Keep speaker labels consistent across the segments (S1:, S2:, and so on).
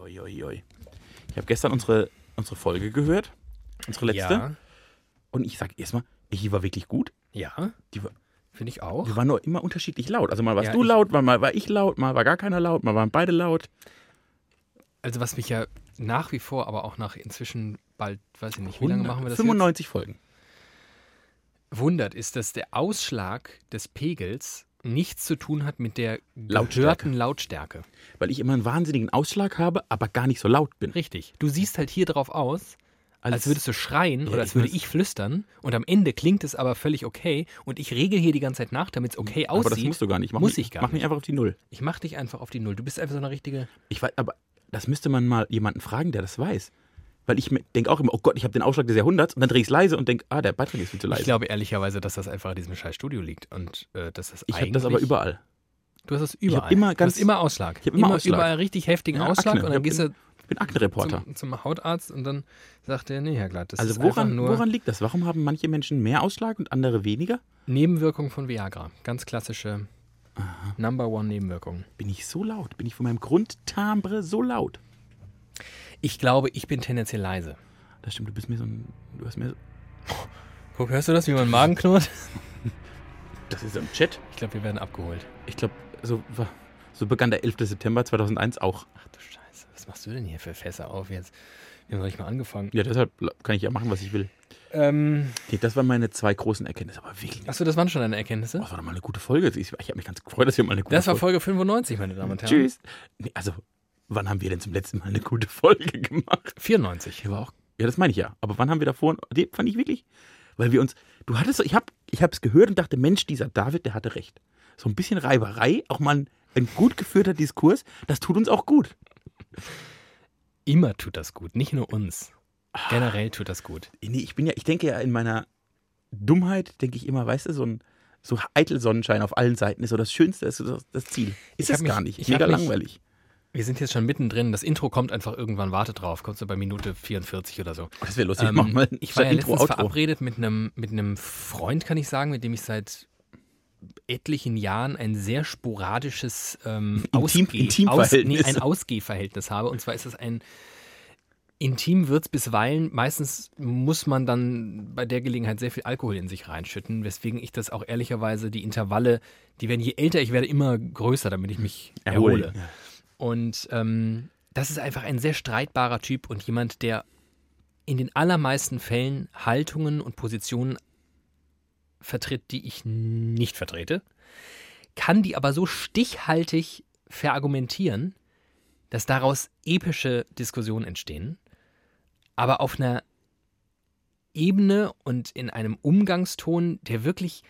S1: Oi, oi, oi. Ich habe gestern unsere, unsere Folge gehört, unsere letzte.
S2: Ja,
S1: Und ich sage erstmal, die war wirklich gut.
S2: ja
S1: Die war,
S2: finde ich auch.
S1: die war nur immer unterschiedlich laut. Also mal warst
S2: Ja,
S1: du
S2: ich-
S1: laut, mal, mal war ich laut, mal war gar keiner laut, mal waren beide laut.
S2: Also was mich ja nach wie vor, aber auch nach inzwischen bald, weiß ich nicht, wie lange machen wir das
S1: 95 Folgen.
S2: jetzt? Wundert ist, dass der Ausschlag des Pegels nichts zu tun hat mit der
S1: Lautstärke.
S2: gehörten Lautstärke.
S1: Weil ich immer einen wahnsinnigen Ausschlag habe, aber gar nicht so laut bin.
S2: Richtig. Du siehst halt hier drauf aus, als,
S1: Als-
S2: also würdest du schreien
S1: Ja,
S2: oder
S1: ich
S2: als würde
S1: weiß.
S2: ich flüstern und am Ende klingt es aber völlig okay und ich regel hier die ganze Zeit nach, damit es okay aussieht.
S1: aber das musst du gar nicht. Mach
S2: muss
S1: mich,
S2: ich gar
S1: mach
S2: nicht.
S1: mich einfach auf die Null.
S2: Ich mach dich einfach auf die Null. Du bist einfach so eine richtige...
S1: Ich weiß, aber das müsste man mal jemanden fragen, der das weiß. Weil ich denke auch immer, oh Gott, ich habe den Ausschlag des Jahrhunderts und dann drehe ich es leise und denke, ah, der Beitrag ist viel zu leise.
S2: Ich glaube ehrlicherweise, dass das einfach in diesem scheiß Studio liegt und äh, dass das
S1: ich habe das aber
S2: eigentlich-
S1: überall.
S2: Du hast das
S1: hab
S2: überall.
S1: immer
S2: du
S1: ganz-
S2: hast immer Ausschlag.
S1: ich hab immer Ausschlag.
S2: überall richtig heftigen
S1: Ja,
S2: Ausschlag
S1: Akne.
S2: und dann
S1: Ich
S2: gehst du
S1: Ich bin Aktenreporter.
S2: zum, zum Hautarzt und dann sagt er, nee, Herr Glatt, das
S1: Also
S2: ist
S1: woran,
S2: einfach nur
S1: woran liegt das? Warum haben manche Menschen mehr Ausschlag und andere weniger?
S2: Nebenwirkung von Viagra. Ganz klassische Number One Nebenwirkung.
S1: Bin ich so laut? Bin ich von meinem Grundtambre so laut?
S2: Ich glaube, ich bin tendenziell leise.
S1: Das stimmt, du bist mir so ein. Du hast mir so,
S2: Guck, hörst du das, wie mein Magen knurrt?
S1: Das ist im Chat.
S2: Ich glaube, wir werden abgeholt.
S1: Ich glaube, so, war- so begann der 11. September 2001 auch.
S2: Ach du Scheiße, was machst du denn hier für Fässer auf jetzt? Wir haben noch nicht mal angefangen.
S1: Ja, deshalb kann ich ja machen, was ich will.
S2: Ähm,
S1: Nee, das waren meine zwei großen Erkenntnisse. Aber wirklich.
S2: achso, das waren schon deine Erkenntnisse?
S1: Oh, das war doch mal eine gute Folge. Ich habe mich ganz gefreut, dass wir mal eine gute
S2: Das war
S1: Folge
S2: Folge 95, meine Damen und Herren.
S1: Tschüss. Nee, also, wann haben wir denn zum letzten Mal eine gute Folge gemacht?
S2: 94.
S1: Die war auch. Ja, das meine ich ja. Aber wann haben wir davor? Die fand ich wirklich. Weil wir uns. Du hattest. Ich habe ich es gehört und dachte, Mensch, dieser David, der hatte recht. So ein bisschen Reiberei, auch mal ein, ein gut geführter Diskurs, das tut uns auch gut.
S2: Immer tut das gut, nicht nur uns.
S1: Ah.
S2: Generell tut das gut.
S1: Nee, ich bin ja. Ich denke ja in meiner Dummheit, denke ich immer, weißt du, so ein. So eitel Sonnenschein auf allen Seiten ist so das Schönste, ist so das, das Ziel. Ist
S2: Ich hab
S1: es gar
S2: mich-
S1: nicht.
S2: ich hab
S1: Mega
S2: mich-
S1: langweilig.
S2: Wir sind jetzt schon mittendrin. Das Intro kommt einfach irgendwann. Warte drauf. Kommst du bei Minute 44 oder so.
S1: Oh, das wäre lustig.
S2: Ähm,
S1: Mach mal
S2: ich war ja
S1: statt Intro,
S2: letztens
S1: Outro.
S2: verabredet mit einem, mit einem Freund, kann ich sagen, mit dem ich seit etlichen Jahren ein sehr sporadisches ähm,
S1: Intim-
S2: Ausgeh-
S1: Intimverhältnis.
S2: Aus, nee, ein Ausgehverhältnis habe. Und zwar ist es ein Intim wird's bisweilen, meistens muss man dann bei der Gelegenheit sehr viel Alkohol in sich reinschütten, weswegen ich das auch ehrlicherweise, die Intervalle, die werden, je älter ich werde, immer größer, damit ich mich erhole.
S1: Erholen. Ja.
S2: Und ähm, das ist einfach ein sehr streitbarer Typ und jemand, der in den allermeisten Fällen Haltungen und Positionen vertritt, die ich nicht vertrete, kann die aber so stichhaltig verargumentieren, dass daraus epische Diskussionen entstehen, aber auf einer Ebene und in einem Umgangston, der wirklich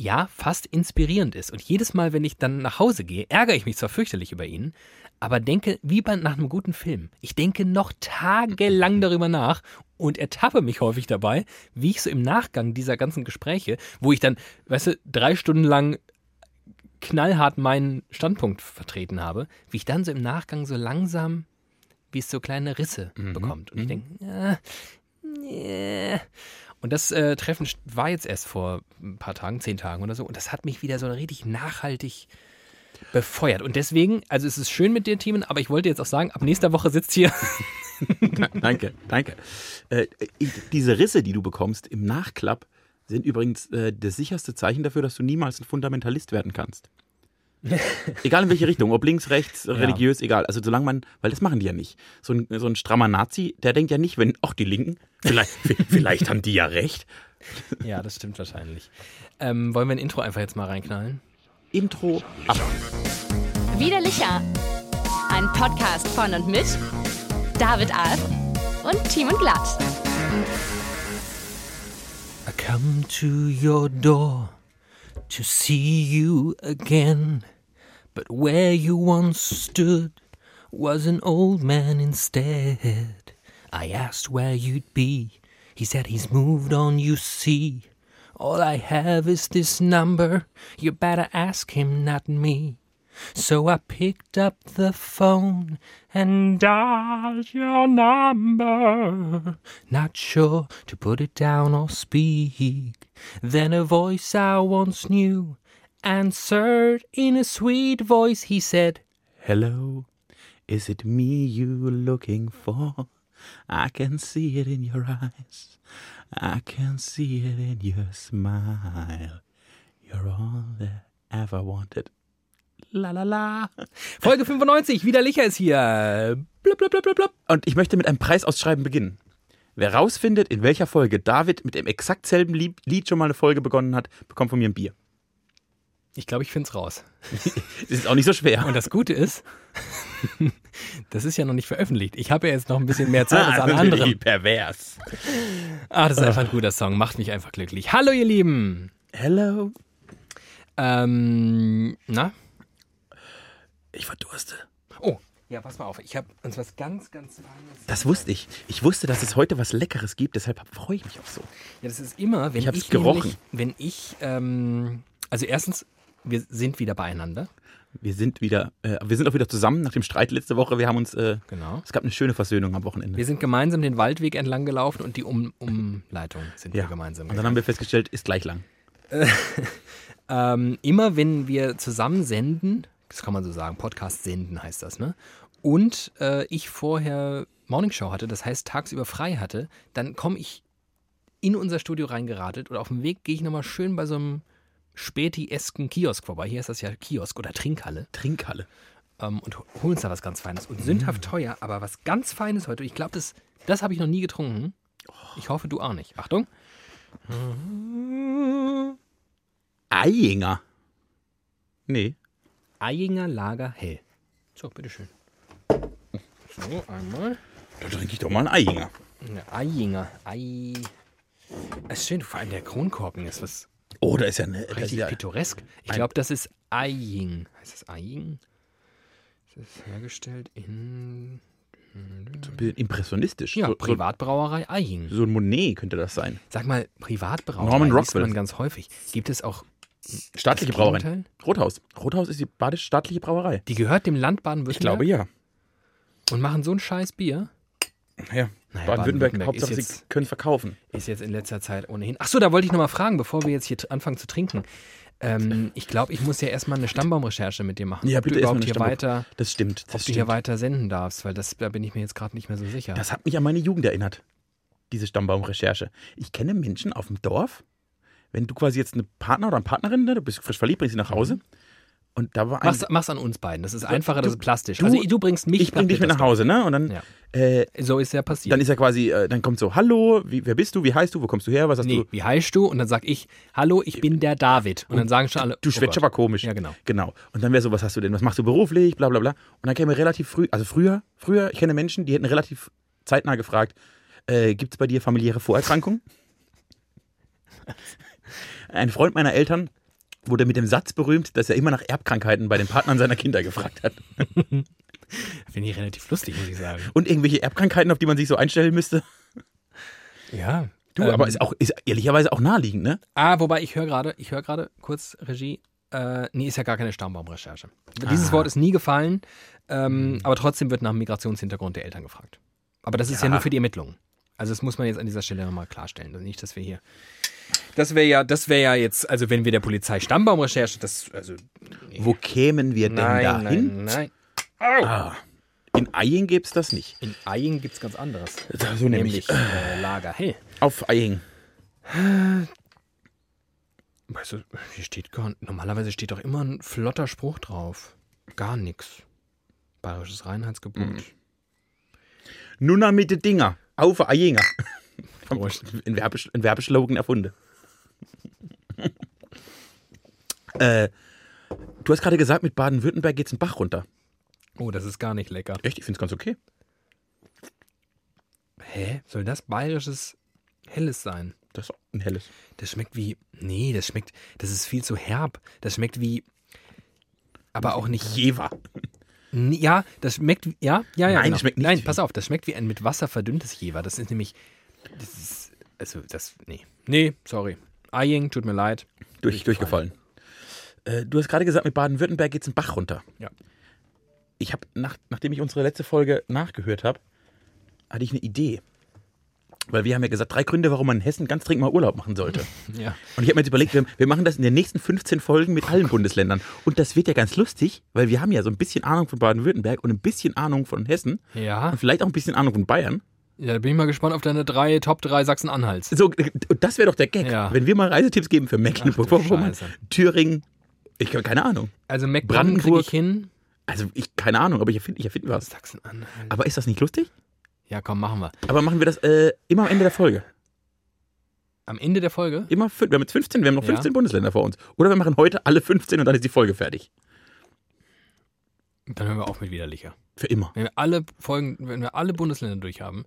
S2: ja, fast inspirierend ist. Und jedes Mal, wenn ich dann nach Hause gehe, ärgere ich mich zwar fürchterlich über ihn, aber denke wie bei, nach einem guten Film. Ich denke noch tagelang darüber nach und ertappe mich häufig dabei, wie ich so im Nachgang dieser ganzen Gespräche, wo ich dann, weißt du, drei Stunden lang knallhart meinen Standpunkt vertreten habe, wie ich dann so im Nachgang so langsam, wie es so kleine Risse bekommt. Und ich denke, ja, nee. Und das äh, Treffen st- war jetzt erst vor ein paar Tagen, zehn Tagen oder so. Und das hat mich wieder so richtig nachhaltig befeuert. Und deswegen, also es ist schön mit dir, Themen, aber ich wollte jetzt auch sagen, ab nächster Woche sitzt hier.
S1: Danke, danke. Äh, ich, diese Risse, die du bekommst im Nachklapp, sind übrigens äh, das sicherste Zeichen dafür, dass du niemals ein Fundamentalist werden kannst. egal in welche Richtung, ob links, rechts, religiös, egal. Also solange man, weil das machen die ja nicht. So ein, so ein strammer Nazi, der denkt ja nicht, wenn, ach, die Linken, vielleicht, vielleicht haben die ja recht.
S2: Ja, das stimmt wahrscheinlich. Ähm, wollen wir ein Intro einfach jetzt mal reinknallen?
S1: Intro ab.
S3: Widerlicher. Ein Podcast von und mit David Alf und Team und Glatt.
S2: I come to your door to see you again. But where you once stood was an old man instead. I asked where you'd be. He said he's moved on, you see. All I have is this number. You better ask him, not me. So I picked up the phone and dialed your number. Not sure to put it down or speak. Then a voice I once knew answered in a sweet voice. He said,
S1: Hello, Is it me you looking for? I can see it in your eyes. I can see it in your smile. You're all that ever wanted. La la la.
S2: Folge 95, Widerlicher ist hier. Blub, blub, blub, blub, blub.
S1: Und ich möchte mit einem Preisausschreiben beginnen. Wer rausfindet, in welcher Folge David mit dem exakt selben Lieb- Lied schon mal eine Folge begonnen hat, bekommt von mir ein Bier.
S2: Ich glaube, ich find's raus.
S1: Das ist auch nicht so schwer.
S2: Und das Gute ist, das ist ja noch nicht veröffentlicht. Ich habe ja jetzt noch ein bisschen mehr
S1: Ah,
S2: Zeit als alle
S1: Wie
S2: anderen.
S1: pervers.
S2: Ah, das ist einfach ein guter Song. Macht mich einfach glücklich. Hallo, ihr Lieben.
S1: Hello.
S2: Ähm, na?
S1: Ich verdurste.
S2: Oh, ja, pass mal auf. Ich habe uns was ganz, ganz Feines.
S1: Das wusste ich. Ich wusste, dass es heute was Leckeres gibt, deshalb freue ich mich auch so.
S2: Ja, das ist immer, wenn
S1: Ich
S2: ich,
S1: hab's gerochen.
S2: nämlich, wenn ich, ähm, also erstens, wir sind wieder beieinander.
S1: Wir sind wieder, äh, wir sind auch wieder zusammen nach dem Streit letzte Woche. Wir haben uns, äh,
S2: Genau.
S1: es gab eine schöne Versöhnung am Wochenende.
S2: Wir sind gemeinsam den Waldweg entlang gelaufen und die um Umleitung sind wir gemeinsam.
S1: Und dann haben wir festgestellt, ist gleich lang.
S2: Ähm, immer wenn wir zusammen senden, das kann man so sagen, Podcast senden heißt das, ne? Und äh, ich vorher Morningshow hatte, das heißt tagsüber frei hatte, dann komme ich in unser Studio reingeratet oder auf dem Weg gehe ich nochmal schön bei so einem späti-esken Kiosk vorbei. Hier ist das ja Kiosk oder Trinkhalle.
S1: Trinkhalle.
S2: ähm, und ho- holen uns da was ganz Feines. Und sündhaft teuer, aber was ganz Feines heute. Ich glaube, das, das habe ich noch nie getrunken. Ich hoffe, du auch nicht. Achtung.
S1: Eyinger. Nee.
S2: Eyinger Lager Hell. So, bitteschön. So, einmal.
S1: Da trinke ich doch mal einen Eyinger.
S2: Eine Eyinger. Ei. Es ist schön, vor allem der Kronkorken ist was
S1: Oh, da ist ja eine. Da ist
S2: richtig
S1: ja,
S2: pittoresk. Ich
S1: ein-
S2: glaube, das ist Eying. Heißt das Eying? Das ist hergestellt in.
S1: so ein bisschen impressionistisch.
S2: Ja,
S1: so, so,
S2: Privatbrauerei Eying.
S1: so ein Monet könnte das sein.
S2: Sag mal, Privatbrauerei
S1: Norman
S2: liest
S1: Rockwell.
S2: man ganz häufig. Gibt es auch
S1: Staatliche
S2: Das
S1: Brauerei.
S2: Gegenteil?
S1: Rothaus. Rothaus ist die badisch-staatliche Brauerei.
S2: Die gehört dem Land
S1: Ich glaube
S2: Baden-Württemberg
S1: ja.
S2: und machen so ein scheiß Bier.
S1: ja.
S2: Naja,
S1: Baden-Württemberg,
S2: Baden-Württemberg
S1: Hauptsache,
S2: ist
S1: sie
S2: jetzt-
S1: können verkaufen.
S2: Ist jetzt in letzter Zeit ohnehin. Ach so, da wollte ich nochmal fragen, bevor wir jetzt hier t- anfangen zu trinken. Ähm, ich glaube, ich muss ja erstmal eine Stammbaumrecherche mit dir machen.
S1: Ja,
S2: ob
S1: bitte
S2: du
S1: erstmal
S2: überhaupt
S1: eine
S2: hier
S1: Stammbaum-
S2: weiter,
S1: Das stimmt.
S2: ob
S1: Das,
S2: du hier
S1: stimmt.
S2: weiter senden darfst, weil das, da bin ich mir jetzt gerade nicht mehr so sicher.
S1: das hat mich an meine Jugend erinnert, diese Stammbaumrecherche. Ich kenne Menschen auf dem Dorf, wenn du quasi jetzt eine Partner oder eine Partnerin, ne, du bist frisch verliebt, bringst sie nach Hause. Und da war ein.
S2: mach's, mach's an uns beiden. Das ist einfacher, das
S1: du-
S2: ist plastisch.
S1: du-
S2: also du bringst mich
S1: ich bring dich mit nach Hause, ne? Und dann,
S2: Ja.
S1: äh,
S2: Petersdorf. So ist ja passiert.
S1: dann ist ja quasi, äh, dann kommt so, hallo, wie, wer bist du, wie heißt du, wo kommst du her, was hast
S2: nee,
S1: du?
S2: wie heißt du? Und dann sag ich, hallo, ich bin der David. Und, dann sagen schon alle,
S1: Du
S2: oh
S1: schwätzt
S2: Gott.
S1: aber komisch.
S2: Ja, genau.
S1: Genau. Und dann wäre so, was hast du denn, was machst du beruflich, bla bla bla. Und dann käme relativ früh, also früher, früher, ich kenne Menschen, die hätten relativ zeitnah gefragt, äh, gibt es bei dir familiäre Vorerkrankungen? Ein Freund meiner Eltern wurde mit dem Satz berühmt, dass er immer nach Erbkrankheiten bei den Partnern seiner Kinder gefragt hat.
S2: Finde ich relativ lustig, muss ich sagen.
S1: Und irgendwelche Erbkrankheiten, auf die man sich so einstellen müsste.
S2: Ja.
S1: Du, aber
S2: Ähm.
S1: ist auch, ist ehrlicherweise auch naheliegend, ne?
S2: Ah, wobei ich höre gerade, ich höre gerade kurz Regie. Äh, nee, ist ja gar keine Stammbaumrecherche. Dieses
S1: Ah.
S2: Wort ist nie gefallen, ähm, aber trotzdem wird nach dem Migrationshintergrund der Eltern gefragt. Aber das ist ja,
S1: Ja.
S2: nur für die Ermittlungen. Also das muss man jetzt an dieser Stelle nochmal klarstellen. Nicht, dass wir hier. Das wäre ja, das wäre ja jetzt, also wenn wir der Polizei Stammbaumrecherche, das, also.
S1: Wo kämen wir denn
S2: Nein,
S1: dahin?
S2: nein, nein.
S1: Ah, in Eying gäbe es das nicht.
S2: In Eying gibt es ganz anderes.
S1: So
S2: Nämlich äh, Lager Hell.
S1: Auf Eying.
S2: Weißt du, hier steht gar Normalerweise steht doch immer ein flotter Spruch drauf. Gar nix. Bayerisches Reinheitsgebot.
S1: Mhm. Nunna mit de Dinger. Auf Eyinger.
S2: Prost.
S1: Ein, Werbes ein Werbeslogan erfunden. äh, du hast gerade gesagt, mit Baden-Württemberg geht's einen Bach runter.
S2: Oh, das ist gar nicht lecker.
S1: Echt? Ich find's ganz okay.
S2: Hä? Soll das bayerisches Helles sein?
S1: Das ist auch ein helles.
S2: Das schmeckt wie. Nee, das schmeckt. Das ist viel zu herb. Das schmeckt wie. Aber auch nicht.
S1: Jever.
S2: N- Ja, das schmeckt. wie- Ja, ja, ja.
S1: Nein, das schmeckt nicht
S2: Nein,
S1: wie-
S2: pass auf, das schmeckt wie ein mit Wasser verdünntes Jever. Das ist nämlich. Das ist. Also, das. Nee. Nee, sorry. Aying, tut mir leid.
S1: Durch, durchgefallen. Äh, du hast gerade gesagt, mit Baden-Württemberg geht's einen Bach runter.
S2: Ja.
S1: Ich habe, nach, nachdem ich unsere letzte Folge nachgehört habe, hatte ich eine Idee. Weil wir haben ja gesagt, drei Gründe, warum man in Hessen ganz dringend mal Urlaub machen sollte.
S2: Ja.
S1: Und ich habe mir jetzt überlegt, wir, wir machen das in den nächsten 15 Folgen mit allen Bundesländern. Und das wird ja ganz lustig, weil wir haben ja so ein bisschen Ahnung von Baden-Württemberg und ein bisschen Ahnung von Hessen
S2: Ja.
S1: und vielleicht auch ein bisschen Ahnung von Bayern.
S2: Ja, da bin ich mal gespannt auf deine drei Top 3 Sachsen-Anhalts.
S1: So, und das wäre doch der Gag,
S2: Ja.
S1: wenn wir mal Reisetipps geben für Mecklenburg-Vorpommern,
S2: Scheiße.
S1: Thüringen. Ich habe keine Ahnung.
S2: Also Mecklenburg kriege
S1: Brandenburg.
S2: ich hin.
S1: Also ich keine Ahnung, aber ich erfinde ich erfind was.
S2: Sachsen-Anhalt.
S1: Aber ist das nicht lustig?
S2: Ja, komm, machen wir.
S1: Aber machen wir das äh, immer am Ende der Folge.
S2: Am Ende der Folge?
S1: Immer fün- wir haben jetzt 15, wir haben noch
S2: Ja.
S1: 15 Bundesländer vor uns. Oder wir machen heute alle 15 und dann ist die Folge fertig.
S2: Dann hören wir auf mit widerlicher.
S1: Für immer.
S2: Wenn wir alle Folgen, wenn wir alle Bundesländer durchhaben.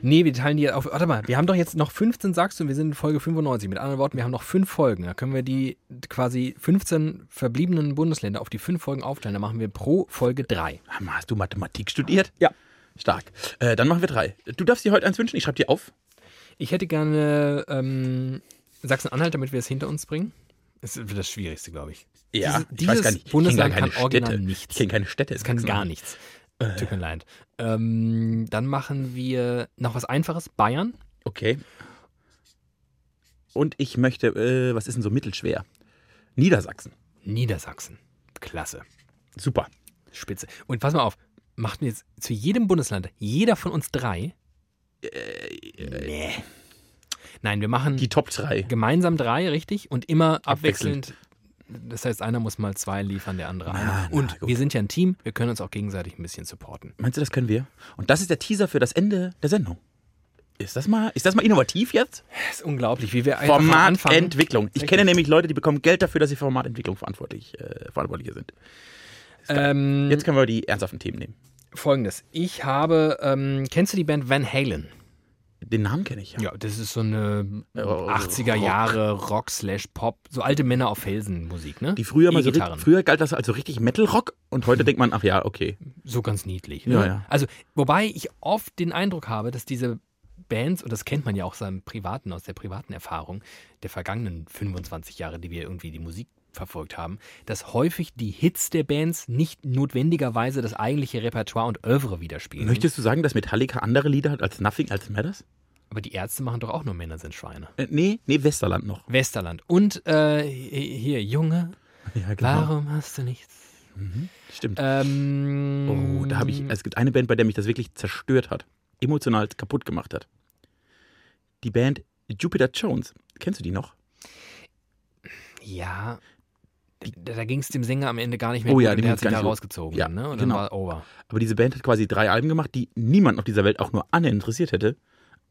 S2: Nee, wir teilen die auf. Warte mal, wir haben doch jetzt noch 15, sagst du, und wir sind in Folge 95. Mit anderen Worten, wir haben noch fünf Folgen. Da können wir die quasi 15 verbliebenen Bundesländer auf die fünf Folgen aufteilen. Da machen wir pro Folge drei.
S1: Hammer, Ah, hast du Mathematik studiert?
S2: Ja.
S1: Stark. Äh, dann machen wir drei. Du darfst dir heute eins wünschen, ich schreibe dir auf.
S2: Ich hätte gerne ähm, Sachsen-Anhalt, damit wir es hinter uns bringen. Das ist das Schwierigste, glaube ich.
S1: Ja, ich
S2: Dieses-
S1: weiß gar
S2: dieses
S1: nicht. Ich kenne gar
S2: Bundesland
S1: keine
S2: kann original
S1: Städte.
S2: nichts.
S1: Ich kenne keine Städte.
S2: Es kann gar nichts. Tut mir leid. Ähm, dann machen wir noch was Einfaches. Bayern.
S1: Okay. Und ich möchte, äh, was ist denn so mittelschwer? Niedersachsen.
S2: Niedersachsen. Klasse.
S1: Super.
S2: Spitze. Und pass mal auf, macht mir jetzt zu jedem Bundesland, jeder von uns drei. Äh, nee. Nein, wir machen
S1: Die Top 3.
S2: gemeinsam drei, richtig? Und immer
S1: Abwechselnd.
S2: abwechselnd. Das heißt, einer muss mal zwei liefern, der andere
S1: Na,
S2: eine.
S1: na,
S2: Und
S1: gut.
S2: wir sind ja ein Team, wir können uns auch gegenseitig ein bisschen supporten.
S1: Meinst du, das können wir? Und das ist der Teaser für das Ende der Sendung. Ist das mal, ist das mal innovativ jetzt?
S2: Das ist unglaublich, wie wir einfach am Anfang-
S1: Formatentwicklung. Ich
S2: Richtig.
S1: kenne nämlich Leute, die bekommen Geld dafür, dass sie für Formatentwicklung verantwortlich, äh, verantwortlicher sind.
S2: Ähm,
S1: Jetzt können wir die ernsthaften Themen nehmen.
S2: Folgendes. Ich habe, ähm, kennst du die Band Van Halen?
S1: Den Namen kenne ich ja. also
S2: Ja, das ist so eine
S1: Ro-
S2: 80er Jahre Rock slash Pop, so alte Männer auf Felsen Musik, ne?
S1: Die früher, mal so, ri-
S2: E-Gitarren.
S1: früher galt das als so richtig Metal-Rock und heute denkt man, ach ja, okay.
S2: so ganz niedlich.
S1: Ja,
S2: ne?
S1: ja.
S2: Also, wobei ich oft den Eindruck habe, dass diese Bands, und das kennt man ja auch aus seinem privaten, aus der privaten Erfahrung der vergangenen 25 Jahre, die wir irgendwie die Musik verfolgt haben, dass häufig die Hits der Bands nicht notwendigerweise das eigentliche Repertoire und Övre widerspiegeln.
S1: Möchtest du sagen, dass Metallica andere Lieder hat als Nothing, als Matters?
S2: Aber die Ärzte machen doch auch nur Männer sind Schweine.
S1: Äh, nee, nee, Westerland noch.
S2: Westerland. Und äh, hier, Junge,
S1: Ja,
S2: warum hast du nichts?
S1: Stimmt.
S2: Ähm,
S1: oh, da habe ich, es gibt eine Band, bei der mich das wirklich zerstört hat. Emotional kaputt gemacht hat. Die Band Jupiter Jones. Kennst du die noch?
S2: Ja. Da, da ging es dem Sänger am Ende gar nicht mehr
S1: Oh
S2: gut
S1: ja,
S2: und
S1: dem
S2: der
S1: ging's
S2: hat sich
S1: gar
S2: da
S1: nicht gut.
S2: rausgezogen.
S1: Ja,
S2: ne? Und
S1: genau.
S2: dann war over.
S1: Aber diese Band hat quasi drei Alben gemacht, die niemand auf dieser Welt auch nur Anne interessiert hätte.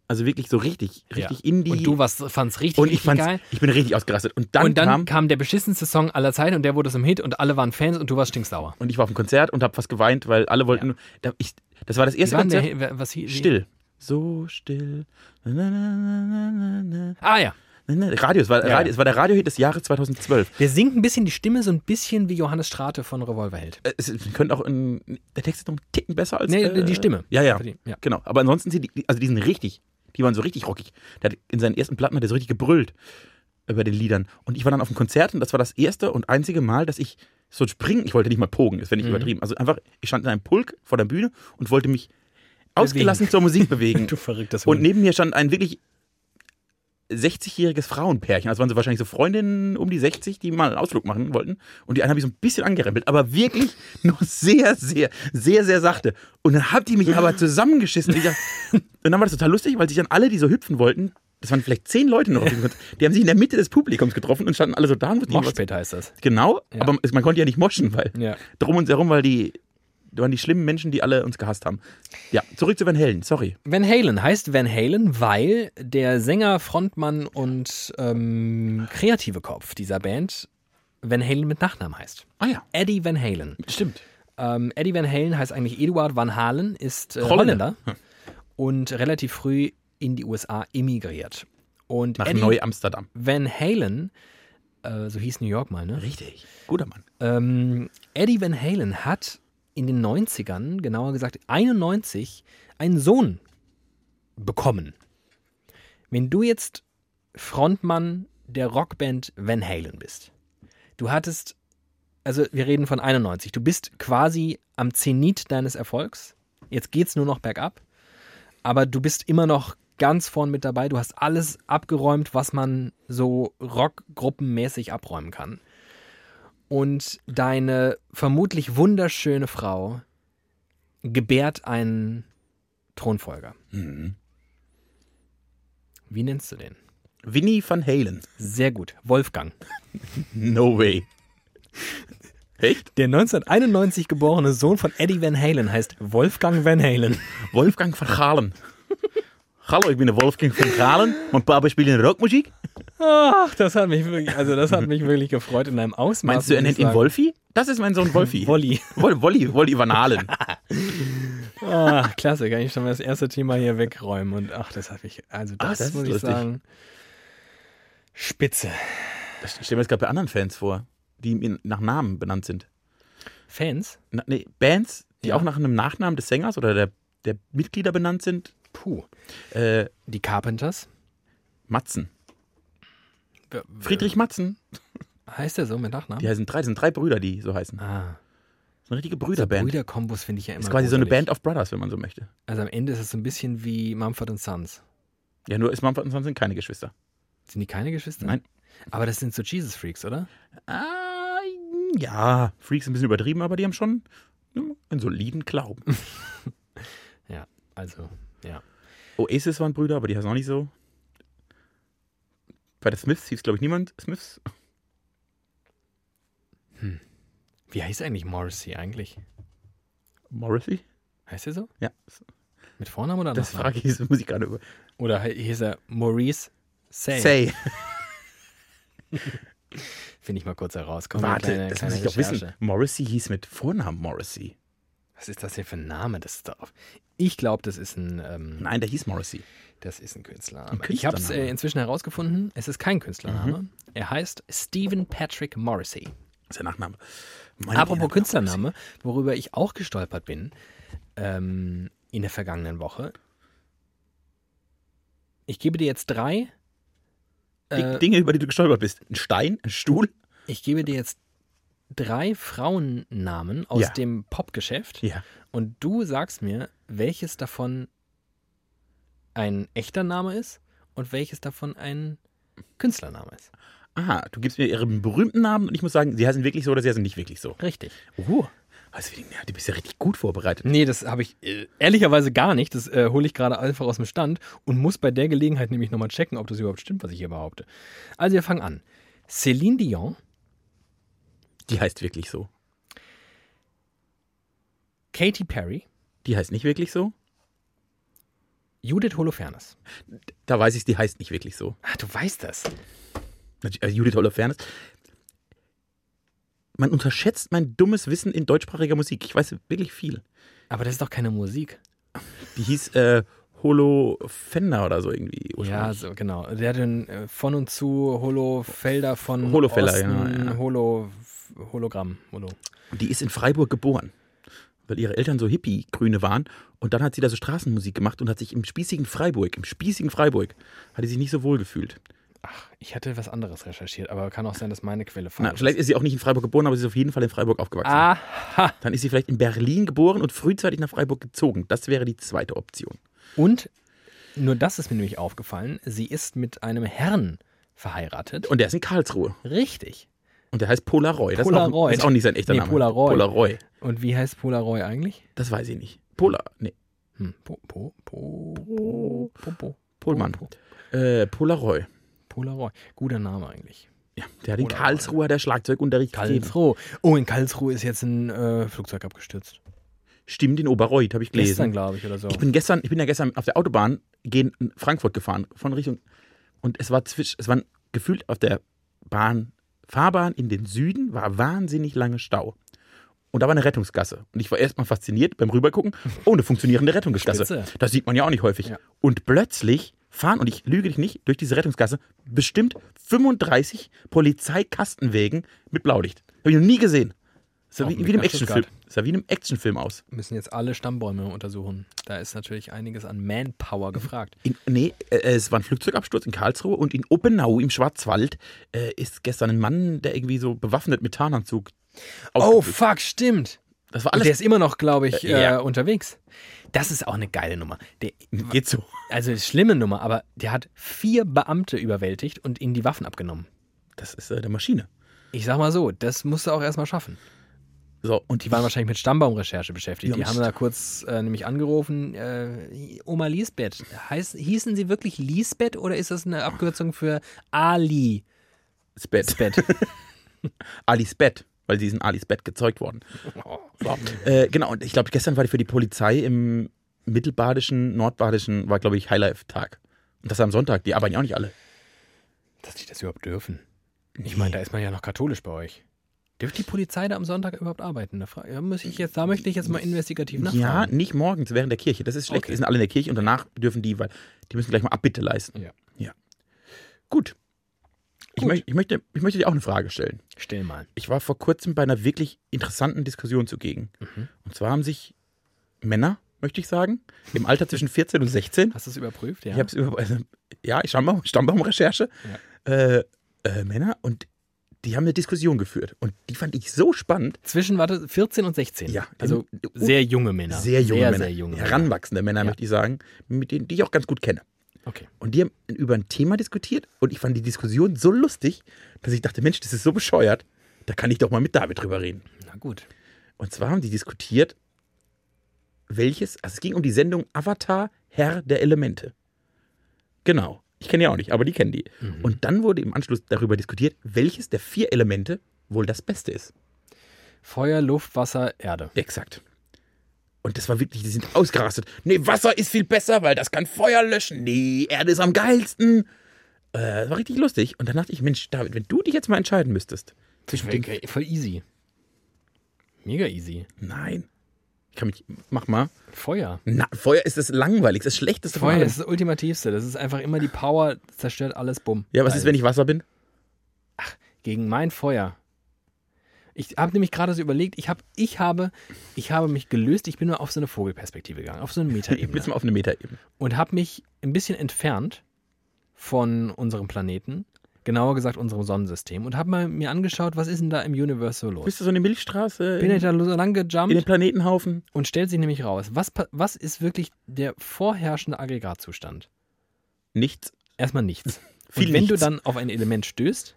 S1: Also wirklich so richtig, richtig Indie.
S2: Und du warst, fand's richtig,
S1: Und ich
S2: richtig
S1: fand's,
S2: geil.
S1: ich bin richtig ausgerastet. Und dann,
S2: und dann
S1: kam,
S2: kam, der beschissenste Song aller Zeiten und der wurde zum Hit und alle waren Fans und du warst stinksauer.
S1: und ich war auf dem Konzert und habe fast geweint, weil alle wollten. Da, ich, das war das
S2: Wie
S1: erste
S2: war denn
S1: Konzert.
S2: der, wer- was hier,
S1: Still. So still. Na, na, na, na, na,
S2: Ah ja.
S1: na, na. Radio, es war,
S2: Ja.
S1: Radio, es war der Radiohit des Jahres 2012.
S2: Der singt ein bisschen die Stimme so ein bisschen wie Johannes Strate von Revolverheld.
S1: Äh, Es, es könnte auch in, der Text ist noch einen Ticken besser als
S2: Nee,
S1: äh,
S2: die Stimme.
S1: Ja, ja,
S2: Verdient, ja.
S1: Genau. Aber ansonsten sind die, also die sind richtig. Die waren so richtig rockig. Der hat, in seinen ersten Platten hat er so richtig gebrüllt über den Liedern. Und ich war dann auf dem Konzert und das war das erste und einzige Mal, dass ich so springen, ich wollte nicht mal pogen, das wäre nicht übertrieben. Also einfach, ich stand in einem Pulk vor der Bühne und wollte mich ausgelassen zur Musik bewegen.
S2: verrücktes
S1: Und neben mir stand ein wirklich 60-jähriges Frauenpärchen. Also waren so wahrscheinlich so Freundinnen um die 60, die mal einen Ausflug machen wollten. Und die eine habe ich so ein bisschen angerempelt, aber wirklich nur sehr, sehr, sehr, sehr sachte. Und dann hat die mich aber zusammengeschissen. Ich dachte, und dann war das total lustig, weil sich dann alle, die so hüpfen wollten, das waren vielleicht zehn Leute noch auf dem Konzert, die haben sich in der Mitte des Publikums getroffen und standen alle so da und wussten nicht, was-
S2: Moshpit heißt das.
S1: Genau,
S2: Ja.
S1: aber man konnte ja nicht moschen, weil
S2: Ja.
S1: drum und herum, weil die waren die schlimmen Menschen, die alle uns gehasst haben. Ja, zurück zu Van Helen, sorry.
S2: Van Halen heißt Van Halen, weil der Sänger, Frontmann und ähm, kreative Kopf dieser Band Van Halen mit Nachnamen heißt.
S1: Ah ja,
S2: Eddie Van Halen.
S1: stimmt.
S2: Ähm, Eddie Van Halen heißt eigentlich Eduard Van Halen, ist äh,
S1: Holländer.
S2: Holländer und relativ früh in die USA emigriert. Und
S1: Nach
S2: Eddie
S1: Neu-Amsterdam.
S2: Van Halen, äh, so hieß New York mal, ne?
S1: Richtig. Guter Mann.
S2: Ähm, Eddie Van Halen hat in den 90ern, genauer gesagt 91, einen Sohn bekommen. Wenn du jetzt Frontmann der Rockband Van Halen bist, du hattest, also wir reden von 91, du bist quasi am Zenit deines Erfolgs, jetzt geht's nur noch bergab, aber du bist immer noch ganz vorn mit dabei. Du hast alles abgeräumt, was man so rockgruppenmäßig abräumen kann. Und deine vermutlich wunderschöne Frau gebärt einen Thronfolger.
S1: Mhm.
S2: Wie nennst du den?
S1: Winnie van Halen.
S2: Sehr gut. Wolfgang.
S1: No way. Echt?
S2: Der 1991 geborene Sohn von Eddie Van Halen heißt Wolfgang Van Halen.
S1: Wolfgang van Galen. Hallo, ich bin der Wolfgang van Galen. Mein Papa spielt in Rockmusik.
S2: Ach, das hat mich wirklich, also das hat mich wirklich gefreut in einem Ausmaß.
S1: Meinst du, er
S2: muss
S1: nennt
S2: ich
S1: ihn
S2: sagen.
S1: Wolfi? Das ist mein Sohn Wolfi.
S2: Wolli.
S1: Woll- Wolli, Wolli van Halen.
S2: Ah, klasse, kann ich schon mal das erste Thema hier wegräumen. Und ach, das habe ich, also das,
S1: Ah, das ist
S2: muss ich
S1: lustig.
S2: sagen. Spitze.
S1: Das stellen wir jetzt gerade bei anderen Fans vor, die ihm nach Namen benannt sind.
S2: Fans?
S1: Na, nee, Bands, die
S2: Ja.
S1: auch nach einem Nachnamen des Sängers oder der, der Mitglieder benannt sind.
S2: Puh.
S1: Äh,
S2: Die Carpenters?
S1: Matzen.
S2: W-
S1: Friedrich Matzen.
S2: Heißt der so mit Nachnamen?
S1: Die heißen drei, das sind drei Brüder, die so heißen.
S2: Ah,
S1: Das ist eine richtige
S2: so
S1: Brüderband.
S2: Brüderkombos finde ich ja immer
S1: ist quasi so eine
S2: gruselig.
S1: Band of Brothers, wenn man so möchte.
S2: Also am Ende ist es so ein bisschen wie Mumford und Sons.
S1: Ja, nur ist Mumford und Sons sind keine Geschwister.
S2: Sind die keine Geschwister?
S1: Nein.
S2: Aber das sind so Jesus Freaks, oder?
S1: Ah, ja, Freaks ein bisschen übertrieben, aber die haben schon hm, einen soliden Glauben.
S2: Ja, also, ja.
S1: Oasis waren Brüder, aber die heißen auch nicht so. Bei den Smiths hieß, glaube ich, niemand Smiths.
S2: Wie heißt eigentlich Morrissey eigentlich?
S1: Morrissey?
S2: Heißt er so?
S1: Ja,
S2: Mit Vornamen oder
S1: das
S2: Nachnamen?
S1: frage ich, das muss ich gerade über.
S2: Oder he- hieß er Maurice Say?
S1: Say.
S2: Finde ich mal kurz heraus. Komm,
S1: Warte,
S2: kleine-
S1: das
S2: kleine
S1: muss ich doch
S2: Recherche.
S1: wissen. Morrissey hieß mit Vornamen Morrissey.
S2: Was ist das hier für ein Name? Das ist doch. Ich glaube, das ist ein, ähm,
S1: Nein, der hieß Morrissey.
S2: das ist ein Künstlername.
S1: Ein
S2: Ich habe es äh,
S1: Künstlername. Mhm.
S2: inzwischen herausgefunden. Es ist kein Künstlername. Er heißt Stephen Patrick Morrissey.
S1: Das ist der Nachname. Meine
S2: Apropos
S1: Güte.
S2: Künstlername, worüber ich auch gestolpert bin ähm, in der vergangenen Woche. Ich gebe dir jetzt drei.
S1: Die
S2: Äh,
S1: Dinge, über die du gestolpert bist. Ein Stein, ein Stuhl.
S2: ich gebe dir jetzt drei Frauennamen aus
S1: Ja.
S2: dem Popgeschäft
S1: Ja.
S2: und du sagst mir, welches davon ein echter Name ist und welches davon ein Künstlername ist.
S1: Aha, du gibst mir ihren berühmten Namen und ich muss sagen, sie heißen wirklich so oder sie heißen nicht wirklich so.
S2: Richtig.
S1: Oh, also, ja, du bist ja richtig gut vorbereitet.
S2: Nee, das habe ich äh, ehrlicherweise gar nicht. Das äh, hole ich gerade einfach aus dem Stand und muss bei der Gelegenheit nämlich nochmal checken, ob das überhaupt stimmt, was ich hier behaupte. Also wir fangen an. Céline Dion,
S1: Die heißt wirklich so.
S2: Katy Perry,
S1: Die heißt nicht wirklich so.
S2: Judith Holofernes.
S1: Da weiß ich, die heißt nicht wirklich so.
S2: Ah, du weißt das.
S1: Natürlich, äh, Judith Holofernes. Man unterschätzt mein dummes Wissen in deutschsprachiger Musik. Ich weiß wirklich viel.
S2: Aber das ist doch keine Musik.
S1: Die hieß äh, Holo Fender oder so irgendwie.
S2: Ja,
S1: ursprünglich.
S2: so genau. Der hat den äh, von und zu Holofelder von
S1: Holofelder,
S2: Osten,
S1: genau, ja.
S2: Holo, Hologramm. Holo.
S1: Die ist in Freiburg geboren, weil ihre Eltern so Hippie-Grüne waren. Und dann hat sie da so Straßenmusik gemacht und hat sich im spießigen Freiburg, im spießigen Freiburg, hat sie sich nicht so wohl gefühlt.
S2: Ach, ich hätte was anderes recherchiert, aber kann auch sein, dass meine Quelle falsch
S1: Na, Äh, vielleicht ist sie auch nicht in Freiburg geboren, aber sie ist auf jeden Fall in Freiburg aufgewachsen.
S2: Ah. Aha.
S1: Dann ist sie vielleicht in Berlin geboren und frühzeitig nach Freiburg gezogen. Das wäre die zweite Option.
S2: Und nur das ist mir nämlich aufgefallen, sie ist mit einem Herrn verheiratet.
S1: Und der ist in Karlsruhe.
S2: Richtig.
S1: Und der heißt Polaroy. Das
S2: Polaroy.
S1: Ist auch, das ist auch nicht sein echter
S2: Nee,
S1: Name.
S2: Polaroy.
S1: Polaroy.
S2: Und wie heißt Polaroy eigentlich?
S1: Das weiß ich nicht. Pola. Nee,
S2: Hm. Po, po, po, po, po, po.
S1: Polmann.
S2: Po,
S1: Äh, Polaroy.
S2: Polaroy. Guter Name eigentlich.
S1: Ja, der hat in
S2: Polaroy.
S1: Karlsruhe hat der Schlagzeugunterricht gegeben.
S2: Karlsruhe. Oh, in Karlsruhe ist jetzt ein äh, Flugzeug abgestürzt.
S1: Stimmt, in Oberreuth, habe ich gelesen.
S2: Gestern, glaube ich, oder so.
S1: Ich bin gestern, ich bin ja gestern auf der Autobahn gegen Frankfurt gefahren, von Richtung. Und es war zwisch, es waren gefühlt auf der Bahn, Fahrbahn in den Süden war wahnsinnig lange Stau. Und da war eine Rettungsgasse. Und ich war erstmal fasziniert beim Rübergucken. Oh, eine funktionierende Rettungsgasse.
S2: Spitze.
S1: Das sieht man ja auch nicht häufig.
S2: Ja.
S1: Und plötzlich fahren, und ich lüge dich nicht, durch diese Rettungsgasse bestimmt 35 Polizeikastenwägen mit Blaulicht. Habe ich noch nie gesehen. Sah
S2: Auf
S1: wie,
S2: dem
S1: wie
S2: Weg
S1: in einem
S2: nach Stuttgart.
S1: Actionfilm. Sah wie in einem Actionfilm aus.
S2: müssen jetzt alle Stammbäume untersuchen. Da ist natürlich einiges an Manpower gefragt.
S1: In, nee, äh, es war ein Flugzeugabsturz in Karlsruhe und in Oppenau im Schwarzwald äh, ist gestern ein Mann, der irgendwie so bewaffnet mit Tarnanzug.
S2: Oh,
S1: ausgeflippt.
S2: fuck, stimmt.
S1: das war
S2: Und der
S1: alles.
S2: ist immer noch, glaube ich,
S1: Äh, ja.
S2: äh, unterwegs. Das ist auch eine geile Nummer. Der,
S1: Geht so.
S2: also eine schlimme Nummer, aber der hat vier Beamte überwältigt und ihnen die Waffen abgenommen.
S1: Das ist äh, der Maschine.
S2: Ich sag mal so, das musst du auch erstmal schaffen.
S1: So, und
S2: Die waren wahrscheinlich mit Stammbaumrecherche beschäftigt.
S1: Die
S2: Die
S1: haben-
S2: haben da kurz äh, nämlich angerufen, äh, Oma Lisbeth. Heiß, hießen sie wirklich Lisbeth oder ist das eine Abkürzung für Ali?
S1: das Bett.
S2: Bett.
S1: Alis Bett, weil sie ist in Alis Bett gezeugt worden.
S2: Oh,
S1: So. Äh, genau, und ich glaube, gestern war für die Polizei im mittelbadischen, nordbadischen, war, glaube ich, Highlife-Tag. Und das am Sonntag, die arbeiten ja auch nicht alle.
S2: Dass die das überhaupt dürfen. Ich meine, da ist man ja noch katholisch bei euch. Dürft die Polizei da am Sonntag überhaupt arbeiten? Da, fra- ja, muss ich jetzt, da möchte ich jetzt mal investigativ
S1: Ja,
S2: nachfragen.
S1: nicht morgens, während der Kirche. Das ist schlecht.
S2: Okay.
S1: Die sind alle in der Kirche und danach dürfen die, weil die müssen gleich mal Abbitte leisten.
S2: Ja.
S1: Ja. Gut. Ich,
S2: Gut.
S1: möcht- ich, möchte, ich möchte dir auch eine Frage stellen.
S2: Stell mal.
S1: Ich war vor kurzem bei einer wirklich interessanten Diskussion zugegen.
S2: Mhm.
S1: Und zwar haben sich Männer, möchte ich sagen, im Alter zwischen 14 und 16
S2: Hast du es überprüft? Ja.
S1: Ich habe es über, also, ja, ich Stammbaum, Stammbaumrecherche. Äh, äh, Männer und die haben eine Diskussion geführt und die fand ich so spannend.
S2: Zwischen, warte, 14 und 16.
S1: Ja,
S2: Also
S1: im- oh,
S2: sehr junge Männer.
S1: Sehr junge
S2: sehr,
S1: Männer,
S2: Sehr junge Männer.
S1: heranwachsende Männer, möchte ich sagen, mit denen die ich auch ganz gut kenne.
S2: Okay.
S1: Und die haben über ein Thema diskutiert und ich fand die Diskussion so lustig, dass ich dachte, Mensch, das ist so bescheuert, da kann ich doch mal mit David drüber reden.
S2: Na gut.
S1: Und zwar haben die diskutiert, welches, also es ging um die Sendung Avatar, Herr der Elemente. Genau. Ich kenne ja auch nicht, aber die kennen die.
S2: Mhm.
S1: Und dann wurde im Anschluss darüber diskutiert, welches der vier Elemente wohl das Beste ist.
S2: Feuer, Luft, Wasser, Erde.
S1: Exakt. Und das war wirklich, die sind ausgerastet. Nee, Wasser ist viel besser, weil das kann Feuer löschen. Nee, Erde ist am geilsten. Äh, das war richtig lustig. Und dann dachte ich, Mensch, David, wenn du dich jetzt mal entscheiden müsstest. Zwischen den,
S2: Okay, voll easy. Mega easy.
S1: nein. Ich kann mich, mach mal.
S2: Feuer.
S1: Na, Feuer ist das langweiligste, das schlechteste von
S2: Feuer
S1: allem.
S2: ist das Ultimativste. Das ist einfach immer die Power, zerstört alles, bumm.
S1: Ja, was ist, wenn ich Wasser bin?
S2: Gegen mein Feuer. Ich habe nämlich gerade so überlegt, ich, hab, ich, habe, ich habe mich gelöst, ich bin mal auf so eine Vogelperspektive gegangen, auf so eine Metaebene.
S1: Jetzt mal auf eine Metaebene.
S2: und habe mich ein bisschen entfernt von unserem Planeten, genauer gesagt unserem Sonnensystem, und habe mal mir angeschaut, was ist denn da im Universe so los.
S1: Bist du so eine Milchstraße
S2: Bin ich
S1: in,
S2: da so lang
S1: in den
S2: gejumpt
S1: Planetenhaufen?
S2: und stellt sich nämlich raus, was, pa- was ist wirklich der vorherrschende Aggregatzustand?
S1: Nichts.
S2: Erstmal nichts.
S1: Viel
S2: und wenn
S1: nichts.
S2: du dann auf ein Element stößt,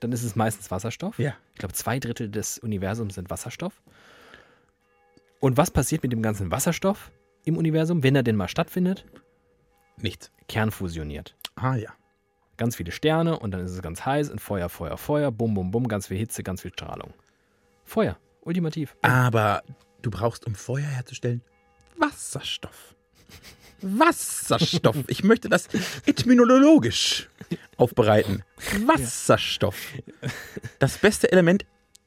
S2: dann ist es meistens Wasserstoff.
S1: Ja.
S2: Ich glaube, zwei Drittel des Universums sind Wasserstoff. Und was passiert mit dem ganzen Wasserstoff im Universum, wenn er denn mal stattfindet?
S1: Nichts.
S2: Kernfusioniert.
S1: Ah ja.
S2: ganz viele Sterne und dann ist es ganz heiß und Feuer, Feuer, Feuer, bum, bum, bum, ganz viel Hitze, ganz viel Strahlung. Feuer, ultimativ.
S1: Aber du brauchst, um Feuer herzustellen, Wasserstoff. Wasserstoff. Ich möchte das etymologisch aufbereiten. Wasserstoff. Das beste Element.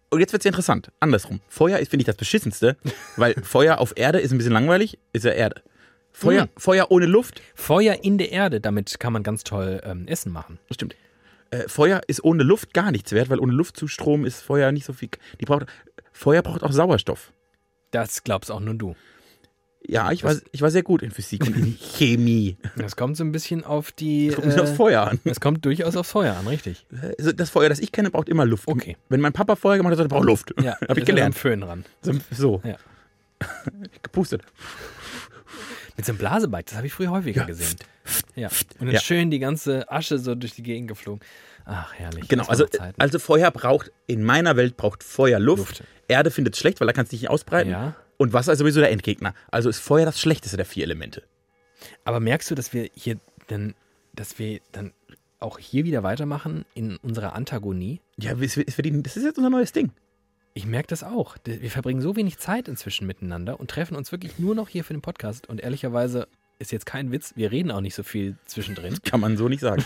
S1: Und jetzt wird es interessant. Andersrum. Feuer ist, finde ich, das beschissenste, weil Feuer auf Erde ist ein bisschen langweilig, ist ja Erde. Feuer,
S2: Mhm.
S1: Feuer ohne Luft,
S2: Feuer in der Erde, damit kann man ganz toll ähm, Essen machen.
S1: Stimmt. Äh, Feuer ist ohne Luft gar nichts wert, weil ohne Luftzustrom ist Feuer nicht so viel. Die braucht, Feuer braucht auch Sauerstoff.
S2: Das glaubst auch nur du.
S1: Ja, ich war, ich war sehr gut in Physik und in Chemie.
S2: Das kommt so ein bisschen auf die.
S1: Guck mich das
S2: Äh,
S1: Feuer an.
S2: es kommt durchaus aufs Feuer an, richtig.
S1: Also Das Feuer, das ich kenne, braucht immer Luft.
S2: Okay.
S1: Wenn mein Papa Feuer gemacht hat, hat er braucht Luft.
S2: Ja,
S1: Hab ich
S2: mit einem
S1: gelernt.
S2: Föhn ran.
S1: So.
S2: Ja.
S1: Gepustet.
S2: Mit so einem Blasebike, das habe ich früher häufiger
S1: Ja.
S2: gesehen. Ja. Und dann
S1: Ja.
S2: schön die ganze Asche so durch die Gegend geflogen. Ach, herrlich.
S1: Genau,
S2: Das waren
S1: also,
S2: noch Zeiten.
S1: also Feuer braucht, in meiner Welt braucht Feuer Luft.
S2: Luft.
S1: Erde findet es schlecht, weil da kannst du dich nicht ausbreiten.
S2: Ja.
S1: Und Wasser ist sowieso der Endgegner. Also ist Feuer das schlechteste der vier Elemente.
S2: Aber merkst du, dass wir hier dann, dass wir dann auch hier wieder weitermachen in unserer Antagonie?
S1: Ja, es wird- es wird ihnen- das ist jetzt unser neues Ding.
S2: Ich merke das auch. D- Wir verbringen so wenig Zeit inzwischen miteinander und treffen uns wirklich nur noch hier für den Podcast. Und ehrlicherweise ist jetzt kein Witz, wir reden auch nicht so viel zwischendrin.
S1: Kann man so nicht sagen.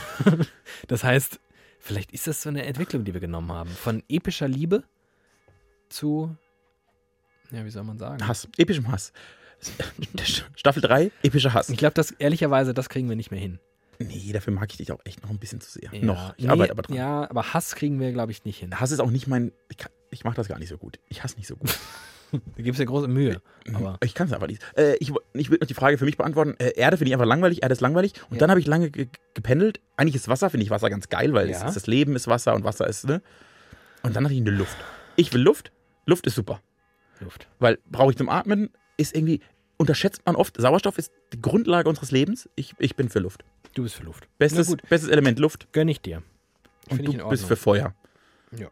S2: Das heißt, vielleicht ist das so eine Entwicklung, die wir genommen haben. Von epischer Liebe zu, ja, wie soll man sagen?
S1: Hass, epischem Hass. Staffel 3, epischer Hass.
S2: Ich glaube, das ehrlicherweise, das kriegen wir nicht mehr hin.
S1: Nee, dafür mag ich dich auch echt noch ein bisschen zu sehr.
S2: Ja.
S1: Noch. Ich
S2: Nee,
S1: arbeite aber dran.
S2: Ja, aber Hass kriegen wir, glaube ich, nicht hin.
S1: Hass ist auch nicht mein. Ich, kann, ich mache das gar nicht so gut. Ich hasse nicht so gut.
S2: Da gibt es ja große Mühe. Aber
S1: Ich kann es einfach nicht. Äh, ich, wo- ich will noch die Frage für mich beantworten. Äh, Erde finde ich einfach langweilig. Erde ist langweilig. Und
S2: Ja.
S1: dann habe ich lange ge gependelt. Eigentlich ist Wasser, finde ich Wasser ganz geil, weil es
S2: Ja.
S1: ist, das Leben ist Wasser und Wasser ist. Ne? Und dann hatte ich eine Luft. Ich will Luft. Luft ist super.
S2: Luft.
S1: Weil brauche ich zum Atmen, ist irgendwie. unterschätzt man oft, Sauerstoff ist die Grundlage unseres Lebens. Ich, ich bin für Luft.
S2: Du bist für Luft.
S1: Bestes,
S2: Na gut,
S1: bestes Element Luft
S2: gönn ich dir.
S1: und
S2: Find
S1: du
S2: ich in
S1: bist für
S2: Ordnung.
S1: Feuer.
S2: Ja.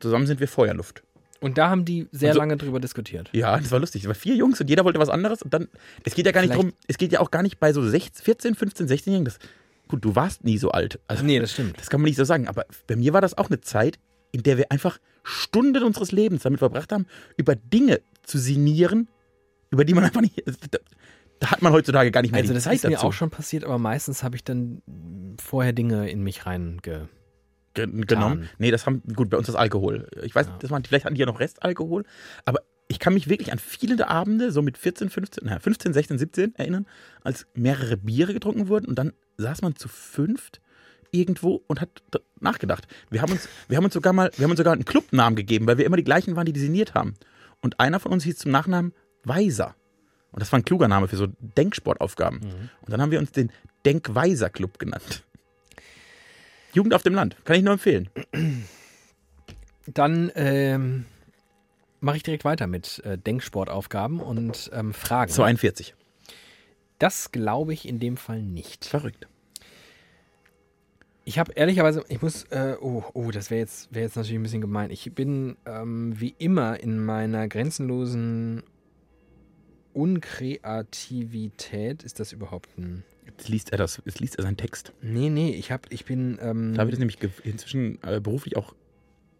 S1: Zusammen sind wir Feuerluft.
S2: Und da haben die sehr
S1: Also-
S2: lange drüber diskutiert.
S1: Ja, das war lustig. Es waren vier Jungs und jeder wollte was anderes und dann. Es geht ja gar nicht
S2: Vielleicht-
S1: drum, es geht ja auch gar nicht bei so 16, 14, 15, 16-Jährigen. das- Gut, du warst nie so alt. Also,
S2: Nee, das stimmt.
S1: Das kann man nicht so sagen. Aber bei mir war das auch eine Zeit, in der wir einfach Stunden unseres Lebens damit verbracht haben, über Dinge zu sinnieren, über die man einfach nicht. Da, da hat man heutzutage gar nicht mehr
S2: Also
S1: die
S2: das
S1: Zeit
S2: ist mir
S1: dazu.
S2: auch schon passiert, aber meistens habe ich dann vorher Dinge in mich reinge...
S1: ge- genommen. Nee, das haben, gut, bei uns das Alkohol. Ich weiß,
S2: Ja.
S1: das waren, vielleicht hatten die ja noch Restalkohol, aber ich kann mich wirklich an viele der Abende, so mit 14, 15, naja, 15, 16, 17 erinnern, als mehrere Biere getrunken wurden und dann saß man zu fünft irgendwo und hat d- nachgedacht. Wir haben uns, wir haben uns sogar mal, wir haben uns sogar einen Clubnamen gegeben, weil wir immer die gleichen waren, die designiert haben. Und einer von uns hieß zum Nachnamen Weiser. Und das war ein kluger Name für so Denksportaufgaben. Und dann haben wir uns den Denkweiser Club genannt. Jugend auf dem Land. Kann ich nur empfehlen.
S2: Dann ähm, mache ich direkt weiter mit äh, Denksportaufgaben und ähm, Fragen.
S1: 42.
S2: Das glaube ich in dem Fall nicht.
S1: Verrückt.
S2: Ich habe ehrlicherweise, ich muss, äh, oh, oh, das wäre jetzt, wär jetzt natürlich ein bisschen gemein. Ich bin ähm, wie immer in meiner grenzenlosen Unkreativität. Ist das überhaupt ein.
S1: Jetzt liest er das, jetzt liest er seinen Text.
S2: Nee, nee, ich, hab, ich bin. Ähm,
S1: David ist nämlich ge- inzwischen äh, beruflich auch,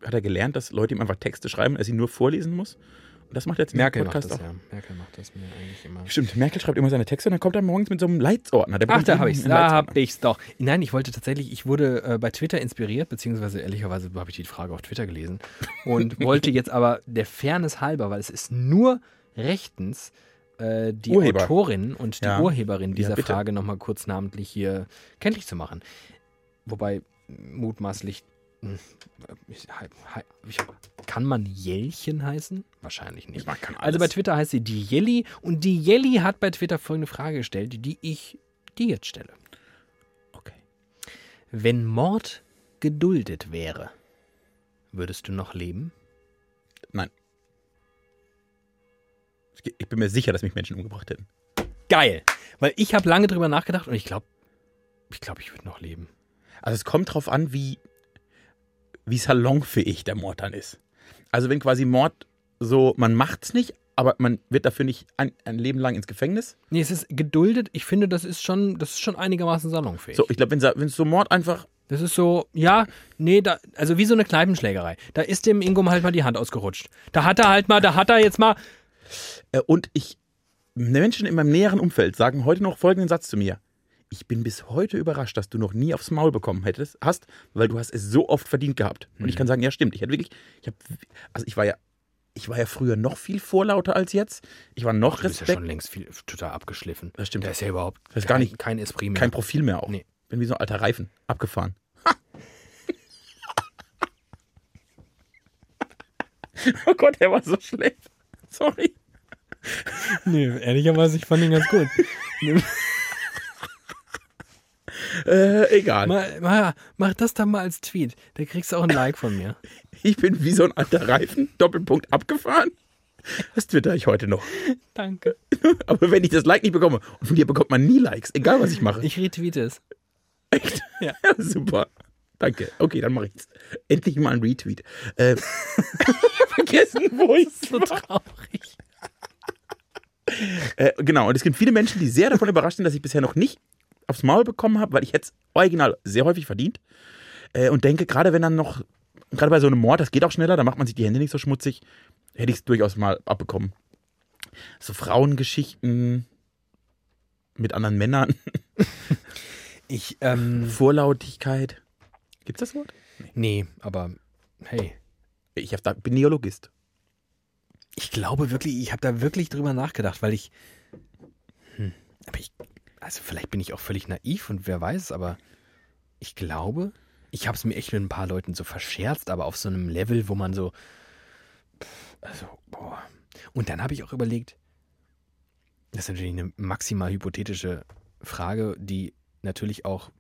S1: hat er gelernt, dass Leute ihm einfach Texte schreiben, er sie nur vorlesen muss. Und das macht er jetzt im
S2: Merkel macht das,
S1: Podcast auch.
S2: ja. Merkel macht das mir eigentlich immer.
S1: Stimmt, Merkel schreibt immer seine Texte und dann kommt er morgens mit so einem Leitsordner. Der
S2: Ach,
S1: bekommt
S2: da habe
S1: jeden
S2: ich es.
S1: einen
S2: Da
S1: Leitsordner.
S2: habe ich es doch. Nein, ich wollte tatsächlich, ich wurde äh, bei Twitter inspiriert, beziehungsweise ehrlicherweise habe ich die Frage auf Twitter gelesen und wollte jetzt aber der Fairness halber, weil es ist nur rechtens äh, die
S1: Urheber.
S2: Autorin und die
S1: Ja.
S2: Urheberin dieser
S1: bitte.
S2: Frage nochmal kurz namentlich hier kenntlich zu machen. Wobei mutmaßlich hm, ich, ich, kann man Jelchen heißen? Wahrscheinlich nicht.
S1: Man kann
S2: Also bei
S1: alles.
S2: Twitter heißt sie die Jelly und die Jelly hat bei Twitter folgende Frage gestellt, die ich dir jetzt stelle.
S1: Okay.
S2: Wenn Mord geduldet wäre, würdest du noch leben?
S1: Es geht- Ich bin mir sicher, dass mich Menschen umgebracht hätten.
S2: Geil, weil ich habe lange drüber nachgedacht und ich glaube, ich glaube, ich würde noch leben.
S1: Also es kommt drauf an, wie, wie salonfähig der Mord dann ist. Also wenn quasi Mord so, man macht's nicht, aber man wird dafür nicht ein, ein Leben lang ins Gefängnis.
S2: Nee, es ist geduldet. Ich finde, das ist schon, das ist schon einigermaßen salonfähig.
S1: So, ich glaube, wenn es so Mord einfach
S2: Das ist so, ja, nee, da, also wie so eine Kneipenschlägerei. Da ist dem Ingum halt mal die Hand ausgerutscht. Da hat er halt mal, da hat er jetzt mal.
S1: Äh, Und ich, Menschen in meinem näheren Umfeld sagen heute noch folgenden Satz zu mir. Ich bin bis heute überrascht, dass du noch nie aufs Maul bekommen hättest, hast, weil du hast es so oft verdient gehabt. Und ich
S2: Hm.
S1: kann sagen, ja stimmt, ich hatte wirklich, ich habe, also ich war ja, ich war ja früher noch viel vorlauter als jetzt. Ich war noch
S2: Du bist ja schon
S1: Respekt,
S2: längst viel, total abgeschliffen.
S1: Das stimmt.
S2: Da ist ja überhaupt
S1: Das ist
S2: kein,
S1: gar nicht-
S2: kein Esprit mehr.
S1: kein Profil mehr auch.
S2: Nee.
S1: Bin wie so ein alter Reifen, abgefahren. oh Gott, der war so schlecht. Sorry.
S2: Nee, ehrlicherweise, ich fand ihn ganz gut.
S1: Äh, egal.
S2: Mal, mal, mach das dann mal als Tweet. Da kriegst du auch ein Like von mir.
S1: Ich bin wie so ein alter Reifen, Doppelpunkt abgefahren. Das twitter ich heute noch.
S2: Danke.
S1: Aber wenn ich das Like nicht bekomme, und von dir bekommt man nie Likes, egal was ich mache.
S2: Ich retweete es.
S1: Echt?
S2: Ja.
S1: Super. Danke. Okay, dann mache ich es. Endlich mal ein Retweet. Äh, vergessen, wo ich
S2: So traurig.
S1: äh, Genau, und es gibt viele Menschen, die sehr davon überrascht sind, dass ich bisher noch nicht aufs Maul bekommen habe, weil ich hätte es original sehr häufig verdient. Äh, und denke, gerade wenn dann noch, gerade bei so einem Mord, das geht auch schneller, da macht man sich die Hände nicht so schmutzig, hätte ich es durchaus mal abbekommen. So Frauengeschichten mit anderen Männern,
S2: Ich, ähm,
S1: Vorlautigkeit. Gibt es das Wort?
S2: nee, aber hey.
S1: Ich hab da, bin Neologist.
S2: Ich glaube wirklich, ich habe da wirklich drüber nachgedacht, weil ich. Hm, aber ich. Also, vielleicht bin ich auch völlig naiv und wer weiß, aber ich glaube, ich habe es mir echt mit ein paar Leuten so verscherzt, aber auf so einem Level, wo man so. Pff, Also, boah. Und dann habe ich auch überlegt, das ist natürlich eine maximal hypothetische Frage, die natürlich auch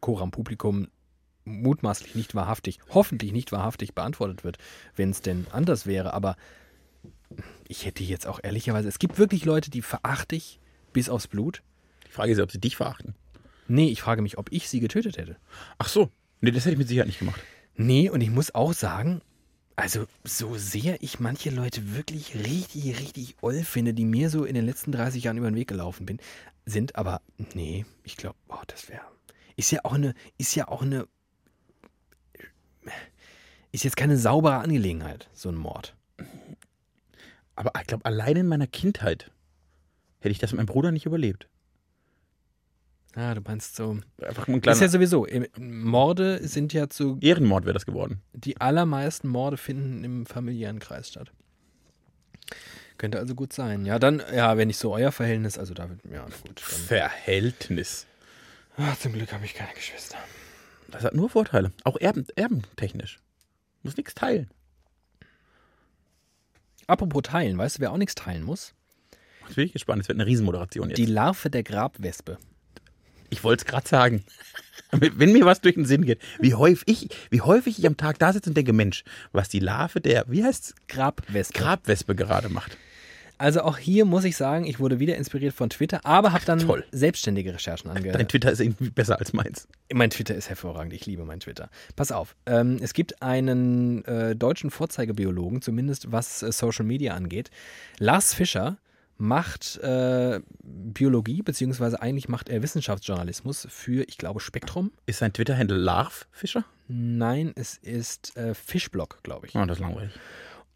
S2: Coram Publikum mutmaßlich nicht wahrhaftig, hoffentlich nicht wahrhaftig beantwortet wird, wenn es denn anders wäre, aber ich hätte jetzt auch ehrlicherweise, es gibt wirklich Leute, die verachte ich bis aufs Blut.
S1: Die Frage ist, ob sie dich verachten.
S2: Nee, ich frage mich, ob ich sie getötet hätte.
S1: Ach so. Nee, das hätte ich mit Sicherheit nicht gemacht.
S2: Nee, und ich muss auch sagen, also so sehr ich manche Leute wirklich richtig, richtig oll finde, die mir so in den letzten 30 Jahren über den Weg gelaufen bin, sind aber, nee, ich glaube, oh, das wäre, ist ja auch eine, ist ja auch eine, ist jetzt keine saubere Angelegenheit, so ein Mord.
S1: Aber ich glaube, allein in meiner Kindheit hätte ich das mit meinem Bruder nicht überlebt.
S2: Ah, du meinst so.
S1: Einfach ein
S2: Ist ja
S1: kleiner
S2: sowieso, im- Morde sind ja zu,
S1: Ehrenmord wäre das geworden.
S2: die allermeisten Morde finden im familiären Kreis statt. Könnte also gut sein. Ja, dann, ja, wenn ich so euer Verhältnis, also David, ja, gut. Dann.
S1: Verhältnis.
S2: Ach, zum Glück habe ich keine Geschwister.
S1: Das hat nur Vorteile. Auch erben, erbentechnisch. Muss nichts teilen.
S2: Apropos teilen, weißt du, wer auch nichts teilen muss?
S1: Jetzt bin ich gespannt. Es wird eine Riesenmoderation jetzt.
S2: Die Larve der Grabwespe.
S1: ich wollte es gerade sagen. Wenn mir was durch den Sinn geht, wie häufig, ich, wie häufig ich am Tag da sitze und denke, Mensch, was die Larve der, wie heißt
S2: Grabwespe.
S1: Grabwespe gerade macht.
S2: also auch hier muss ich sagen, ich wurde wieder inspiriert von Twitter, aber habe dann
S1: Toll.
S2: selbstständige Recherchen angehört.
S1: Dein Twitter ist irgendwie besser als meins.
S2: Mein Twitter ist hervorragend, ich liebe mein Twitter. Pass auf, ähm, es gibt einen äh, deutschen Vorzeigebiologen, zumindest was äh, Social Media angeht. Lars Fischer macht äh, Biologie, beziehungsweise eigentlich macht er Wissenschaftsjournalismus für, ich glaube, Spektrum.
S1: Ist sein Twitter-Handle Larv Fischer?
S2: Nein, es ist äh, Fischblog, glaube ich.
S1: Oh, das ist langweilig.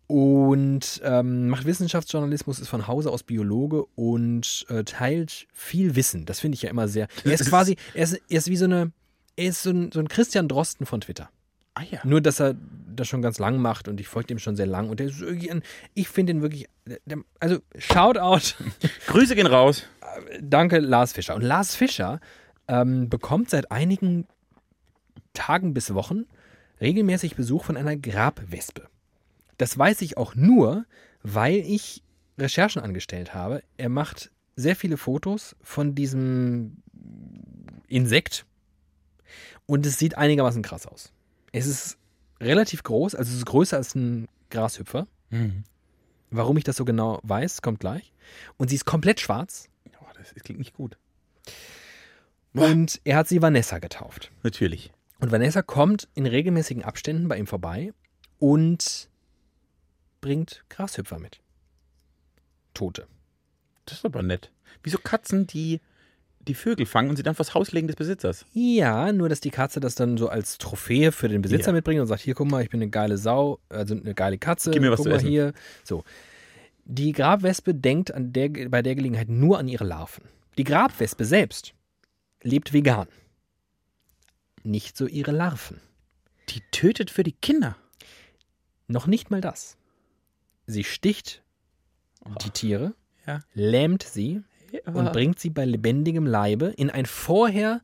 S2: Und ähm, macht Wissenschaftsjournalismus, ist von Hause aus Biologe und äh, teilt viel Wissen. Das finde ich ja immer sehr. Er ist quasi, er ist, er ist wie so eine, er ist so ein, so ein Christian Drosten von Twitter.
S1: Ah ja.
S2: Nur, dass er das schon ganz lang macht und ich folge dem schon sehr lang. Und der ist wirklich ein, ich finde ihn wirklich, der- der- also Shoutout,
S1: Grüße gehen raus.
S2: danke Lars Fischer. Und Lars Fischer ähm, bekommt seit einigen Tagen bis Wochen regelmäßig Besuch von einer Grabwespe. Das weiß ich auch nur, weil ich Recherchen angestellt habe. Er macht sehr viele Fotos von diesem Insekt und es sieht einigermaßen krass aus. Es ist relativ groß, also es ist größer als ein Grashüpfer.
S1: Mhm.
S2: Warum ich das so genau weiß, kommt gleich. Und sie ist komplett schwarz
S1: Oh, das klingt nicht gut.
S2: und er hat sie Vanessa getauft.
S1: Natürlich.
S2: Und Vanessa kommt in regelmäßigen Abständen bei ihm vorbei und bringt Grashüpfer mit. Tote.
S1: Das ist aber nett. Wieso Katzen, die die Vögel fangen und sie dann vors Haus legen des Besitzers?
S2: Ja, nur dass die Katze das dann so als Trophäe für den Besitzer
S1: Ja.
S2: mitbringt und sagt, hier, guck mal, ich bin eine geile Sau, also eine geile Katze,
S1: Gib mir was
S2: guck
S1: zu
S2: mal
S1: essen.
S2: hier. So. Die Grabwespe denkt an der, bei der Gelegenheit nur an ihre Larven. Die Grabwespe selbst lebt vegan. Nicht so ihre Larven.
S1: Die tötet für die Kinder.
S2: Noch nicht mal das. Sie sticht die Tiere,
S1: Ja. Oh.
S2: lähmt sie und bringt sie bei lebendigem Leibe in ein vorher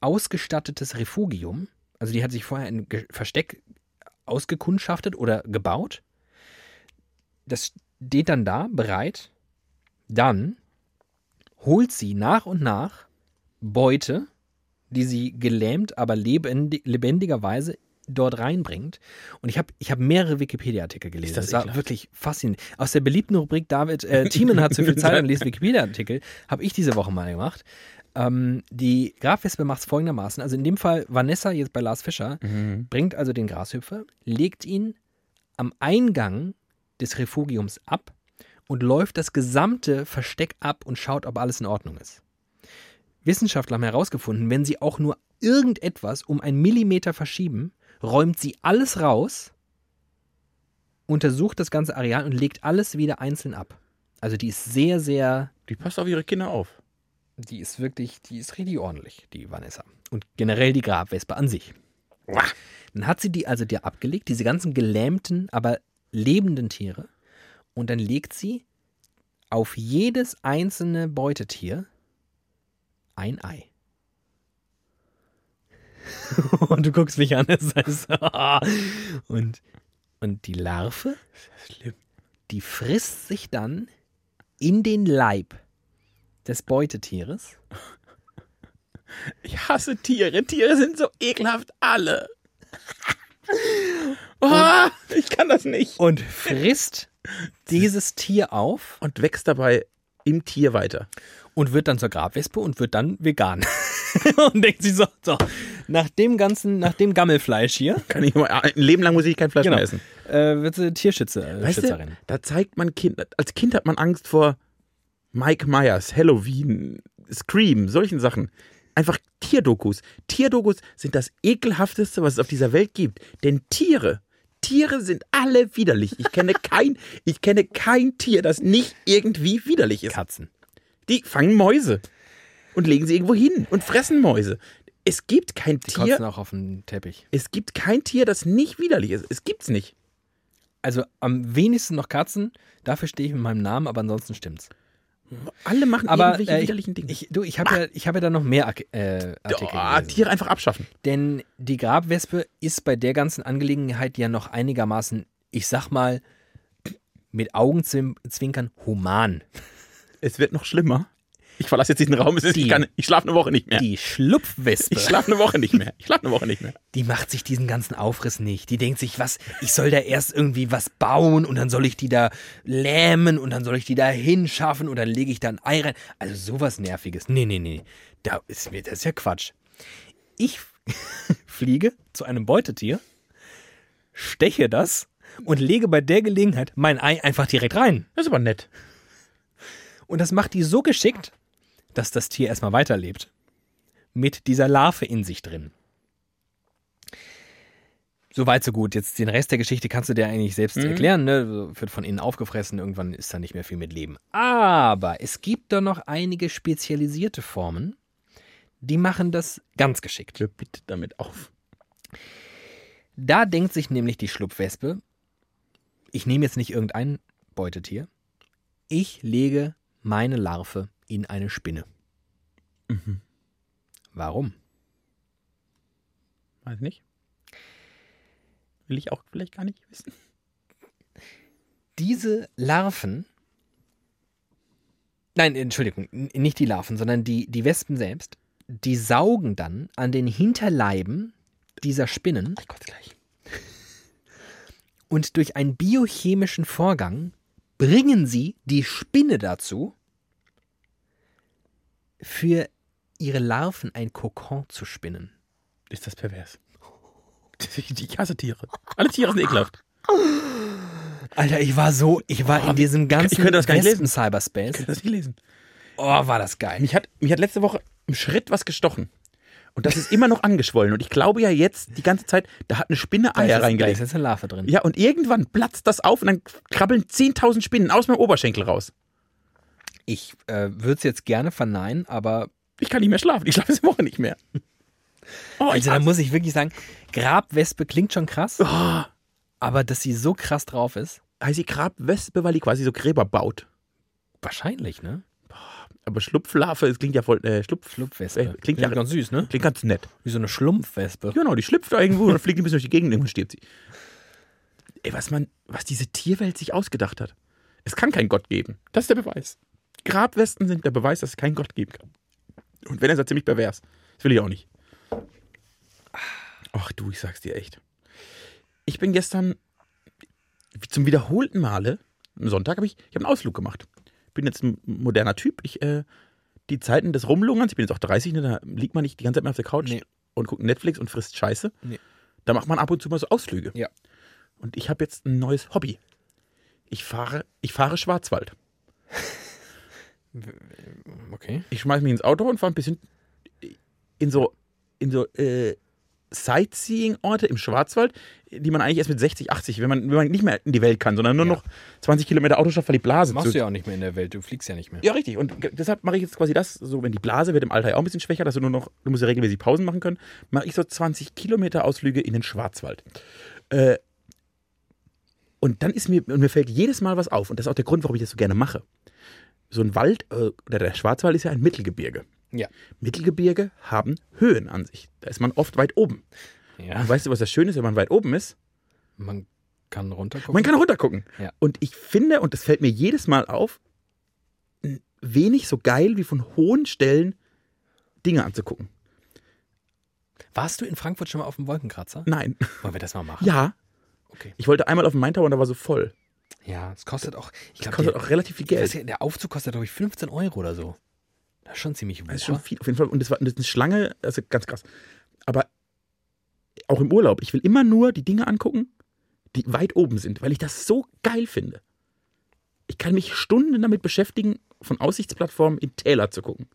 S2: ausgestattetes Refugium. Also die hat sich vorher ein Ge- Versteck ausgekundschaftet oder gebaut. Das steht dann da, bereit. Dann holt sie nach und nach Beute, die sie gelähmt, aber lebendi lebendigerweise dort reinbringt. Und ich habe ich hab mehrere Wikipedia-Artikel gelesen.
S1: das
S2: war
S1: ekelhaft.
S2: wirklich faszinierend. Aus der beliebten Rubrik David, äh, Thiemann hat zu viel Zeit und liest Wikipedia-Artikel, habe ich diese Woche mal gemacht. Ähm, die Grafwespe macht es folgendermaßen. Also in dem Fall Vanessa, jetzt bei Lars Fischer,
S1: Mhm.
S2: bringt also den Grashüpfer, legt ihn am Eingang des Refugiums ab und läuft das gesamte Versteck ab und schaut, ob alles in Ordnung ist. Wissenschaftler haben herausgefunden, wenn sie auch nur irgendetwas um einen Millimeter verschieben, räumt sie alles raus, untersucht das ganze Areal und legt alles wieder einzeln ab. Also die ist sehr, sehr
S1: Die passt auf ihre Kinder auf.
S2: die ist wirklich, die ist richtig ordentlich, die Vanessa. Und generell die Grabwespe an sich. Dann hat sie die also dir abgelegt, diese ganzen gelähmten, aber lebenden Tiere. Und dann legt sie auf jedes einzelne Beutetier ein Ei. und du guckst mich an, das heißt, und, und die Larve,
S1: Schlimm.
S2: die frisst sich dann in den Leib des Beutetieres
S1: Ich hasse Tiere. Tiere sind so ekelhaft alle. Oh, ich kann das nicht.
S2: und frisst dieses Tier auf
S1: Und wächst dabei im Tier weiter.
S2: und wird dann zur Grabwespe und wird dann vegan. und denkt sich so, so, nach dem ganzen, nach dem Gammelfleisch hier,
S1: Kann ich mal, ein Leben lang muss ich kein Fleisch
S2: genau,
S1: mehr essen.
S2: äh, wird sie Tierschütze, äh,
S1: Weißt
S2: Schützerin.
S1: du, da zeigt man Kind, als Kind hat man Angst vor Mike Myers, Halloween, Scream, solchen Sachen. Einfach Tierdokus. Tierdokus sind das ekelhafteste, was es auf dieser Welt gibt. Denn Tiere, Tiere sind alle widerlich. Ich kenne kein, ich kenne kein Tier, das nicht irgendwie widerlich ist.
S2: Katzen.
S1: Die fangen Mäuse und legen sie irgendwo hin und fressen Mäuse. Es gibt kein
S2: Die kotzen
S1: Tier,
S2: auch auf den Teppich.
S1: es gibt kein Tier, das nicht widerlich ist. Es gibt's nicht.
S2: Also am wenigsten noch Katzen, dafür stehe ich mit meinem Namen, aber ansonsten stimmt's.
S1: Alle machen
S2: Aber
S1: irgendwelche
S2: äh, ich,
S1: widerlichen Dinge.
S2: ich, du, ich habe ja, ich hab ja da noch mehr Ak- äh, Artikel
S1: Ah,
S2: gelesen.
S1: Tiere einfach abschaffen.
S2: Denn die Grabwespe ist bei der ganzen Angelegenheit ja noch einigermaßen, ich sag mal, mit Augenzwinkern human.
S1: Es wird noch schlimmer. Ich verlasse jetzt diesen Raum. Es ist,
S2: Die-
S1: ich kann, ich schlafe eine Woche nicht mehr.
S2: Die Schlupfwespe,
S1: Ich schlafe eine Woche nicht mehr. Ich schlafe eine Woche nicht mehr.
S2: die macht sich diesen ganzen Aufriss nicht. Die denkt sich, was, ich soll da erst irgendwie was bauen und dann soll ich die da lähmen und dann soll ich die da hinschaffen und dann lege ich da ein Ei rein. Also sowas Nerviges. Nee, nee, nee. Da ist mir, das ist ja Quatsch. Ich fliege zu einem Beutetier, steche das und lege bei der Gelegenheit mein Ei einfach direkt rein.
S1: Das ist aber nett.
S2: Und das macht die so geschickt, dass das Tier erstmal weiterlebt. Mit dieser Larve in sich drin. Soweit, so gut. Jetzt den Rest der Geschichte kannst du dir eigentlich selbst erklären. Ne? So, Wird von innen aufgefressen, irgendwann ist da nicht mehr viel mit Leben. Aber es gibt da noch einige spezialisierte Formen, die machen das ganz geschickt.
S1: Hör bitte damit auf.
S2: Da denkt sich nämlich die Schlupfwespe, ich nehme jetzt nicht irgendein Beutetier, ich lege meine Larve in eine Spinne. Warum?
S1: Weiß nicht. Will ich auch vielleicht gar nicht wissen.
S2: Diese Larven, nein, Entschuldigung, n- nicht die Larven, sondern die, die Wespen selbst, die saugen dann an den Hinterleiben dieser Spinnen
S1: Ich kotze gleich.
S2: und durch einen biochemischen Vorgang bringen sie die Spinne dazu, für ihre Larven ein Kokon zu spinnen.
S1: Ist das pervers? Ich hasse Tiere. Alle Tiere sind ekelhaft.
S2: Alter, ich war so, Oh, ich war in diesem ganzen
S1: könnte das gar nicht lesen.
S2: Cyberspace.
S1: Das nicht lesen.
S2: Oh, war das geil.
S1: Mich hat, mich hat letzte Woche im Schritt was gestochen. Und das ist immer noch angeschwollen. Und ich glaube ja jetzt die ganze Zeit, da hat eine Spinne Eier
S2: da ist
S1: reingelegt.
S2: jetzt eine Larve drin.
S1: Ja, und irgendwann platzt das auf und dann krabbeln 10.000 Spinnen aus meinem Oberschenkel raus.
S2: Ich äh, würde es jetzt gerne verneinen, aber
S1: Ich kann nicht mehr schlafen. Ich schlafe diese Woche nicht mehr. Oh,
S2: also da
S1: hasse-
S2: muss ich wirklich sagen, Grabwespe klingt schon krass,
S1: oh,
S2: aber dass sie so krass drauf ist,
S1: heißt die Grabwespe, weil die quasi so Gräber baut.
S2: wahrscheinlich, ne?
S1: Aber Schlupflarve, es klingt ja voll. Äh, Schlupf,
S2: Schlupfwespe.
S1: Äh, klingt ja
S2: ganz süß, ne?
S1: klingt ganz nett.
S2: Wie so eine Schlumpfwespe.
S1: Genau, die schlüpft da irgendwo und fliegt ein bisschen durch die Gegend und irgendwann stirbt sie. Ey, was man, was diese Tierwelt sich ausgedacht hat. Es kann keinen Gott geben. Das ist der Beweis. Grabwesten sind der Beweis, dass es keinen Gott geben kann. Und wenn er ist er ziemlich pervers. Das will ich auch nicht. Ach du, ich sag's dir echt. Ich bin gestern zum wiederholten Male, am Sonntag habe ich, ich hab einen Ausflug gemacht. Ich bin jetzt ein moderner Typ. Ich, äh, die Zeiten des Rumlungerns, ich bin jetzt auch 30, ne, da liegt man nicht die ganze Zeit mehr auf der Couch
S2: Nee.
S1: und guckt Netflix und frisst Scheiße.
S2: Nee.
S1: Da macht man ab und zu mal so Ausflüge.
S2: Ja.
S1: Und ich habe jetzt ein neues Hobby. Ich fahre, ich fahre Schwarzwald.
S2: Okay.
S1: Ich schmeiß mich ins Auto und fahre ein bisschen in so, in so äh, Sightseeing-Orte im Schwarzwald, die man eigentlich erst mit 60, 80, wenn man, wenn man nicht mehr in die Welt kann, sondern nur
S2: Ja.
S1: noch 20 Kilometer Autostadt, weil die Blase
S2: Machst
S1: zu,
S2: du ja auch nicht mehr in der Welt, du fliegst ja nicht mehr.
S1: Ja, richtig. Und ge- deshalb mache ich jetzt quasi das, so wenn die Blase wird im Alter ja auch ein bisschen schwächer, dass du nur noch, du musst ja regelmäßig Pausen machen können, mache ich so 20 Kilometer Ausflüge in den Schwarzwald. Äh, und dann ist mir, und mir fällt jedes Mal was auf. Und das ist auch der Grund, warum ich das so gerne mache. So ein Wald, äh, oder der Schwarzwald ist ja ein Mittelgebirge.
S2: Ja.
S1: Mittelgebirge haben Höhen an sich. Da ist man oft weit oben.
S2: ja.
S1: Und weißt du, was das Schöne ist, wenn man weit oben ist?
S2: Man kann runtergucken.
S1: Man kann runtergucken.
S2: Ja.
S1: Und ich finde, und das fällt mir jedes Mal auf, n- wenig so geil wie von hohen Stellen Dinge anzugucken.
S2: Warst du in Frankfurt schon mal auf dem Wolkenkratzer?
S1: Nein.
S2: Wollen wir das mal machen?
S1: Ja,
S2: Okay.
S1: ich wollte einmal auf den Main Tower und da war so voll.
S2: Ja, es kostet auch, ich
S1: Das
S2: glaube,
S1: kostet
S2: der,
S1: auch relativ viel
S2: ich weiß
S1: Geld.
S2: nicht, der Aufzug kostet, glaube ich, 15 Euro oder so. Das ist schon ziemlich
S1: Das ist
S2: wucher.
S1: schon viel, auf jeden Fall. Und das war das ist eine Schlange, also ganz krass. Aber auch im Urlaub, ich will immer nur die Dinge angucken, die weit oben sind, weil ich das so geil finde. Ich kann mich Stunden damit beschäftigen, von Aussichtsplattformen in Täler zu gucken.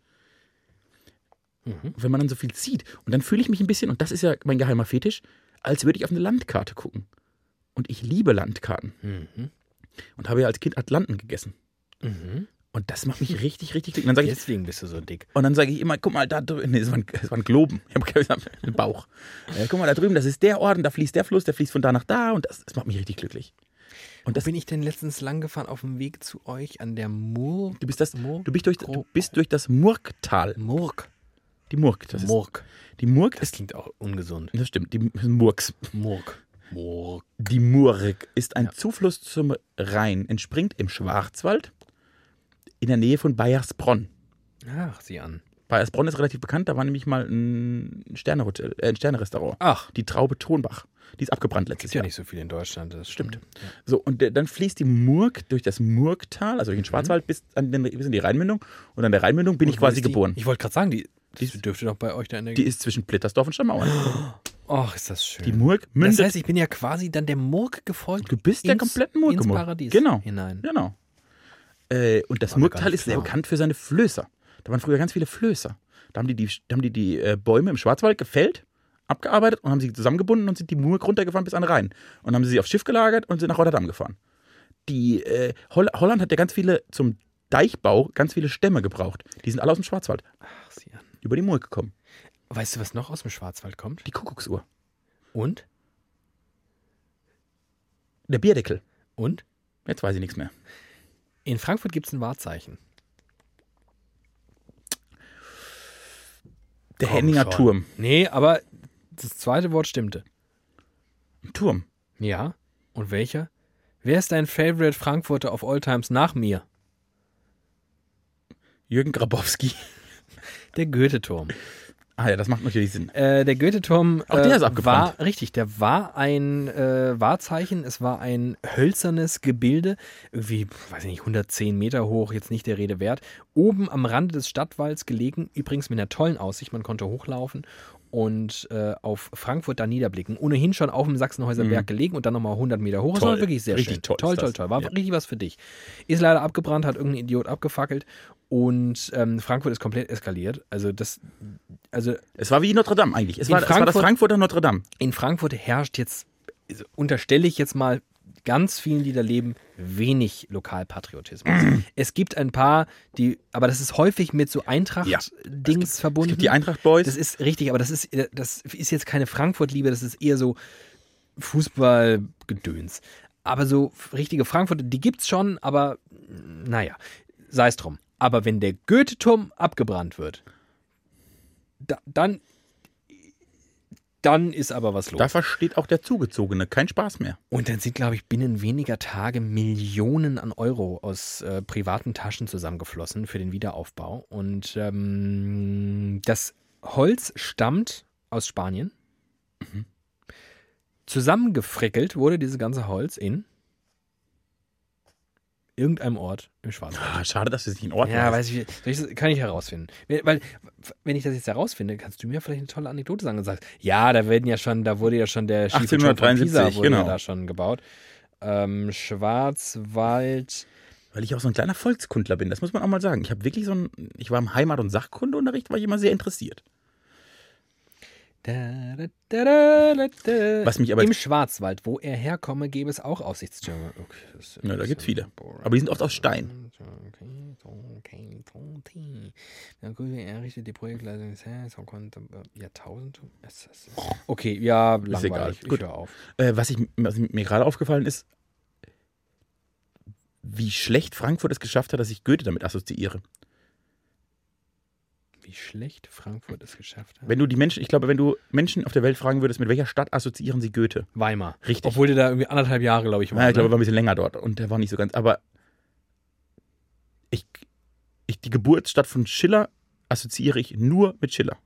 S2: Mhm.
S1: wenn man dann so viel sieht. Und dann fühle ich mich ein bisschen, und das ist ja mein geheimer Fetisch, als würde ich auf eine Landkarte gucken. Und ich liebe Landkarten
S2: Mhm.
S1: und habe ja als Kind Atlanten gegessen.
S2: Mhm.
S1: Und das macht mich richtig, richtig dick. Und dann sage ich,
S2: Deswegen bist du so dick.
S1: und dann sage ich immer, guck mal da drüben. Nee, es waren, es waren Globen. Ich habe gesagt, einen Bauch. Äh, guck mal da drüben, das ist der Orden, da fließt der Fluss, der fließt von da nach da. Und das, das macht mich richtig glücklich. Und das,
S2: Bin ich denn letztens lang gefahren auf dem Weg zu euch an der Mur
S1: du bist das,
S2: Mo-
S1: du bist durch,
S2: Gro-
S1: du bist durch das Murgtal.
S2: Murg?
S1: Die Murg. Das ist,
S2: Murg.
S1: die Murg
S2: Das
S1: ist,
S2: klingt auch ungesund.
S1: das stimmt, die Murgs.
S2: Murg. Murg.
S1: Die Murg ist ein
S2: Ja.
S1: Zufluss zum Rhein, entspringt im Schwarzwald in der Nähe von Bayersbronn.
S2: Ach, sieh an.
S1: Bayersbronn ist relativ bekannt, da war nämlich mal ein, Sternehotel, äh, ein Sternerestaurant.
S2: Ach,
S1: Die Traube Tonbach. Die ist abgebrannt letztes
S2: ist Ah. ja
S1: Jahr.
S2: nicht so viel in Deutschland. Das
S1: Stimmt. So, und der, dann fließt die Murg durch das Murgtal, also durch den Schwarzwald, bis, an den, bis in die Rheinmündung. Und an der Rheinmündung bin ich quasi geboren.
S2: Ich wollte gerade sagen, die, die
S1: Die-
S2: dürfte doch bei euch da in der.
S1: Die ist zwischen Plittersdorf und Stammauern.
S2: Och, ist das schön.
S1: Die Murg
S2: das
S1: mündet.
S2: heißt, ich bin ja quasi dann der Murg gefolgt.
S1: du bist der
S2: ins-
S1: kompletten Murg
S2: ins
S1: gemurrt.
S2: Paradies
S1: Genau.
S2: hinein.
S1: Genau. Äh, und das
S2: War mir gar
S1: Murgtal
S2: nicht
S1: ist sehr
S2: klar.
S1: bekannt für seine Flößer. Da waren früher ganz viele Flößer. Da haben die die, da haben die, die äh, Bäume im Schwarzwald gefällt, abgearbeitet und haben sie zusammengebunden und sind die Murg runtergefahren bis an den Rhein. Und haben sie sie aufs Schiff gelagert und sind nach Rotterdam gefahren. Die, äh, Holl Holland hat ja ganz viele, zum Deichbau, ganz viele Stämme gebraucht. Die sind alle aus dem Schwarzwald
S2: Ach, sieh an.
S1: über die Murg gekommen.
S2: Weißt du, was noch aus dem Schwarzwald kommt?
S1: Die Kuckucksuhr.
S2: Und?
S1: Der Bierdeckel.
S2: Und?
S1: Jetzt weiß ich nichts mehr.
S2: In Frankfurt gibt es ein Wahrzeichen.
S1: Der
S2: Komm
S1: Henninger
S2: schon.
S1: Turm.
S2: Nee, aber das zweite Wort stimmte.
S1: Ein Turm.
S2: Ja. Und welcher? Wer ist dein Favorite Frankfurter of All Times nach mir?
S1: Jürgen Grabowski.
S2: Der Goethe-Turm.
S1: Ah ja, das macht natürlich Sinn.
S2: Äh, der Goethe-Turm
S1: Auch der
S2: äh,
S1: ist abgebrannt.
S2: war richtig, der war ein äh, Wahrzeichen, es war ein hölzernes Gebilde, irgendwie, pf, weiß ich nicht, 110 Meter hoch, jetzt nicht der Rede wert, oben am Rande des Stadtwalls gelegen, übrigens mit einer tollen Aussicht, man konnte hochlaufen und äh, auf Frankfurt da niederblicken. Ohnehin schon auf dem Sachsenhäuser Berg gelegen und dann nochmal 100 Meter hoch. Das war
S1: Mhm. Toll.
S2: wirklich sehr
S1: Richtig
S2: schön.
S1: toll ist
S2: toll, toll,
S1: das.
S2: toll. War
S1: Ja.
S2: richtig was für dich. Ist leider abgebrannt, hat irgendein Idiot abgefackelt und ähm, Frankfurt ist komplett eskaliert. Also das, also
S1: Es war wie Notre Dame eigentlich. Es
S2: In
S1: war, es war das
S2: Frankfurt-
S1: Frankfurter Notre Dame.
S2: in Frankfurt herrscht jetzt, also unterstelle ich jetzt mal ganz vielen, die da leben, wenig Lokalpatriotismus. es gibt ein paar, die, aber das ist häufig mit so
S1: Mhm. Ja,
S2: Eintracht-Dings
S1: Es
S2: verbunden.
S1: gibt die Eintracht Boys.
S2: das ist richtig, aber das ist, äh, das ist jetzt keine Frankfurt-Liebe, das ist eher so Fußball-Gedöns. Aber so richtige Frankfurter, die gibt's schon, aber mm, naja, sei es drum. Aber wenn der Goethe-Turm abgebrannt wird, da, dann, dann ist aber was los.
S1: Da versteht auch der Zugezogene. Kein Spaß mehr.
S2: Und dann sind, glaube ich, binnen weniger Tage Millionen an Euro aus äh, privaten Taschen zusammengeflossen für den Wiederaufbau. Und ähm, das Holz stammt aus Spanien. Zusammengefrickelt wurde dieses ganze Holz in irgendeinem Ort im Schwarzwald.
S1: Ah, schade, dass wir es nicht in Ordnung
S2: Ja,
S1: haben.
S2: weiß ich, soll ich das, kann ich herausfinden. Wenn- Weil, wenn ich das jetzt herausfinde, kannst du mir vielleicht eine tolle Anekdote sagen und sagst, ja, da werden ja schon, da wurde ja schon der schiefe Turm von
S1: 1873,
S2: Pisa wurde ja
S1: genau.
S2: da schon gebaut. Ähm, Schwarzwald.
S1: Weil ich auch so ein kleiner Volkskundler bin. Das muss man auch mal sagen. Ich habe wirklich so ein. Ich war im Heimat- und Sachkundeunterricht, war ich immer sehr interessiert.
S2: Da, da, da, da, da, da.
S1: Was mich aber-
S2: Im Schwarzwald, wo er herkomme, gäbe es auch Aussichtstürme. Okay, das ist
S1: Ja, da gibt's viele.
S2: boring.
S1: Aber die sind oft aus Stein.
S2: Okay, ja, langweilig.
S1: egal.
S2: Ich
S1: Gut.
S2: hör auf.
S1: Äh, was, ich, was mir gerade aufgefallen ist, wie schlecht Frankfurt es geschafft hat, dass ich Goethe damit assoziiere.
S2: Wie schlecht Frankfurt es geschafft hat.
S1: Wenn du die Menschen, ich glaube, wenn du Menschen auf der Welt fragen würdest, mit welcher Stadt assoziieren sie Goethe?
S2: Weimar.
S1: Richtig.
S2: Obwohl der da irgendwie anderthalb Jahre, glaube ich, war.
S1: Ja, ich glaube, er
S2: ne?
S1: war ein bisschen länger dort und der war nicht so ganz. Aber ich, ich, die Geburtsstadt von Schiller assoziiere ich nur mit Schiller.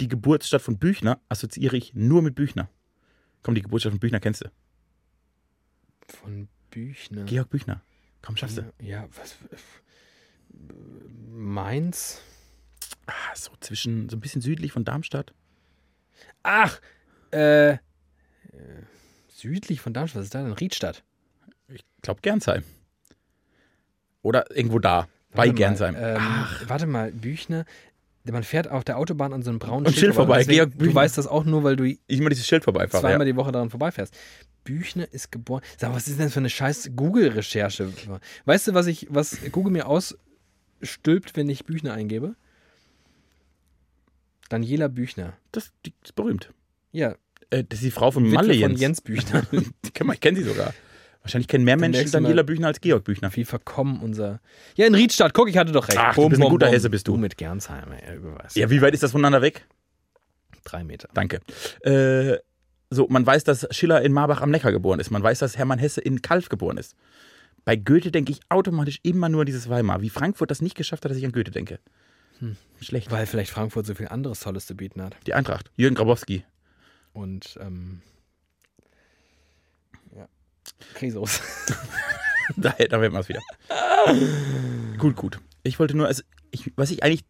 S1: Die Geburtsstadt
S2: Hm.
S1: von Büchner assoziiere ich nur mit Büchner. Komm, die Geburtsstadt von Büchner kennst du.
S2: Von Büchner.
S1: Georg Büchner. Komm, schaffst du.
S2: Ja, was? Mainz?
S1: Ah, so zwischen, so ein bisschen südlich von Darmstadt.
S2: Ach! Äh, äh, südlich von Darmstadt, was ist da denn? Riedstadt.
S1: Ich glaube Gernsheim. Oder irgendwo da. Bei
S2: Warte mal,
S1: Gernsheim. Ah,
S2: Ähm,
S1: Ach,
S2: Warte mal, Büchner. Man fährt auf der Autobahn an so einem braunen
S1: Und Schild vorbei, Georg
S2: Deswegen, du
S1: Büchner.
S2: weißt das auch nur, weil du
S1: ich mache dieses Schild vorbei. Fahrer,
S2: zweimal
S1: ja.
S2: die Woche daran vorbeifährst. Büchner ist geboren. Sag mal, was ist denn das für eine scheiß Google-Recherche? Weißt du, was ich, was Google mir ausstülpt, wenn ich Büchner eingebe? Daniela Büchner.
S1: Das, die ist berühmt.
S2: Ja,
S1: Äh, das ist die Frau von
S2: Witwe
S1: Malle
S2: von
S1: Jens.
S2: Jens, Büchner.
S1: Die kenn- ich kenne sie sogar. Wahrscheinlich kennen mehr
S2: Dann
S1: Menschen
S2: merkst du mal-
S1: Daniela Büchner als Georg Büchner.
S2: Wie verkommen unser. Ja, in Riedstadt, guck, ich hatte doch recht.
S1: Ach, du bist ein guter Hesse, bist du.
S2: Du mit Gernsheim, ey, überweist.
S1: Ja, wie weit ist das voneinander weg?
S2: Drei Meter.
S1: Danke. Äh, so, man weiß, dass Schiller in Marbach am Neckar geboren ist. Man weiß, dass Hermann Hesse in Kalf geboren ist. Bei Goethe denke ich automatisch immer nur an dieses Weimar. Wie Frankfurt das nicht geschafft hat, dass ich an Goethe denke.
S2: Hm.
S1: Schlecht.
S2: Weil vielleicht Frankfurt so viel anderes Tolles zu bieten hat.
S1: Die Eintracht. Jürgen Grabowski.
S2: Und, ähm. Ja. Krisos.
S1: Da, da werden wir es wieder. gut, gut. Ich wollte nur, also, ich, was ich eigentlich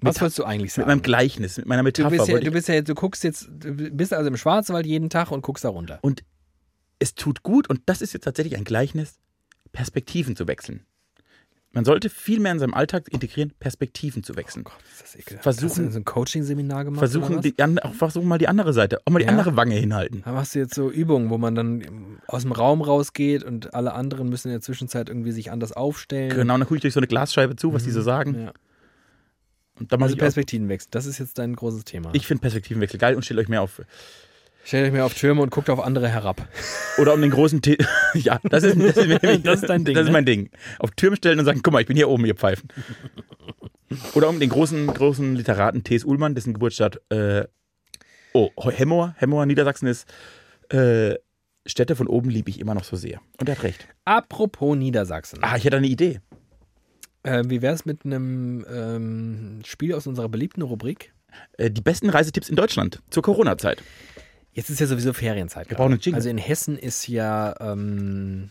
S2: Was wolltest du eigentlich
S1: mit
S2: sagen?
S1: meinem Gleichnis, mit meiner Metapher
S2: du bist, ja,
S1: wollte
S2: du
S1: ich,
S2: bist ja jetzt, du guckst jetzt, du bist also im Schwarzwald jeden Tag und guckst da runter.
S1: Und es tut gut, und das ist jetzt tatsächlich ein Gleichnis, Perspektiven zu wechseln. Man sollte viel mehr in seinem Alltag integrieren, Perspektiven zu wechseln.
S2: ist das ekelhaft.
S1: Versuchen-
S2: Hast du denn so ein Coaching-Seminar gemacht?
S1: versuchen,
S2: oder was?
S1: die, an- auch versuchen mal die andere Seite, auch mal die
S2: Ja.
S1: andere Wange hinhalten.
S2: Da machst du jetzt so Übungen, wo man dann ähm, aus dem Raum rausgeht und alle anderen müssen in der Zwischenzeit irgendwie sich anders aufstellen.
S1: Genau, und dann gucke ich durch so eine Glasscheibe zu, was die so sagen.
S2: Mhm. Ja.
S1: Und dann mache
S2: Also
S1: ich, auch-
S2: Perspektivenwechsel, das ist jetzt dein großes Thema.
S1: ich finde Perspektivenwechsel geil und stellt euch mehr auf.
S2: Stellt euch mir auf Türme und guckt auf andere herab.
S1: Oder um den großen Tee. ja, das ist, das, ist, mir-
S2: Das ist dein Ding,
S1: Das ist
S2: ne?
S1: mein Ding. Auf Türme stellen und sagen, guck mal, ich bin hier oben, ihr Pfeifen. Oder um den großen, großen Literaten T.S. Ullmann, dessen Geburtsstadt äh, oh, Hemmoor, Hemmoor, Niedersachsen ist. Äh, Städte von oben liebe ich immer noch so sehr. Und er hat recht.
S2: Apropos Niedersachsen.
S1: Ah, ich hätte eine Idee.
S2: Ähm, wie wäre es mit einem ähm, Spiel aus unserer beliebten Rubrik?
S1: Äh, die besten Reisetipps in Deutschland zur Corona-Zeit.
S2: Jetzt ist ja sowieso Ferienzeit.
S1: Wir
S2: gerade.
S1: brauchen einen Jingle.
S2: Also in Hessen ist ja ähm,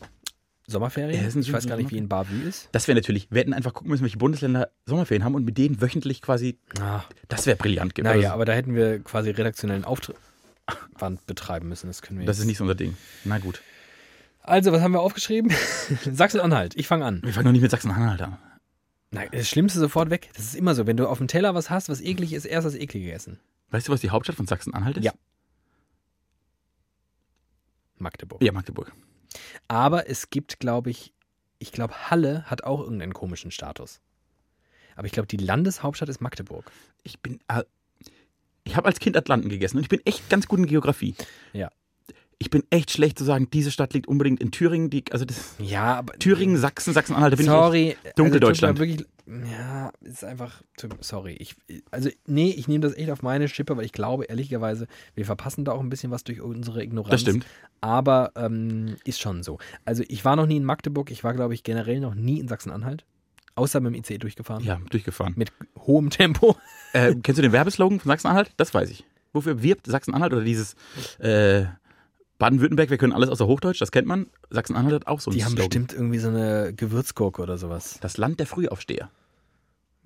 S2: Sommerferien.
S1: Hessen
S2: ich
S1: sind
S2: weiß gar nicht,
S1: Sommerferien.
S2: wie in Bavü ist.
S1: Das wäre natürlich, wir hätten einfach gucken müssen, welche Bundesländer Sommerferien haben und mit denen wöchentlich quasi,
S2: Ah,
S1: das wäre brillant gewesen.
S2: naja, aber da hätten wir quasi redaktionellen Aufwand betreiben müssen. Das können wir
S1: das ist
S2: jetzt.
S1: nicht so unser Ding. Na gut.
S2: Also, was haben wir aufgeschrieben? Sachsen-Anhalt. Ich fange an.
S1: Wir fangen noch nicht mit Sachsen-Anhalt an.
S2: Nein, das Schlimmste sofort weg. Das ist immer so. Wenn du auf dem Teller was hast, was eklig ist, erst das eklige essen.
S1: Weißt du, was die Hauptstadt von Sachsen-Anhalt ist?
S2: Ja. Magdeburg.
S1: Ja, Magdeburg.
S2: Aber es gibt, glaube ich, ich glaube, Halle hat auch irgendeinen komischen Status. Aber ich glaube, die Landeshauptstadt ist Magdeburg.
S1: Ich bin. Äh, ich habe als Kind Atlanten gegessen und ich bin echt ganz gut in Geografie.
S2: Ja.
S1: Ich bin echt schlecht zu sagen, diese Stadt liegt unbedingt in Thüringen. Die, also das,
S2: Ja, aber.
S1: Thüringen, Sachsen, Sachsen-Anhalt. da bin ich
S2: sorry.
S1: Dunkeldeutschland.
S2: Also, tut mir wirklich, ja, ist einfach. tut- Sorry. Ich, also, nee, ich nehme das echt auf meine Schippe, weil ich glaube, ehrlicherweise, wir verpassen da auch ein bisschen was durch unsere Ignoranz.
S1: Das stimmt.
S2: Aber ähm, ist schon so. Also, ich war noch nie in Magdeburg. Ich war, glaube ich, generell noch nie in Sachsen-Anhalt. Außer mit dem ICE durchgefahren.
S1: Echt, ja, durchgefahren.
S2: Mit hohem Tempo.
S1: Äh, kennst du den Werbeslogan von Sachsen-Anhalt? Das weiß ich. Wofür wirbt Sachsen-Anhalt oder dieses äh, Baden-Württemberg, wir können alles außer Hochdeutsch, das kennt man. Sachsen-Anhalt hat auch so einen
S2: Die haben
S1: Slogan.
S2: bestimmt irgendwie so eine Gewürzgurke oder sowas.
S1: Das Land der Frühaufsteher.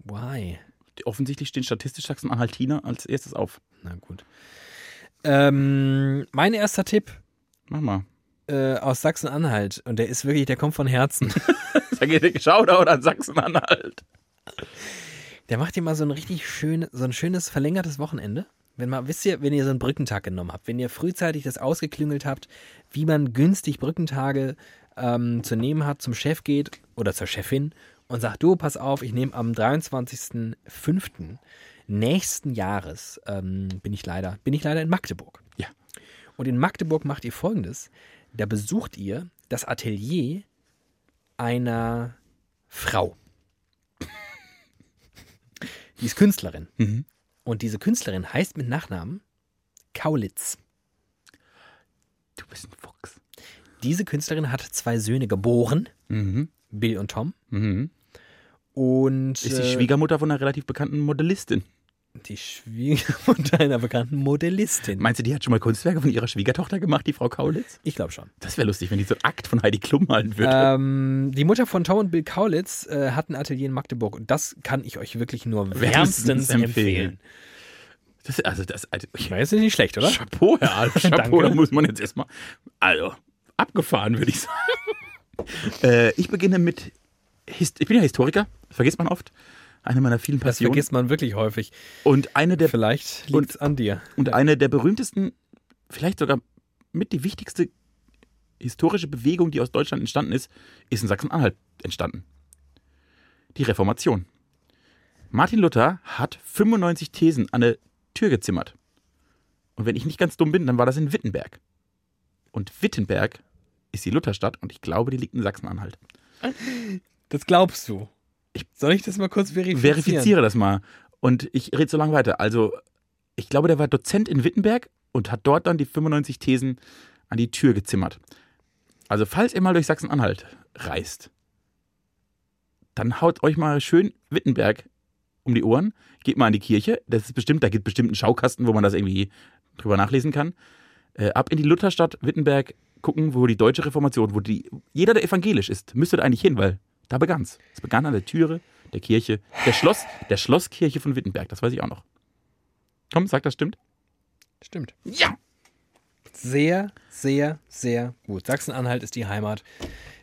S2: Why?
S1: Offensichtlich stehen statistisch Sachsen-Anhaltiner als erstes auf.
S2: Na gut. Ähm, mein erster Tipp
S1: Mach mal.
S2: äh, aus Sachsen-Anhalt, und der ist wirklich, der kommt von Herzen.
S1: Da geht der Shoutout an Sachsen-Anhalt.
S2: Der macht dir mal so ein richtig schön, so ein schönes verlängertes Wochenende. Wenn mal, wisst ihr, wenn ihr so einen Brückentag genommen habt, wenn ihr frühzeitig das ausgeklüngelt habt, wie man günstig Brückentage ähm, zu nehmen hat, zum Chef geht oder zur Chefin und sagt, du, pass auf, ich nehme am 23.05. nächsten Jahres ähm, bin ich leider, bin ich leider in Magdeburg.
S1: Ja.
S2: Und in Magdeburg macht ihr folgendes: Da besucht ihr das Atelier einer Frau. Die ist Künstlerin.
S1: Mhm.
S2: Und diese Künstlerin heißt mit Nachnamen Kaulitz.
S1: Du bist ein Fuchs.
S2: Diese Künstlerin hat zwei Söhne geboren,
S1: Mhm.
S2: Bill und Tom.
S1: Mhm.
S2: Und
S1: Ist die
S2: äh,
S1: Schwiegermutter von einer relativ bekannten Modellistin.
S2: Die Schwiegermutter einer bekannten Modellistin.
S1: Meinst du, die hat schon mal Kunstwerke von ihrer Schwiegertochter gemacht, die Frau Kaulitz?
S2: ich glaube schon.
S1: Das wäre lustig, wenn die so einen Akt von Heidi Klum halten würde.
S2: Ähm, die Mutter von Tom und Bill Kaulitz äh, hat ein Atelier in Magdeburg und das kann ich euch wirklich nur
S1: Wärmstens
S2: wärmstens empfehlen.
S1: empfehlen. Das, also das, also,
S2: Na, jetzt ist nicht schlecht, oder?
S1: Chapeau, Herr Alp. Chapeau,
S2: Danke.
S1: da muss man jetzt erstmal. Also, abgefahren, würde ich sagen. äh, ich beginne mit. Hist ich bin ja Historiker, das vergisst man oft. Eine meiner vielen
S2: Das
S1: Passionen.
S2: vergisst man wirklich häufig.
S1: Und eine der,
S2: Vielleicht liegt es an dir.
S1: und eine der berühmtesten, vielleicht sogar mit die wichtigste historische Bewegung, die aus Deutschland entstanden ist, ist in Sachsen-Anhalt entstanden. Die Reformation. Martin Luther hat 95 Thesen an eine Tür gezimmert. Und wenn ich nicht ganz dumm bin, dann war das in Wittenberg. Und Wittenberg ist die Lutherstadt und ich glaube, die liegt in Sachsen-Anhalt.
S2: Das glaubst du. Soll ich das mal kurz verifizieren?
S1: verifiziere das mal. Und ich rede so lange weiter. Also, ich glaube, der war Dozent in Wittenberg und hat dort dann die 95 Thesen an die Tür gezimmert. Also, falls ihr mal durch Sachsen-Anhalt reist, dann haut euch mal schön Wittenberg um die Ohren, geht mal in die Kirche. Das ist bestimmt, da gibt bestimmt einen Schaukasten, wo man das irgendwie drüber nachlesen kann. Äh, ab in die Lutherstadt Wittenberg gucken, wo die deutsche Reformation, wo die jeder, der evangelisch ist, müsste da eigentlich hin, weil da begann's. Es begann an der Türe der Kirche, der Schloss, der Schlosskirche von Wittenberg, das weiß ich auch noch. Komm, sag das stimmt.
S2: Stimmt.
S1: Ja.
S2: Sehr, sehr, sehr gut. Sachsen-Anhalt ist die Heimat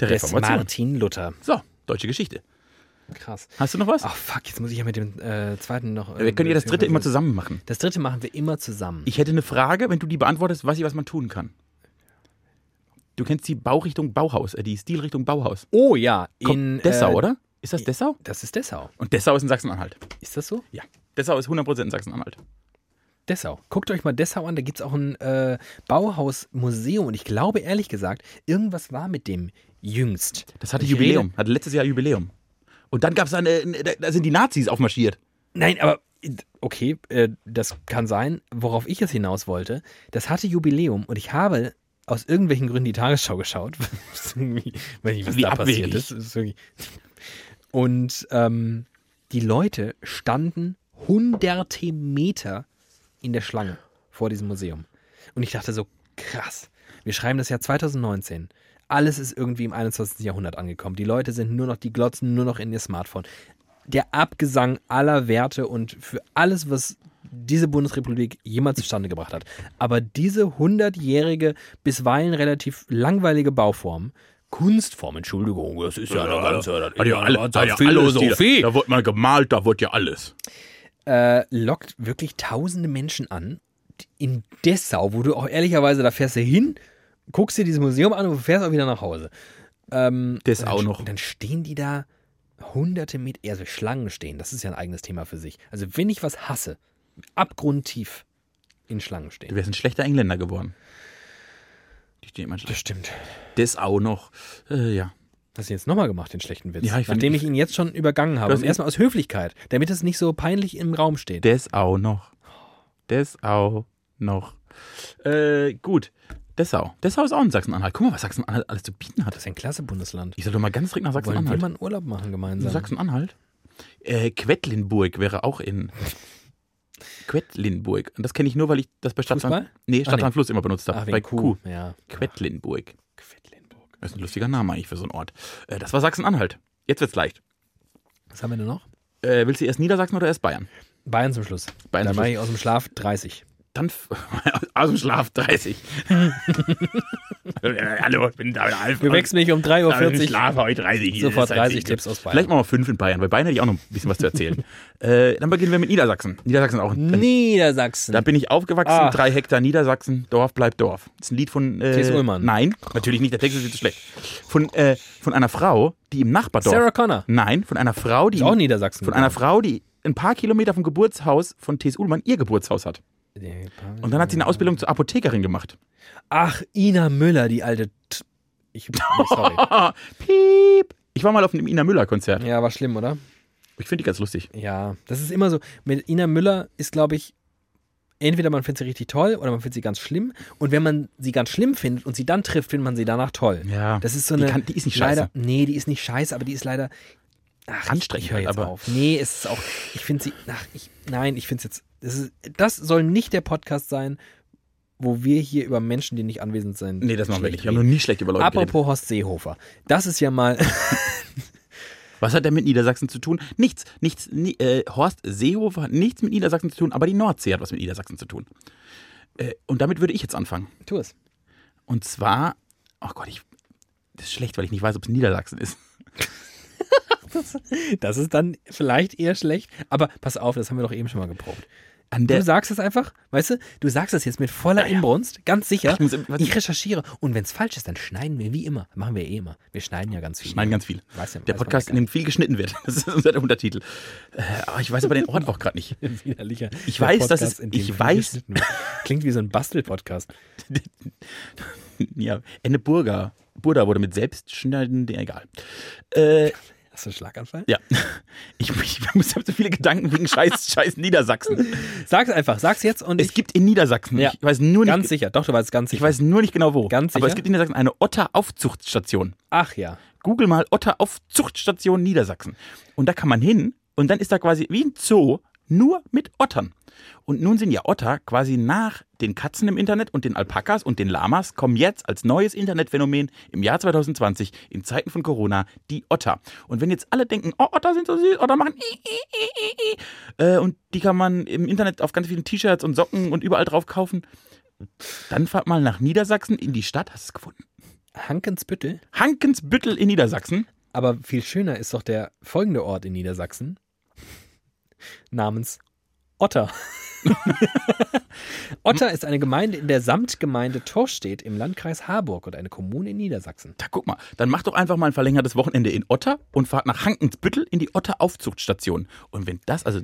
S1: Der
S2: des
S1: Reformation.
S2: Martin Luther.
S1: So, deutsche Geschichte.
S2: Krass.
S1: Hast du noch was?
S2: Ach fuck, jetzt muss ich ja mit dem äh, zweiten noch.
S1: Wir können ja das dritte immer
S2: zusammen.
S1: zusammen machen.
S2: Das dritte machen wir immer zusammen.
S1: Ich hätte eine Frage, wenn du die beantwortest, weiß ich, was man tun kann. Du kennst die Baurichtung Bauhaus, äh, die Stilrichtung Bauhaus.
S2: oh ja,
S1: Kommt
S2: in
S1: Dessau,
S2: äh,
S1: oder? Ist das Dessau?
S2: Das ist Dessau.
S1: Und Dessau ist in Sachsen-Anhalt.
S2: Ist das so?
S1: Ja. Dessau ist 100% in Sachsen-Anhalt.
S2: Dessau. Guckt euch mal Dessau an, da gibt es auch ein äh, Bauhausmuseum und ich glaube ehrlich gesagt, irgendwas war mit dem jüngst.
S1: Das hatte
S2: Ich
S1: Jubiläum,
S2: rede-
S1: hatte letztes Jahr Jubiläum. Und dann gab's eine, da da sind die Nazis aufmarschiert.
S2: Nein, aber äh, okay, äh, das kann sein. Worauf ich es hinaus wollte, das hatte Jubiläum und ich habe aus irgendwelchen Gründen die Tagesschau geschaut. Das ist irgendwie- Weiß nicht, was
S1: Wie
S2: da
S1: abwegig.
S2: passiert ist. Das ist wirklich- und ähm, die Leute standen hunderte Meter in der Schlange vor diesem Museum. Und ich dachte so, krass, wir schreiben das Jahr 2019. Alles ist irgendwie im 21. Jahrhundert angekommen. Die Leute sind nur noch, die glotzen nur noch in ihr Smartphone. Der Abgesang aller Werte und für alles, was diese Bundesrepublik jemals zustande gebracht hat. Aber diese hundertjährige, bisweilen relativ langweilige Bauform, Kunstform, Entschuldigung, das ist ja, eine ganze, das ist ja eine ganze Philosophie
S1: Da wird mal gemalt, da wird ja alles.
S2: äh, lockt wirklich tausende Menschen an die- in Dessau, wo du auch ehrlicherweise, da fährst du hin, guckst dir dieses Museum an und fährst auch wieder nach Hause. Ähm,
S1: Dessau
S2: und dann,
S1: noch.
S2: Und dann stehen die da hunderte mit, also Schlangen stehen, das ist ja ein eigenes Thema für sich. Also wenn ich was hasse, abgrundtief in Schlangen
S1: Du
S2: stehen.
S1: wärst ein schlechter Engländer geworden. Die stehen immer schlecht.
S2: stimmt.
S1: Dessau noch. Äh, ja.
S2: Hast du jetzt nochmal gemacht, den schlechten Witz?
S1: Ja, ich find-
S2: Nachdem ich ihn jetzt schon übergangen habe.
S1: Du hast
S2: Und Erstmal aus Höflichkeit, damit es nicht so peinlich im Raum steht.
S1: Dessau noch. Dessau noch. Äh, gut. Dessau. Dessau ist auch in Sachsen-Anhalt. Guck mal, was Sachsen-Anhalt alles zu bieten
S2: das
S1: hat.
S2: ist ein klasse Bundesland.
S1: Ich soll doch mal ganz direkt nach
S2: Wollen wir
S1: Sachsen-Anhalt.
S2: mal einen Urlaub machen gemeinsam?
S1: Sachsen-Anhalt? Äh, Quedlinburg wäre auch in. Quedlinburg. Und das kenne ich nur, weil ich das bei Stadt
S2: Fußball?
S1: Nee,
S2: Ah,
S1: Stadt
S2: nee.
S1: am Fluss immer benutzt habe.
S2: Ach,
S1: Bei
S2: wegen
S1: Q.
S2: Kuh. Ja.
S1: Quedlinburg.
S2: Quedlinburg.
S1: Das ist ein lustiger Name eigentlich für so einen Ort. Äh, das war Sachsen-Anhalt. Jetzt wird's leicht.
S2: Was haben wir denn noch?
S1: Äh, willst du erst Niedersachsen oder erst Bayern?
S2: Bayern zum Schluss.
S1: Bayern
S2: Dann
S1: zum
S2: mache ich aus dem Schlaf 30.
S1: Dann f- aus dem Schlaf 30. Hallo, ich bin David Alf.
S2: Du wächst mich um 3.40 Uhr.
S1: Schlaf heute 30. hier.
S2: Sofort
S1: Das ist halt
S2: 30
S1: sicher.
S2: Tipps aus Bayern.
S1: Vielleicht machen wir 5 in Bayern, weil Bayern hätte ich auch noch ein bisschen was zu erzählen. äh, dann beginnen wir mit Niedersachsen. Niedersachsen auch. ein-
S2: Niedersachsen.
S1: Da bin ich aufgewachsen,
S2: Ach.
S1: drei Hektar Niedersachsen, Dorf bleibt Dorf. Das ist ein Lied von. Äh,
S2: T.S. Ullmann.
S1: Nein, natürlich nicht, der Text ist viel zu schlecht. Von, äh, von einer Frau, die im Nachbardorf.
S2: Sarah Connor.
S1: Nein, von einer Frau, die.
S2: Ist auch Niedersachsen.
S1: Von einer Frau, die ein paar Kilometer vom Geburtshaus von T.S. Ullmann ihr Geburtshaus hat. Und dann hat sie eine Ausbildung zur Apothekerin gemacht.
S2: Ach, Ina Müller, die alte. T ich, nee, sorry.
S1: Ah, piep. Ich war mal auf einem Ina Müller-Konzert.
S2: ja, war schlimm, oder?
S1: Ich finde die ganz lustig.
S2: Ja, das ist immer so. Mit Ina Müller ist, glaube ich, entweder man findet sie richtig toll oder man findet sie ganz schlimm. Und wenn man sie ganz schlimm findet und sie dann trifft, findet man sie danach toll.
S1: Ja.
S2: Das ist so
S1: Die
S2: eine.
S1: kann- die ist nicht
S2: leider,
S1: scheiße.
S2: Nee, die ist nicht scheiße, aber die ist leider Ach,
S1: anstrengend
S2: ich, ich hör jetzt
S1: halt, aber-
S2: auf. Nee, es ist auch. Ich finde sie. Ach, ich, nein, ich finde es jetzt. Das, ist, das soll nicht der Podcast sein, wo wir hier über Menschen, die nicht anwesend sind.
S1: Nee, das machen wir
S2: schlecht
S1: nicht. Wir haben noch nie schlecht über Leute geredet.
S2: Apropos Horst Seehofer. Das ist ja mal.
S1: Was hat der mit Niedersachsen zu tun? Nichts. nichts ni äh, Horst Seehofer hat nichts mit Niedersachsen zu tun, aber die Nordsee hat was mit Niedersachsen zu tun. Äh, und damit würde ich jetzt anfangen.
S2: tu es.
S1: Und zwar, oh Gott, ich, das ist schlecht, weil ich nicht weiß, ob es Niedersachsen ist.
S2: Das ist dann vielleicht eher schlecht. Aber pass auf, das haben wir doch eben schon mal geprobt.
S1: An
S2: Du
S1: der,
S2: sagst es einfach, weißt du, du sagst es jetzt mit voller Inbrunst, ganz sicher.
S1: Ich muss im-
S2: Ich recherchiere. Und wenn es falsch ist, dann schneiden wir wie immer. Machen wir eh immer. Wir schneiden ja ganz viel.
S1: schneiden ganz viel.
S2: Weiß ja-
S1: der
S2: weiß man
S1: Podcast,
S2: ja
S1: in dem viel geschnitten wird. Das ist unser Untertitel. Äh, aber ich weiß aber den Ort auch gerade nicht.
S2: widerlicher.
S1: Ich
S2: Der
S1: weiß, dass
S2: Podcast,
S1: es-
S2: in dem
S1: ich
S2: viel
S1: weiß-
S2: geschnitten wird. Klingt wie so ein Bastel-Podcast.
S1: Ja, Ende Burger. Burda wurde mit Selbstschneiden, der- egal. Äh,
S2: Hast du einen Schlaganfall?
S1: ja. Ich, ich muss hab so viele Gedanken wegen scheiß, scheiß Niedersachsen.
S2: Sag's einfach, sag's jetzt und
S1: Es gibt in Niedersachsen,
S2: Ja.
S1: ich weiß nur
S2: ich,
S1: nicht,
S2: ganz sicher. Doch, du weißt ganz
S1: ich
S2: sicher.
S1: weiß nur nicht genau wo.
S2: Ganz
S1: Aber
S2: sicher?
S1: es gibt in Niedersachsen eine Otteraufzuchtstation.
S2: Ach ja.
S1: Google mal Otteraufzuchtstation Niedersachsen. Und da kann man hin und dann ist da quasi wie ein Zoo, nur mit Ottern. Und nun sind ja Otter quasi nach den Katzen im Internet und den Alpakas und den Lamas kommen jetzt als neues Internetphänomen im Jahr 2020 in Zeiten von Corona die Otter. Und wenn jetzt alle denken, oh, Otter sind so süß, Otter machen i, i, i, i, i, äh, und die kann man im Internet auf ganz vielen T-Shirts und Socken und überall drauf kaufen, dann fahrt mal nach Niedersachsen in die Stadt, hast du es gefunden?
S2: Hankensbüttel.
S1: Hankensbüttel in Niedersachsen.
S2: Aber viel schöner ist doch der folgende Ort in Niedersachsen. Namens Otter. Otter ist eine Gemeinde in der Samtgemeinde Torstedt im Landkreis Harburg und eine Kommune in Niedersachsen.
S1: Da guck mal, dann macht doch einfach mal ein verlängertes Wochenende in Otter und fahrt nach Hankensbüttel in die Otter Aufzuchtstation. Und wenn das, also,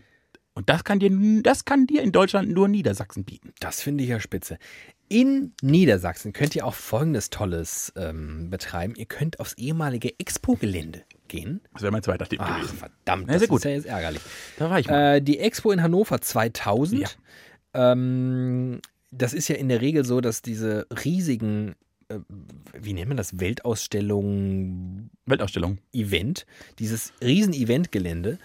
S1: und das kann dir, das kann dir in Deutschland nur Niedersachsen bieten.
S2: Das finde ich ja spitze. In Niedersachsen könnt ihr auch folgendes Tolles ähm, betreiben. Ihr könnt aufs ehemalige Expo-Gelände gehen.
S1: Das wäre mein zweiter Tipp
S2: Ach,
S1: gewesen.
S2: verdammt,
S1: Na,
S2: das
S1: sehr gut.
S2: ist ja jetzt ärgerlich.
S1: Da war ich mal.
S2: Äh, die Expo in Hannover 2000. Ähm, das ist ja in der Regel so, dass diese riesigen, äh, wie nennt man das, Weltausstellungen,
S1: Weltausstellung.
S2: Event, dieses riesen Eventgelände,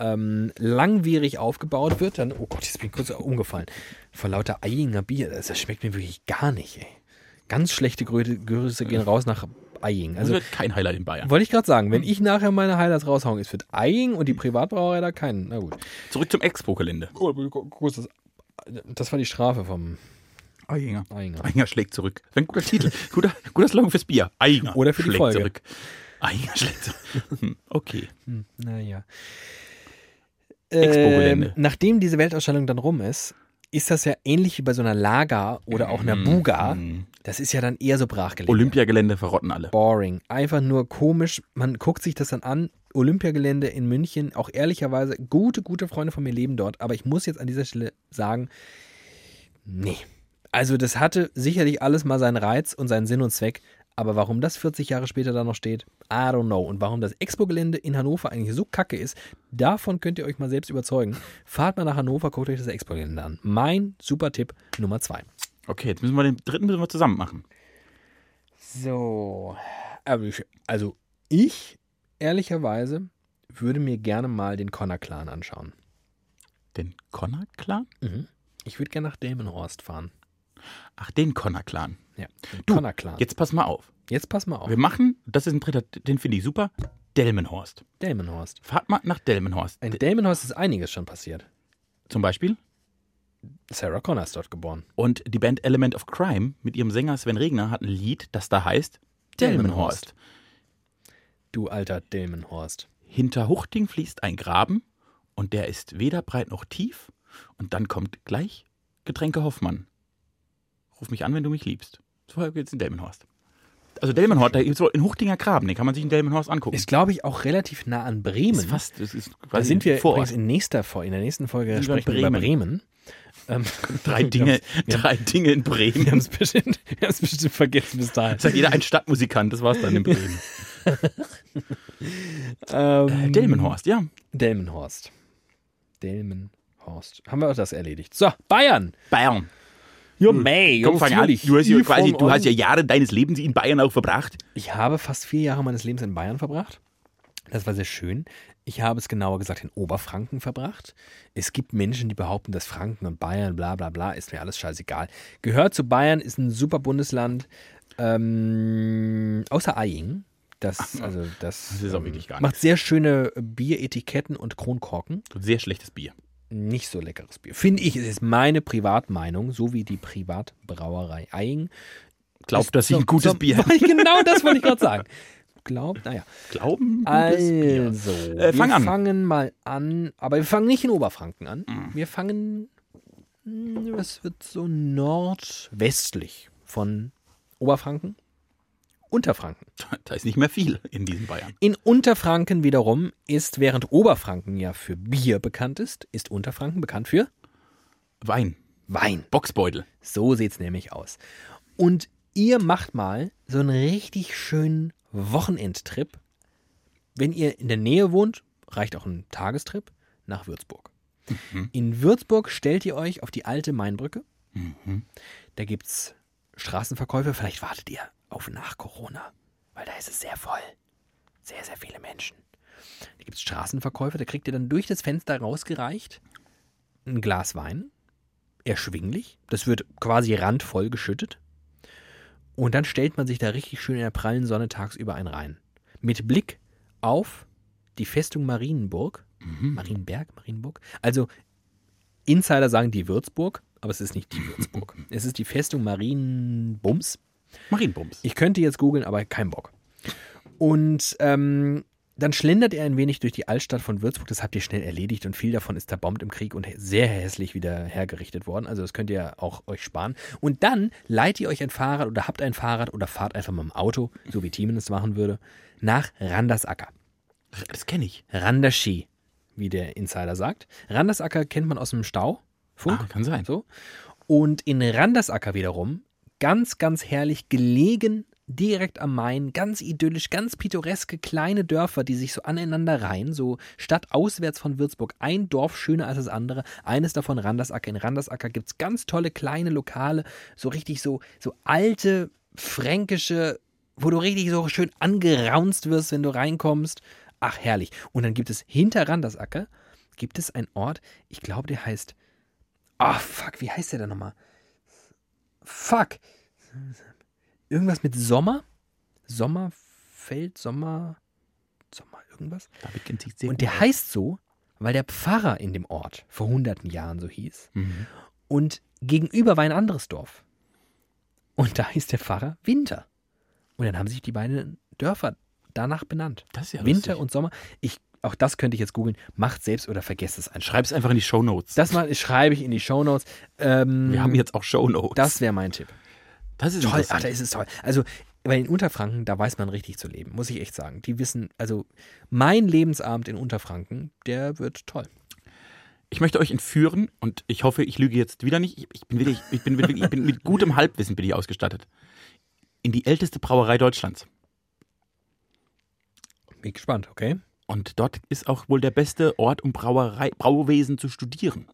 S2: ähm, langwierig aufgebaut wird. Dann, oh Gott, jetzt bin ich kurz umgefallen. Vor lauter Eyinger Bier, das das schmeckt mir wirklich gar nicht, ey. Ganz schlechte Grö- Grüße gehen raus nach Eying.
S1: Also
S2: Also
S1: wird kein Highlight in Bayern.
S2: wollte ich gerade sagen, wenn ich nachher meine Highlights raushauen, ist für Eying und die Privatbrauerei da keinen. Na gut.
S1: Zurück zum Expo-Gelände.
S2: Oh, groß, das, das war die Strafe vom
S1: Einger.
S2: Eyinger.
S1: Einger schlägt zurück. Das ist ein guter Titel. Guter, guter Slogan fürs Bier. Einger
S2: Oder für die
S1: schlägt
S2: Folge.
S1: zurück. Einger schlägt zurück. Hm, Okay.
S2: Naja.
S1: Expo-Gelände.
S2: Ähm, nachdem diese Weltausstellung dann rum ist, ist das ja ähnlich wie bei so einer Lager oder auch einer Buga.
S1: Hm.
S2: Das ist ja dann eher so brachgelegt.
S1: Olympiagelände verrotten alle.
S2: Boring. Einfach nur komisch. Man guckt sich das dann an. Olympiagelände in München, auch ehrlicherweise, gute, gute Freunde von mir leben dort. Aber ich muss jetzt an dieser Stelle sagen, nee. Also das hatte sicherlich alles mal seinen Reiz und seinen Sinn und Zweck. Aber warum das 40 Jahre später da noch steht, I don't know. Und warum das Expo-Gelände in Hannover eigentlich so kacke ist, davon könnt ihr euch mal selbst überzeugen. Fahrt mal nach Hannover, guckt euch das Expo-Gelände an. Mein super Tipp Nummer zwei.
S1: Okay, jetzt müssen wir den dritten müssen wir zusammen machen.
S2: So. Aber ich, also ich, ehrlicherweise, würde mir gerne mal den Connor-Clan anschauen.
S1: Den Connor-Clan?
S2: Ich würde gerne nach Delmenhorst fahren.
S1: Ach, den Connor-Clan.
S2: Ja, den
S1: Du,
S2: Connor-Clan. Jetzt,
S1: Jetzt pass mal auf.
S2: pass mal auf.
S1: Wir machen, das ist ein dritter, den finde ich super, Delmenhorst.
S2: Delmenhorst.
S1: Fahrt mal nach Delmenhorst.
S2: In
S1: D-
S2: Delmenhorst ist einiges schon passiert.
S1: Zum Beispiel.
S2: Sarah Connor ist dort geboren.
S1: Und die Band Element of Crime mit ihrem Sänger Sven Regner hat ein Lied, das da heißt Delmenhorst.
S2: Delmenhorst. Du alter Delmenhorst.
S1: Hinter Huchting fließt ein Graben und der ist weder breit noch tief. Und dann kommt gleich Getränke Hoffmann. Ruf mich an, wenn du mich liebst. So geht's in Delmenhorst. Also Delmenhorst, da gibt's wohl einen Huchtinger Graben, den kann man sich in Delmenhorst angucken.
S2: Ist, glaube ich, auch relativ nah an Bremen. ne?
S1: Ist fast, das ist
S2: da
S1: quasi
S2: sind wir
S1: vor
S2: übrigens in, nächster, Fol- in der nächsten Folge
S1: Über
S2: sprechen wir über Bremen. Ähm,
S1: Drei Dinge,
S2: Wir haben
S1: drei Dinge in Bremen.
S2: es bestimmt, wir haben's bestimmt vergessen bis dahin.
S1: Sagt jeder ein Stadtmusikant, das war's dann in Bremen. Äh,
S2: Ähm,
S1: Delmenhorst, ja.
S2: Delmenhorst. Delmenhorst. Haben wir auch das erledigt. So, Bayern.
S1: Bayern.
S2: Jo, May.
S1: Hm. Komm, fang an. Du hast, ja quasi, du hast ja Jahre deines Lebens in Bayern auch verbracht.
S2: ich habe fast vier Jahre meines Lebens in Bayern verbracht. Das war sehr schön. Ich habe es genauer gesagt in Oberfranken verbracht. Es gibt Menschen, die behaupten, dass Franken und Bayern, bla bla bla, ist mir alles scheißegal. Gehört zu Bayern, ist ein super Bundesland. Ähm, außer Aying. Das, also das,
S1: Das ist auch
S2: ähm,
S1: wirklich gar
S2: macht sehr schöne Bieretiketten und Kronkorken.
S1: Sehr schlechtes Bier.
S2: Nicht so leckeres Bier. Finde ich, es ist meine Privatmeinung, so wie die Privatbrauerei Aying.
S1: Glaubt, dass ich
S2: So-
S1: ein gutes
S2: so-
S1: Bier habe.
S2: Genau das wollte ich gerade sagen. Glaubt, naja.
S1: Glauben, gutes Bier.
S2: Also,
S1: Äh, fang
S2: wir
S1: an.
S2: fangen mal an, aber wir fangen nicht in Oberfranken an.
S1: Hm.
S2: Wir fangen, mh, das wird so nordwestlich von Oberfranken, Unterfranken.
S1: Da ist nicht mehr viel in diesen Bayern.
S2: In Unterfranken wiederum ist, während Oberfranken ja für Bier bekannt ist, ist Unterfranken bekannt für
S1: Wein,
S2: Wein.
S1: Boxbeutel.
S2: So sieht's nämlich aus. Und ihr macht mal so einen richtig schönen Wochenendtrip. Wenn ihr in der Nähe wohnt, reicht auch ein Tagestrip nach Würzburg. In Würzburg stellt ihr euch auf die alte Mainbrücke. Da gibt's Straßenverkäufe. Vielleicht wartet ihr auf nach Corona, weil da ist es sehr voll. Sehr, sehr viele Menschen. Da gibt's Straßenverkäufe. Da kriegt ihr dann durch das Fenster rausgereicht ein Glas Wein erschwinglich. Das wird quasi randvoll geschüttet. Und dann stellt man sich da richtig schön in der prallen Sonne tagsüber ein rein. Mit Blick auf die Festung Marienburg. Marienberg, Marienburg. Also Insider sagen die Würzburg, aber es ist nicht die Würzburg. es ist die Festung Marienbums.
S1: Marienbums.
S2: Ich könnte jetzt googeln, aber kein Bock. Und ähm, dann schlendert er ein wenig durch die Altstadt von Würzburg. Das habt ihr schnell erledigt und viel davon ist zerbombt im Krieg und sehr hässlich wieder hergerichtet worden. Also das könnt ihr auch euch sparen. Und dann leiht ihr euch ein Fahrrad oder habt ein Fahrrad oder fahrt einfach mit dem Auto, so wie Thiemen es machen würde, nach Randersacker.
S1: Das kenne ich.
S2: Randerschi, wie der Insider sagt. Randersacker kennt man aus dem Stau. Funk.
S1: Ah, kann sein.
S2: So. Und in Randersacker wiederum, ganz, ganz herrlich gelegen, direkt am Main, ganz idyllisch, ganz pittoreske kleine Dörfer, die sich so aneinander reihen, so stadtauswärts von Würzburg. Ein Dorf schöner als das andere, eines davon Randersacker. In Randersacker gibt es ganz tolle kleine Lokale, so richtig so, so alte fränkische, wo du richtig so schön angeraunzt wirst, wenn du reinkommst. Ach, herrlich. Und dann gibt es hinter Randersacker, gibt es einen Ort, ich glaube, der heißt Ah, fuck, wie heißt der denn nochmal? Fuck. Irgendwas mit Sommer? Sommerfeld, Sommer. Sommer, irgendwas?
S1: David kennt sich sehr
S2: Und
S1: gut.
S2: der heißt so, weil der Pfarrer in dem Ort vor hunderten Jahren so hieß.
S1: Mhm.
S2: Und gegenüber war ein anderes Dorf. Und da hieß der Pfarrer Winter. Und dann haben sich die beiden Dörfer danach benannt.
S1: Das ist ja lustig.
S2: Winter und Sommer. Ich, auch das könnte ich jetzt googeln. Macht selbst oder vergesst es einfach.
S1: Schreib's einfach in die Shownotes.
S2: Das mal schreibe ich in die Shownotes. Ähm,
S1: Wir haben jetzt auch Shownotes.
S2: Das wäre mein Tipp.
S1: das ist
S2: Toll, ach,
S1: interessant.
S2: da ist es toll. Also, weil in Unterfranken, da weiß man richtig zu leben, muss ich echt sagen. Die wissen, also mein Lebensabend in Unterfranken, der wird toll.
S1: Ich möchte euch entführen und ich hoffe, ich lüge jetzt wieder nicht. Ich, ich, bin, wirklich, ich, bin, wirklich, ich bin mit gutem Halbwissen bin ich ausgestattet. In die älteste Brauerei Deutschlands.
S2: Bin gespannt, okay?
S1: Und dort ist auch wohl der beste Ort, um Brauerei, Brauwesen zu studieren.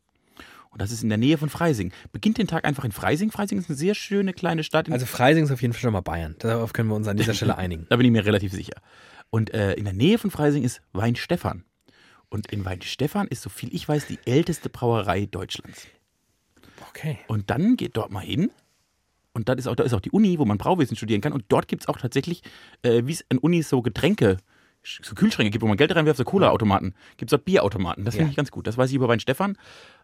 S1: Und das ist in der Nähe von Freising. Beginnt den Tag einfach in Freising. Freising ist eine sehr schöne kleine Stadt. In
S2: Also Freising ist auf jeden Fall schon mal Bayern. Darauf können wir uns an dieser Stelle einigen.
S1: Da bin ich mir relativ sicher. Und äh, in der Nähe von Freising ist Weinstefan. Und in Weinstefan ist, soviel ich weiß, die älteste Brauerei Deutschlands.
S2: Okay.
S1: Und dann geht dort mal hin. Und das ist auch, da ist auch die Uni, wo man Brauwesen studieren kann. Und dort gibt es auch tatsächlich, äh, wie es an Unis so Getränke, so Kühlschränke gibt, wo man Geld reinwirft, so Cola-Automaten. Gibt es dort Bierautomaten. Das finde
S2: Ja.
S1: ich ganz gut. Das weiß ich über Weinstefan.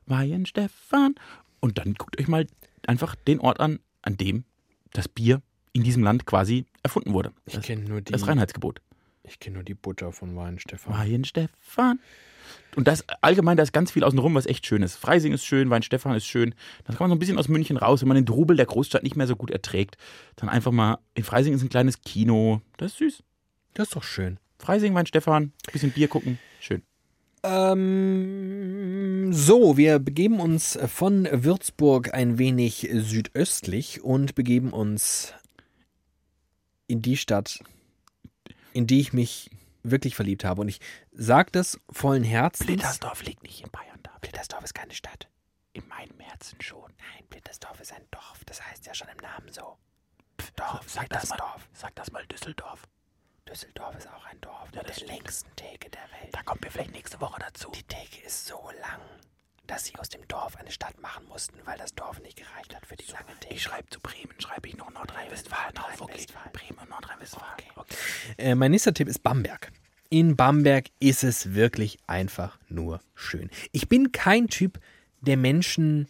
S1: Weinstefan. Und dann guckt euch mal einfach den Ort an, an dem das Bier in diesem Land quasi erfunden wurde.
S2: Ich
S1: Das,
S2: kenne nur, die-
S1: das Reinheitsgebot.
S2: ich kenn nur die Butter von Weinstefan.
S1: Weinstefan. Und das allgemein, da ist ganz viel außen rum, was echt schön ist. Freising ist schön, Weinstefan ist schön. Dann kann man so ein bisschen aus München raus, wenn man den Trubel der Großstadt nicht mehr so gut erträgt. Dann einfach mal, in Freising ist ein kleines Kino. Das ist süß.
S2: Das ist doch schön.
S1: Freising, Weinstefan, bisschen Bier gucken, schön.
S2: Ähm, so, wir begeben uns von Würzburg ein wenig südöstlich und begeben uns in die Stadt, in die ich mich wirklich verliebt habe. Und ich sage das vollen Herzens.
S1: liegt nicht in Bayern da.
S2: Blittersdorf ist keine Stadt.
S1: In meinem Herzen schon.
S2: Nein, Blittersdorf ist ein Dorf. Das heißt ja schon im Namen so. Dorf,
S1: Sag das mal. Sag das mal Düsseldorf.
S2: Düsseldorf ist auch ein Dorf mit der längsten Theke der Welt. Da kommen wir vielleicht nächste Woche dazu. Die Theke ist so lang, dass sie aus dem Dorf eine Stadt machen mussten, weil das Dorf nicht gereicht hat für die lange Theke. Ich schreibe zu Bremen, schreibe ich noch Nordrhein-Westfalen drauf. Okay. Bremen und Nordrhein-Westfalen. Okay. Äh, mein nächster Tipp ist Bamberg. In Bamberg ist es wirklich einfach nur schön. Ich bin kein Typ, der Menschen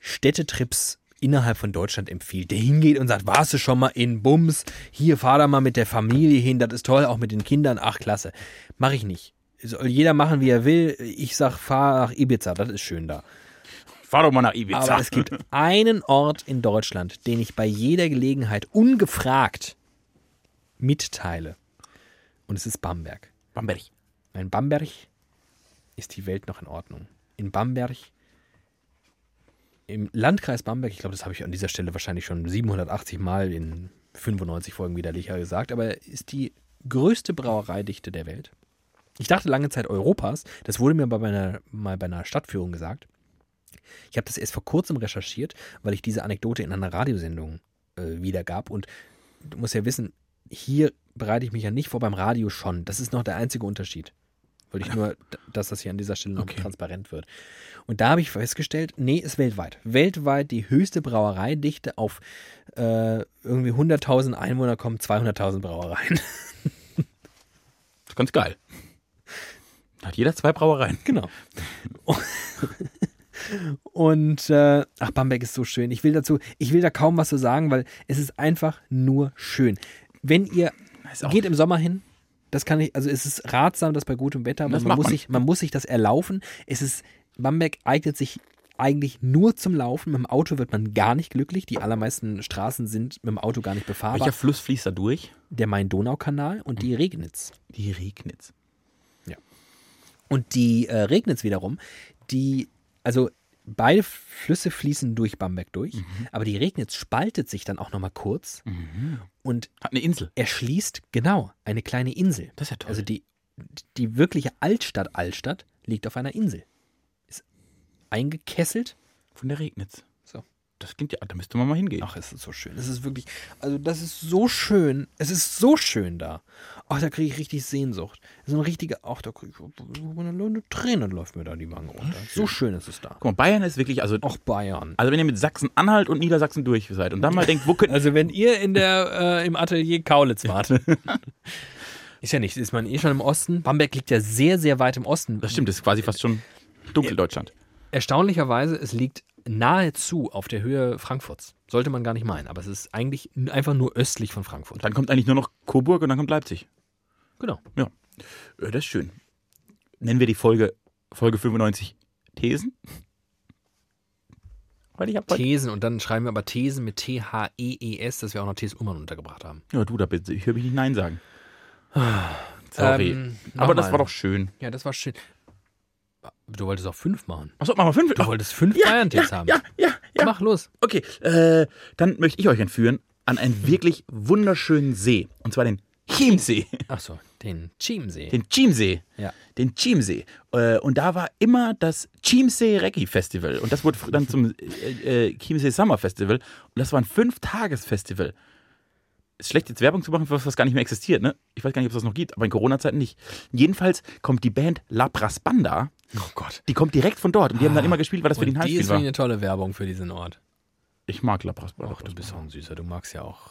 S2: Städtetrips innerhalb von Deutschland empfiehlt, der hingeht und sagt, warst du schon mal in Bums? Hier fahr da mal mit der Familie hin, das ist toll, auch mit den Kindern, ach klasse. Mache ich nicht. Soll jeder machen, wie er will. Ich sag, fahr nach Ibiza, das ist schön da.
S1: Fahr doch mal nach Ibiza.
S2: Aber es gibt einen Ort in Deutschland, den ich bei jeder Gelegenheit ungefragt mitteile. Und es ist Bamberg.
S1: Bamberg.
S2: In Bamberg ist die Welt noch in Ordnung. In Bamberg, im Landkreis Bamberg, ich glaube, das habe ich an dieser Stelle wahrscheinlich schon 780 Mal in 95 Folgen widerlicher gesagt, aber ist die größte Brauereidichte der Welt. Ich dachte lange Zeit Europas, das wurde mir bei meiner, mal bei einer Stadtführung gesagt. Ich habe das erst vor kurzem recherchiert, weil ich diese Anekdote in einer Radiosendung äh, wiedergab. Und du musst ja wissen, hier bereite ich mich ja nicht vor beim Radio schon. Das ist noch der einzige Unterschied. Wollte ich nur, d- dass das hier an dieser Stelle noch
S1: Okay.
S2: transparent wird. Und da habe ich festgestellt, nee, ist weltweit. Weltweit die höchste Brauereidichte auf äh, irgendwie 100.000 Einwohner kommen 200.000 Brauereien.
S1: Das ist ganz geil. Da hat jeder zwei Brauereien.
S2: Genau. Und äh, ach, Bamberg ist so schön. Ich will dazu, ich will da kaum was zu sagen, weil es ist einfach nur schön. Wenn ihr
S1: Ist auch-
S2: geht im Sommer hin, das kann ich, also es ist ratsam, das bei gutem Wetter, aber
S1: Das
S2: man,
S1: macht
S2: muss
S1: man.
S2: Sich, man muss sich das erlaufen. Es ist, Bamberg eignet sich eigentlich nur zum Laufen. Mit dem Auto wird man gar nicht glücklich. Die allermeisten Straßen sind mit dem Auto gar nicht befahrbar.
S1: Welcher Fluss fließt da durch?
S2: Der Main-Donau-Kanal und
S1: Mhm.
S2: die Regnitz.
S1: Die Regnitz.
S2: Und die äh, Regnitz wiederum, die, also beide Flüsse fließen durch Bamberg durch, aber die Regnitz spaltet sich dann auch nochmal kurz und
S1: Hat eine Insel.
S2: erschließt genau eine kleine Insel.
S1: Das ist ja toll.
S2: Also die, die wirkliche Altstadt Altstadt liegt auf einer Insel. Ist eingekesselt.
S1: Von der Regnitz.
S2: So.
S1: Das klingt ja, da müsste man mal hingehen.
S2: Ach, es ist so schön. Es ist wirklich, also das ist so schön. Es ist so schön da. Ach, da kriege ich richtig Sehnsucht. So eine richtige, ach, da kriege ich eine Träne läuft mir da die Wange runter. So schön ist es da.
S1: Guck mal, Bayern ist wirklich, also,
S2: Auch Bayern.
S1: also wenn ihr mit Sachsen-Anhalt und Niedersachsen durch seid und dann mal denkt, wo könnten.
S2: Also wenn ihr in der, äh, im Atelier Kaulitz wart. ist ja nicht, ist man eh schon im Osten. Bamberg liegt ja sehr, sehr weit im Osten.
S1: Das stimmt, das ist quasi fast schon Dunkeldeutschland.
S2: Erstaunlicherweise, es liegt nahezu auf der Höhe Frankfurts. Sollte man gar nicht meinen, aber es ist eigentlich n- einfach nur östlich von Frankfurt.
S1: Dann kommt eigentlich nur noch Coburg und dann kommt Leipzig.
S2: Genau.
S1: Ja. ja das ist schön. Nennen wir die Folge, Folge 95 Thesen? Weil ich hab heute-
S2: Thesen und dann schreiben wir aber Thesen mit T-H-E-E-S, E dass wir auch noch T.S. Ullmann untergebracht haben.
S1: Ja, du, da bin ich, höre mich nicht Nein sagen. Sorry.
S2: Ähm,
S1: Aber das
S2: nochmal.
S1: war doch schön.
S2: Ja, das war schön. Du wolltest auch fünf machen.
S1: Achso, machen wir fünf.
S2: Du wolltest fünf Bayern-Tipps haben.
S1: ja, ja, ja.
S2: Mach los.
S1: Okay, äh, dann möchte ich euch entführen an einen wirklich wunderschönen See. Und zwar den Chiemsee.
S2: Achso, den Chiemsee.
S1: Den Chiemsee.
S2: Ja.
S1: Den Chiemsee. Äh, und da war immer das Chiemsee Reggae Festival. Und das wurde fr- dann zum äh, äh, Chiemsee Summer Festival. Und das war ein Fünf-Tages-Festival. Ist schlecht, jetzt Werbung zu machen für was, was gar nicht mehr existiert, ne? Ich weiß gar nicht, ob es das noch gibt, aber in Corona-Zeiten nicht. Jedenfalls kommt die Band La Brassbanda.
S2: Oh Gott.
S1: Die kommt direkt von dort. Und die haben dann immer gespielt, weil das für
S2: Ah,
S1: den
S2: Und die
S1: Heimspiel
S2: ist wie
S1: war.
S2: eine tolle Werbung für diesen Ort.
S1: Ich mag La Brassbanda.
S2: Du bist auch ein Süßer, du magst ja auch.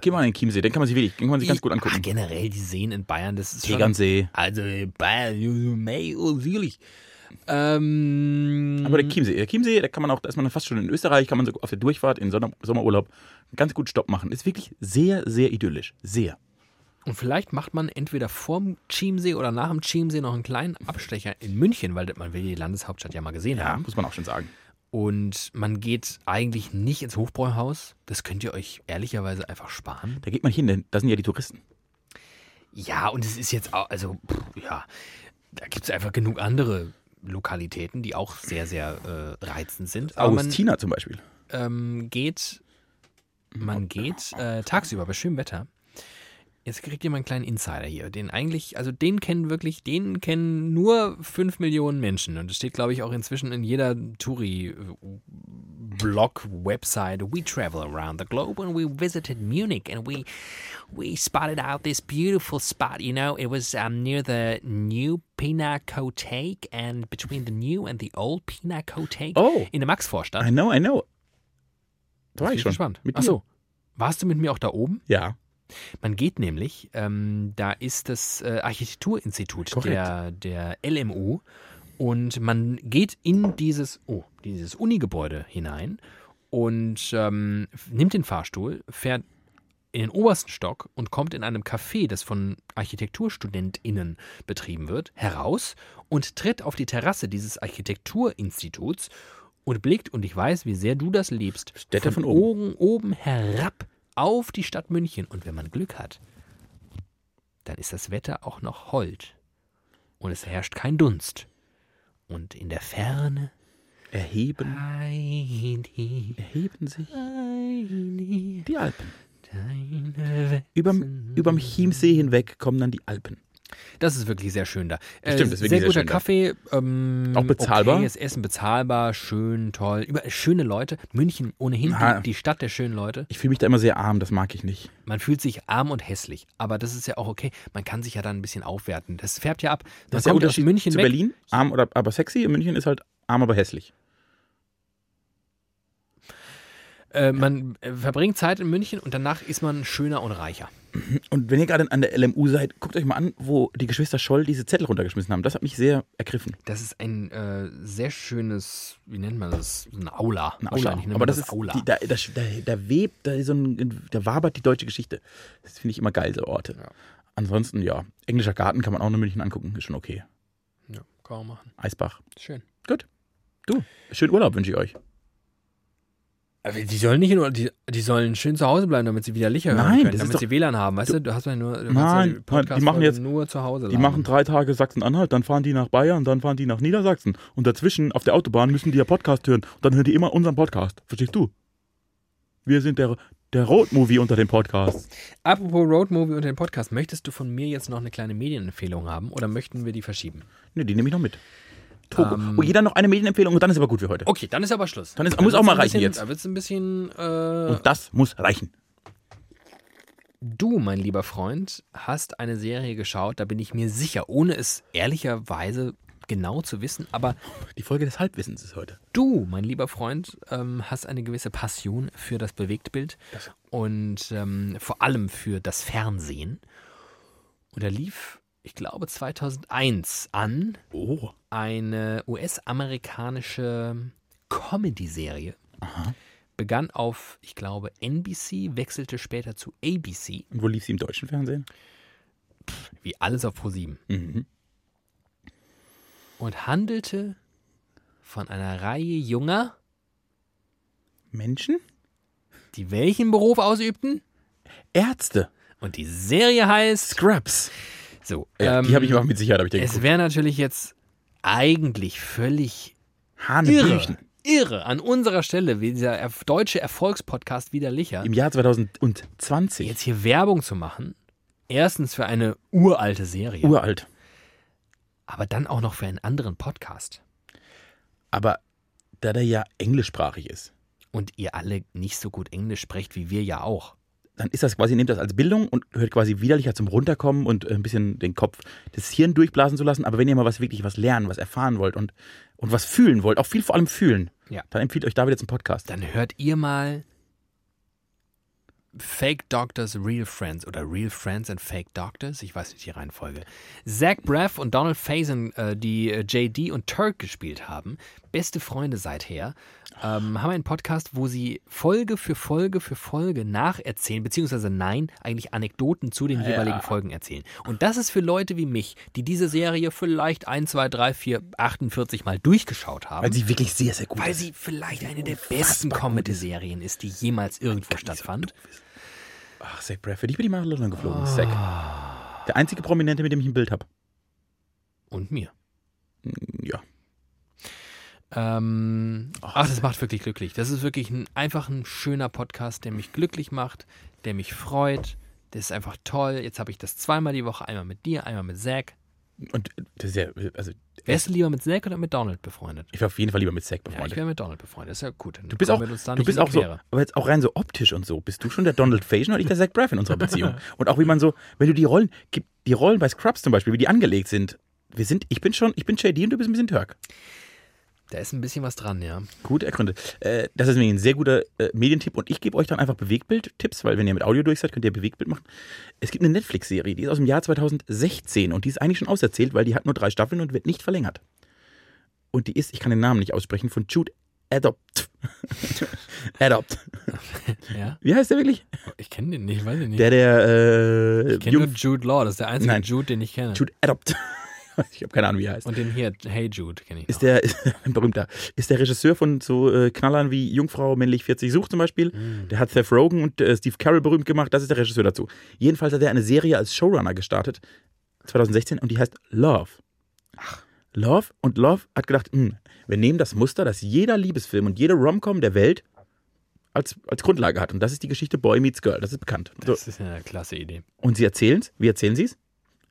S1: Geh mal in den Chiemsee, den kann man sich wirklich, den kann man sich ganz gut angucken.
S2: Ach, generell die Seen in Bayern, das ist schon...
S1: Tegernsee.
S2: Also Bayern, May und Süllich. Ähm,
S1: Aber der Chiemsee, der Chiemsee, da kann man auch, da ist man dann fast schon in Österreich, kann man so auf der Durchfahrt in Sonner Sommerurlaub einen ganz gut Stopp machen. Ist wirklich sehr, sehr idyllisch. Sehr.
S2: Und vielleicht macht man entweder vorm Chiemsee oder nach dem Chiemsee noch einen kleinen Abstecher in München, weil man will die Landeshauptstadt ja mal gesehen
S1: Ja,
S2: haben.
S1: muss man auch schon sagen.
S2: Und man geht eigentlich nicht ins Hofbräuhaus. Das könnt ihr euch ehrlicherweise einfach sparen.
S1: Da geht man hin, denn da sind ja die Touristen.
S2: Ja, und es ist jetzt auch, also pff, ja, da gibt es einfach genug andere Lokalitäten, die auch sehr, sehr äh, reizend sind. Aber man
S1: Augustina zum Beispiel.
S2: ähm, geht, man geht äh, tagsüber bei schönem Wetter. Jetzt kriegt ihr mal einen kleinen Insider hier, den eigentlich, also den kennen wirklich, den kennen nur 5 Millionen Menschen. Und das steht, glaube ich, auch inzwischen in jeder Touri-Broschüre blog website, we travel around the globe and we visited Munich and we we spotted out this beautiful spot. You know, it was um, near the new Pinakothek and between the new and the old Pinakothek
S1: Oh.
S2: in der Maxvorstadt.
S1: I know, I know. Da war
S2: Bin
S1: ich
S2: ich
S1: schon.
S2: gespannt.
S1: Mit
S2: Ach
S1: dir.
S2: so. Warst du mit mir auch da oben?
S1: Ja.
S2: Man geht nämlich, ähm, da ist das äh, Architekturinstitut
S1: Korrekt.
S2: der, der LMU und man geht in dieses, oh, dieses Uni-Gebäude hinein und ähm, f- nimmt den Fahrstuhl, fährt in den obersten Stock und kommt in einem Café, das von ArchitekturstudentInnen betrieben wird, heraus und tritt auf die Terrasse dieses Architekturinstituts und blickt, und ich weiß, wie sehr du das liebst,
S1: Städte von
S2: oben, oben herab auf die Stadt München. Und wenn man Glück hat, dann ist das Wetter auch noch hold und es herrscht kein Dunst. Und in der Ferne
S1: Erheben,
S2: Heidi,
S1: erheben sich
S2: Heidi,
S1: die Alpen.
S2: deine Welt.
S1: Überm, überm Chiemsee hinweg kommen dann die Alpen.
S2: Das ist wirklich sehr schön da.
S1: Das
S2: Äh,
S1: stimmt, das ist wirklich
S2: sehr
S1: sehr
S2: guter
S1: schön da.
S2: Kaffee. Ähm,
S1: Auch bezahlbar?
S2: Okay, Essen bezahlbar, schön, toll. Über, schöne Leute. München ohnehin
S1: Ah.
S2: die, die Stadt der schönen Leute.
S1: Ich fühle mich da immer sehr arm, das mag ich nicht.
S2: Man fühlt sich arm und hässlich, aber das ist ja auch okay. Man kann sich ja dann ein bisschen aufwerten. Das färbt ja ab. Man
S1: der
S2: kommt aus München
S1: zu
S2: weg.
S1: Berlin, arm oder aber sexy. In München ist halt arm, aber hässlich.
S2: Äh, man äh, verbringt Zeit in München und danach ist man schöner und reicher.
S1: Und wenn ihr gerade an der LMU seid, guckt euch mal an, wo die Geschwister Scholl diese Zettel runtergeschmissen haben. Das hat mich sehr ergriffen.
S2: Das ist ein äh, sehr schönes, wie nennt man das? Eine Aula.
S1: Eine Aula.
S2: Wahrscheinlich nennt
S1: Aber
S2: man
S1: das ist,
S2: Aula.
S1: die, da, da, da, da webt, da, ist so ein, da wabert die deutsche Geschichte. Das finde ich immer geil, so Orte.
S2: Ja.
S1: Ansonsten, ja, englischer Garten kann man auch in München angucken, ist schon okay.
S2: ja, kann man machen.
S1: Eisbach.
S2: Schön.
S1: Du, schönen Urlaub wünsche ich euch.
S2: Aber die sollen nicht nur, die, die sollen schön zu Hause bleiben, damit sie wieder Licher hören
S1: Nein,
S2: können,
S1: das ist
S2: damit
S1: doch-
S2: sie WLAN haben, weißt du? Du hast ja nur du kannst
S1: Nein,
S2: ja
S1: die
S2: Podcast-Folge
S1: machen jetzt-
S2: nur zu Hause.
S1: Die machen drei Tage Sachsen-Anhalt, dann fahren die nach Bayern, dann fahren die nach Niedersachsen. Und dazwischen auf der Autobahn müssen die ja Podcast hören. Und dann hören die immer unseren Podcast. Verstehst du? Wir sind der, der Roadmovie unter den Podcasts.
S2: Apropos Roadmovie und den Podcast, möchtest du von mir jetzt noch eine kleine Medienempfehlung haben oder möchten wir die verschieben?
S1: Ne, die nehme ich noch mit. Oh. Togo. oh, jeder noch eine Medienempfehlung und dann ist aber gut für heute.
S2: Okay, dann ist aber Schluss.
S1: Dann ist- muss auch
S2: wird's
S1: mal
S2: ein
S1: reichen
S2: bisschen,
S1: jetzt.
S2: Da wird es ein bisschen. Äh,
S1: Und das muss reichen.
S2: du, mein lieber Freund, hast eine Serie geschaut, da bin ich mir sicher, ohne es ehrlicherweise genau zu wissen, aber
S1: Die Folge des Halbwissens ist heute.
S2: du, mein lieber Freund, ähm, hast eine gewisse Passion für das Bewegtbild und ähm, vor allem für das Fernsehen. Und da lief, ich glaube, 2001 an
S1: Oh.
S2: eine US-amerikanische Comedy-Serie. Begann auf, ich glaube, NBC, wechselte später zu ABC,
S1: Und wo lief sie im deutschen Fernsehen?
S2: wie alles auf ProSieben 7
S1: Mhm.
S2: und handelte von einer Reihe junger,
S1: Menschen?
S2: die welchen Beruf ausübten?
S1: Ärzte.
S2: Und die Serie heißt.
S1: Scraps.
S2: So,
S1: Ja,
S2: ähm,
S1: die habe ich auch mit Sicherheit hab ich dir
S2: Es
S1: geguckt.
S2: wäre natürlich jetzt eigentlich völlig irre,
S1: Hanebüchen.
S2: irre an unserer Stelle, wie dieser erf- deutsche Erfolgspodcast widerlicher,
S1: Im Jahr 2020.
S2: jetzt hier Werbung zu machen. Erstens für eine uralte Serie,
S1: Uralt.
S2: aber dann auch noch für einen anderen Podcast.
S1: Aber da der ja englischsprachig ist,
S2: Und ihr alle nicht so gut Englisch sprecht wie wir ja auch.
S1: dann ist das quasi, nehmt das als Bildung und hört quasi widerlicher zum Runterkommen und äh, ein bisschen den Kopf, das Hirn durchblasen zu lassen. Aber wenn ihr mal was wirklich was lernen, was erfahren wollt und, und was fühlen wollt, auch viel vor allem fühlen,
S2: Ja.
S1: dann empfiehlt euch David jetzt einen Podcast.
S2: Dann hört ihr mal Fake Doctors, Real Friends oder Real Friends and Fake Doctors. Ich weiß nicht die Reihenfolge. Zach Braff und Donald Faison, äh, die äh, JD und Turk gespielt haben, beste Freunde seither, ähm, haben einen Podcast, wo sie Folge für Folge für Folge nacherzählen, beziehungsweise nein, eigentlich Anekdoten zu den jeweiligen Folgen erzählen. Und das ist für Leute wie mich, die diese Serie vielleicht 1, 2, 3, 4, 48 Mal durchgeschaut haben.
S1: Weil sie wirklich sehr, sehr gut
S2: Weil
S1: ist.
S2: sie vielleicht eine der besten Comedy-Serien ist, die jemals irgendwo stattfand.
S1: Ach, Zach Braff, für dich bin ich mal nach London geflogen. Zach. Der einzige Prominente, mit dem ich ein Bild habe.
S2: Und mir.
S1: Ja.
S2: Ähm, ach, das macht wirklich glücklich. Das ist wirklich ein, einfach ein schöner Podcast, der mich glücklich macht, der mich freut. Der ist einfach toll. Jetzt habe ich das zweimal die Woche. Einmal mit dir, einmal mit Zack.
S1: Und das ist ja, also
S2: Wärst du lieber mit Zack oder mit Donald befreundet?
S1: ich war auf jeden Fall lieber mit Zack
S2: Ja, ich
S1: befreundet.
S2: wäre mit Donald befreundet. Ist ja gut. Dann
S1: du bist
S2: kommen
S1: auch,
S2: wir uns da
S1: du
S2: nicht
S1: bist
S2: in die
S1: auch so,
S2: Quere.
S1: aber jetzt auch rein so optisch und so. Bist du schon der Donald Faison oder ich der Zack Braff in unserer Beziehung? Und auch wie man so, wenn du die Rollen, gib- die Rollen bei Scrubs zum Beispiel, wie die angelegt sind. Wir sind, ich bin schon, ich bin JD und du bist ein bisschen Turk.
S2: Da ist ein bisschen was dran, ja.
S1: Gut ergründet. Äh, das ist mir ein sehr guter äh, Medientipp und ich gebe euch dann einfach Bewegtbild-Tipps, weil wenn ihr mit Audio durch seid, könnt ihr Bewegtbild machen. Es gibt eine Netflix-Serie, die ist aus dem Jahr 2016 und die ist eigentlich schon auserzählt, weil die hat nur drei Staffeln und wird nicht verlängert. Und die ist, ich kann den Namen nicht aussprechen, von Jude Adopt. Adopt.
S2: ja?
S1: Wie heißt der wirklich?
S2: Ich kenne den nicht, weiß ich nicht.
S1: Der, der äh,
S2: ich kenne nur
S1: Jung,
S2: Jude Law, das ist der einzige
S1: Nein.
S2: Jude, den ich kenne.
S1: Jude Adopt. Ich habe keine Ahnung, wie er heißt.
S2: Und den hier, Hey Jude, kenne ich.
S1: Ist
S2: noch.
S1: der, ist ein berühmter, ist der Regisseur von so äh, Knallern wie Jungfrau männlich 40 sucht zum Beispiel. Der hat Seth Rogen und äh, Steve Carell berühmt gemacht. Das ist der Regisseur dazu. Jedenfalls hat er eine Serie als Showrunner gestartet, 2016, und die heißt Love. Love und Love hat gedacht, hm, wir nehmen das Muster, das jeder Liebesfilm und jede Rom-Com der Welt als, als Grundlage hat. Und das ist die Geschichte Boy Meets Girl. Das ist bekannt. So.
S2: das ist ja eine klasse Idee.
S1: Und sie erzählen es. Wie erzählen sie es?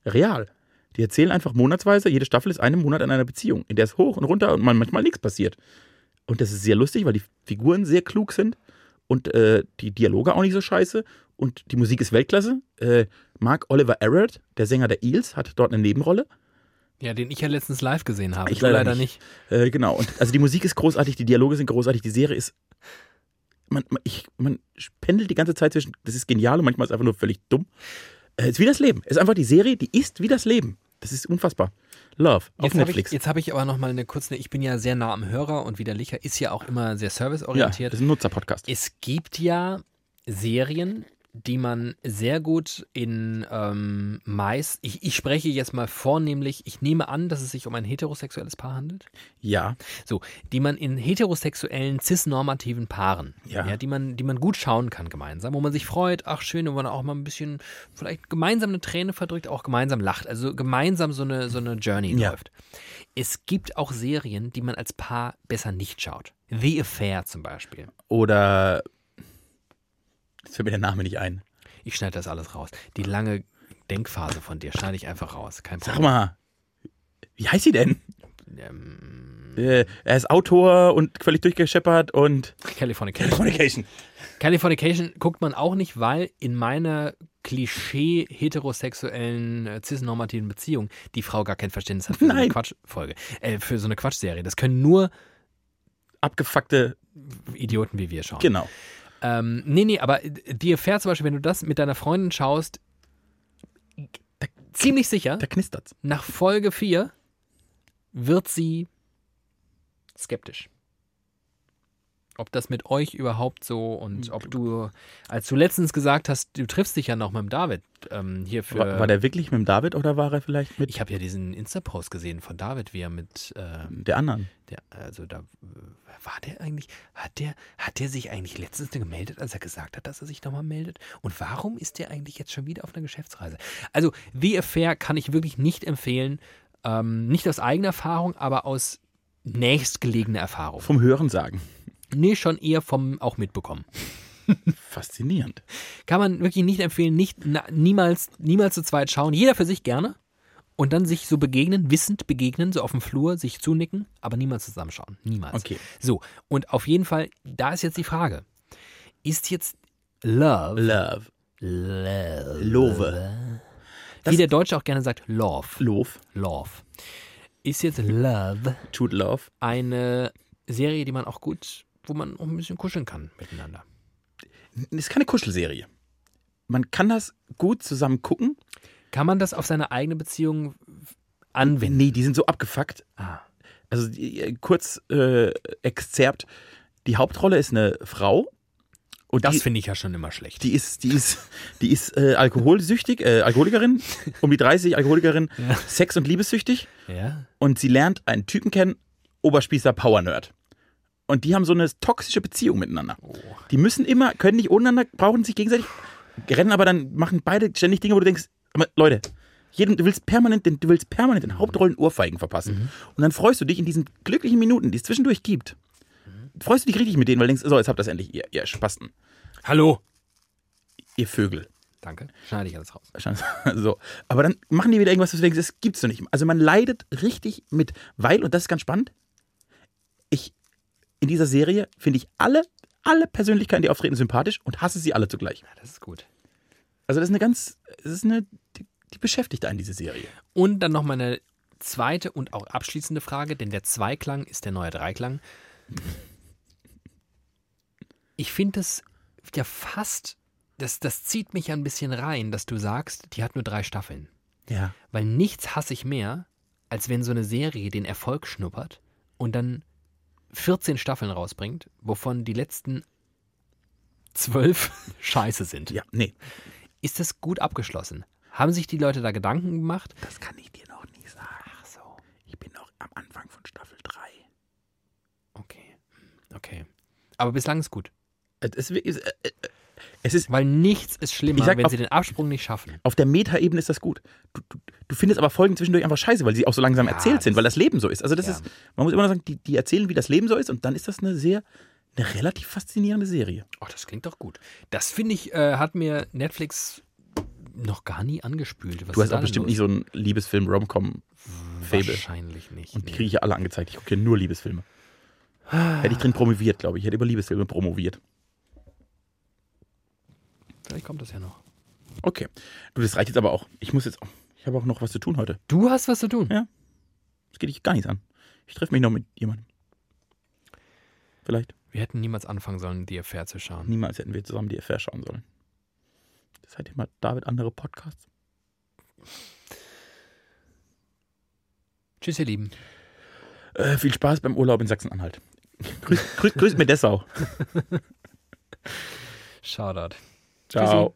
S1: Real. Die erzählen einfach monatsweise, jede Staffel ist einen Monat in einer Beziehung, in der es hoch und runter und man- manchmal nichts passiert. Und das ist sehr lustig, weil die Figuren sehr klug sind und äh, die Dialoge auch nicht so scheiße und die Musik ist Weltklasse. Äh, Mark Oliver Arrett, der Sänger der Eels, hat dort eine Nebenrolle.
S2: Ja, den ich ja letztens live gesehen habe.
S1: Ich
S2: Du
S1: leider nicht.
S2: nicht.
S1: Äh, genau. Und also die Musik ist großartig, die Dialoge sind großartig, die Serie ist. Man, man, ich, man pendelt die ganze Zeit zwischen, das ist genial und manchmal ist es einfach nur völlig dumm. Äh, ist wie das Leben. Ist einfach die Serie, die ist wie das Leben. Das ist unfassbar. Love auf
S2: Jetzt habe ich,
S1: Netflix.
S2: jetzt hab ich aber nochmal eine kurze, ich bin ja sehr nah am Hörer und Widerlicher ist ja auch immer sehr
S1: ja,
S2: serviceorientiert.
S1: das ist ein Nutzerpodcast.
S2: Es gibt ja Serien, die man sehr gut in ähm, meist. Ich, ich spreche jetzt mal vornehmlich, ich nehme an, dass es sich um ein heterosexuelles Paar handelt.
S1: Ja.
S2: So, die man in heterosexuellen, cisnormativen Paaren,
S1: Ja.
S2: die, man, die man gut schauen kann gemeinsam, wo man sich freut, ach schön, wo man auch mal ein bisschen vielleicht gemeinsam eine Träne verdrückt, auch gemeinsam lacht, also gemeinsam so eine, so eine Journey
S1: Ja.
S2: läuft. Es gibt auch Serien, die man als Paar besser nicht schaut. The Affair zum Beispiel.
S1: Oder. Jetzt fällt mir der Name nicht ein.
S2: Ich schneide das alles raus. Die lange Denkphase von dir schneide ich einfach raus. Kein
S1: Sag
S2: Problem.
S1: mal. Wie heißt sie denn?
S2: Ähm,
S1: Äh, er ist Autor und völlig durchgescheppert und.
S2: Californication.
S1: Californication.
S2: Californication guckt man auch nicht, weil in meiner klischee-heterosexuellen, äh, cisnormativen Beziehung die Frau gar kein Verständnis hat für so eine
S1: Nein.
S2: Quatschfolge. Äh, für so eine Quatschserie. Das können nur
S1: Abgefuckte.
S2: Idioten wie wir schauen.
S1: Genau.
S2: Ähm, nee, nee, aber dir fährt zum Beispiel, wenn du das mit deiner Freundin schaust, ziemlich sicher,
S1: Da knistert's.
S2: nach Folge 4 wird sie skeptisch. Ob das mit euch überhaupt so und ob du, als du letztens gesagt hast, du triffst dich ja noch mit dem David ähm, hier für.
S1: War, war der wirklich mit dem David oder war er vielleicht mit
S2: ich habe ja diesen Insta-Post gesehen von David, wie er mit äh,
S1: der anderen?
S2: der, also da äh, war der eigentlich, hat der, hat der sich eigentlich letztens gemeldet, als er gesagt hat, dass er sich nochmal meldet? Und warum ist der eigentlich jetzt schon wieder auf einer Geschäftsreise? Also The Affair kann ich wirklich nicht empfehlen, ähm, nicht aus eigener Erfahrung, aber aus nächstgelegener Erfahrung.
S1: Vom Hören sagen.
S2: Nee, schon eher vom auch mitbekommen.
S1: Faszinierend.
S2: Kann man wirklich nicht empfehlen, nicht, na, niemals, niemals zu zweit schauen, jeder für sich gerne. Und dann sich so begegnen, wissend begegnen, so auf dem Flur, sich zunicken, aber niemals zusammenschauen. Niemals.
S1: Okay.
S2: So, und auf jeden Fall, da ist jetzt die Frage. Ist jetzt Love,
S1: Love.
S2: Love,
S1: Love.
S2: wie der Deutsche auch gerne sagt, Love,
S1: Love.
S2: Love, ist jetzt Love
S1: Jude Love.
S2: eine Serie, die man auch gut, wo man auch ein bisschen kuscheln kann miteinander?
S1: Das ist keine Kuschelserie. Man kann das gut zusammen gucken.
S2: Kann man das auf seine eigene Beziehung anwenden?
S1: Nee, die sind so abgefuckt.
S2: Ah.
S1: Also die, kurz äh, Exzerpt. Die Hauptrolle ist eine Frau. Und die,
S2: Das finde ich ja schon immer schlecht.
S1: Die ist, die ist, die ist äh, alkoholsüchtig, äh, Alkoholikerin, um die 30, Alkoholikerin,
S2: Ja.
S1: Sex- und Liebessüchtig.
S2: ja?
S1: und sie lernt einen Typen kennen, Oberspießer Power Nerd. Und die haben so eine toxische Beziehung miteinander. Die müssen immer, können nicht untereinander, brauchen sich gegenseitig, rennen aber dann, machen beide ständig Dinge, wo du denkst, aber Leute, jeden, du willst permanent, den, du willst permanent den Hauptrollen Ohrfeigen verpassen. Und dann freust du dich in diesen glücklichen Minuten, die es zwischendurch gibt. Freust du dich richtig mit denen, weil du denkst, so, jetzt habt ihr das endlich, ihr, ihr Spasten,
S2: Hallo,
S1: ihr Vögel.
S2: Danke. Schneide ich alles raus.
S1: Wahrscheinlich. So. Aber dann machen die wieder irgendwas, was du denkst, das gibt's doch nicht. Also man leidet richtig mit. Weil, und das ist ganz spannend, ich in dieser Serie finde ich alle, alle Persönlichkeiten, die auftreten, sympathisch und hasse sie alle zugleich.
S2: Ja, das ist gut.
S1: Also das ist eine ganz, das ist eine, die, die beschäftigt einen, diese Serie.
S2: Und dann noch meine zweite und auch abschließende Frage, denn der Zweiklang ist der neue Dreiklang. Ich finde es ja fast, das, das zieht mich ja ein bisschen rein, dass du sagst, die hat nur drei Staffeln.
S1: Ja.
S2: Weil nichts hasse ich mehr, als wenn so eine Serie den Erfolg schnuppert und dann 14 Staffeln rausbringt, wovon die letzten zwölf scheiße sind.
S1: Ja, nee.
S2: Ist das gut abgeschlossen? Haben sich die Leute da Gedanken gemacht?
S1: Das kann ich dir noch nicht sagen. Ach so. Ich bin noch am Anfang von Staffel 3.
S2: Okay. Okay. Aber bislang ist gut.
S1: Es ist, äh, äh, es ist
S2: Weil nichts ist schlimmer,
S1: Ich sag
S2: wenn
S1: auf-
S2: sie den Absprung nicht schaffen.
S1: auf der Meta-Ebene ist das gut. Du, du, du findest aber Folgen zwischendurch einfach scheiße, weil sie auch so langsam
S2: Ja,
S1: erzählt sind,
S2: das-
S1: weil das Leben so ist. Also das
S2: ja.
S1: ist, man muss immer noch sagen, die, die erzählen, wie das Leben so ist und dann ist das eine sehr, eine relativ faszinierende Serie.
S2: Ach, Oh, das klingt doch gut. Das finde ich, äh, hat mir Netflix noch gar nie angespült. Was
S1: Du
S2: ist
S1: hast
S2: da
S1: auch
S2: denn
S1: bestimmt
S2: los?
S1: nicht so einen Liebesfilm Romcom Fable.
S2: Wahrscheinlich nicht.
S1: Und die
S2: nee.
S1: kriege ich ja alle angezeigt. Ich gucke ja nur Liebesfilme. Hätte ich drin promoviert, glaube ich. Ich hätte über Liebesfilme promoviert.
S2: Vielleicht kommt das ja noch.
S1: Okay. Du, das reicht jetzt aber auch. Ich muss jetzt auch. Ich habe auch noch was zu tun heute.
S2: Du hast was zu tun.
S1: Ja. Das geht dich gar nichts an. Ich treffe mich noch mit jemandem. Vielleicht.
S2: Wir hätten niemals anfangen sollen, die Affair zu schauen.
S1: Niemals hätten wir zusammen die Affair schauen sollen. Seitdem hat David andere Podcasts.
S2: Tschüss, ihr Lieben.
S1: Äh, viel Spaß beim Urlaub in Sachsen-Anhalt. Grüß, grüß, grüß mir Dessau.
S2: Shoutout.
S1: Ciao.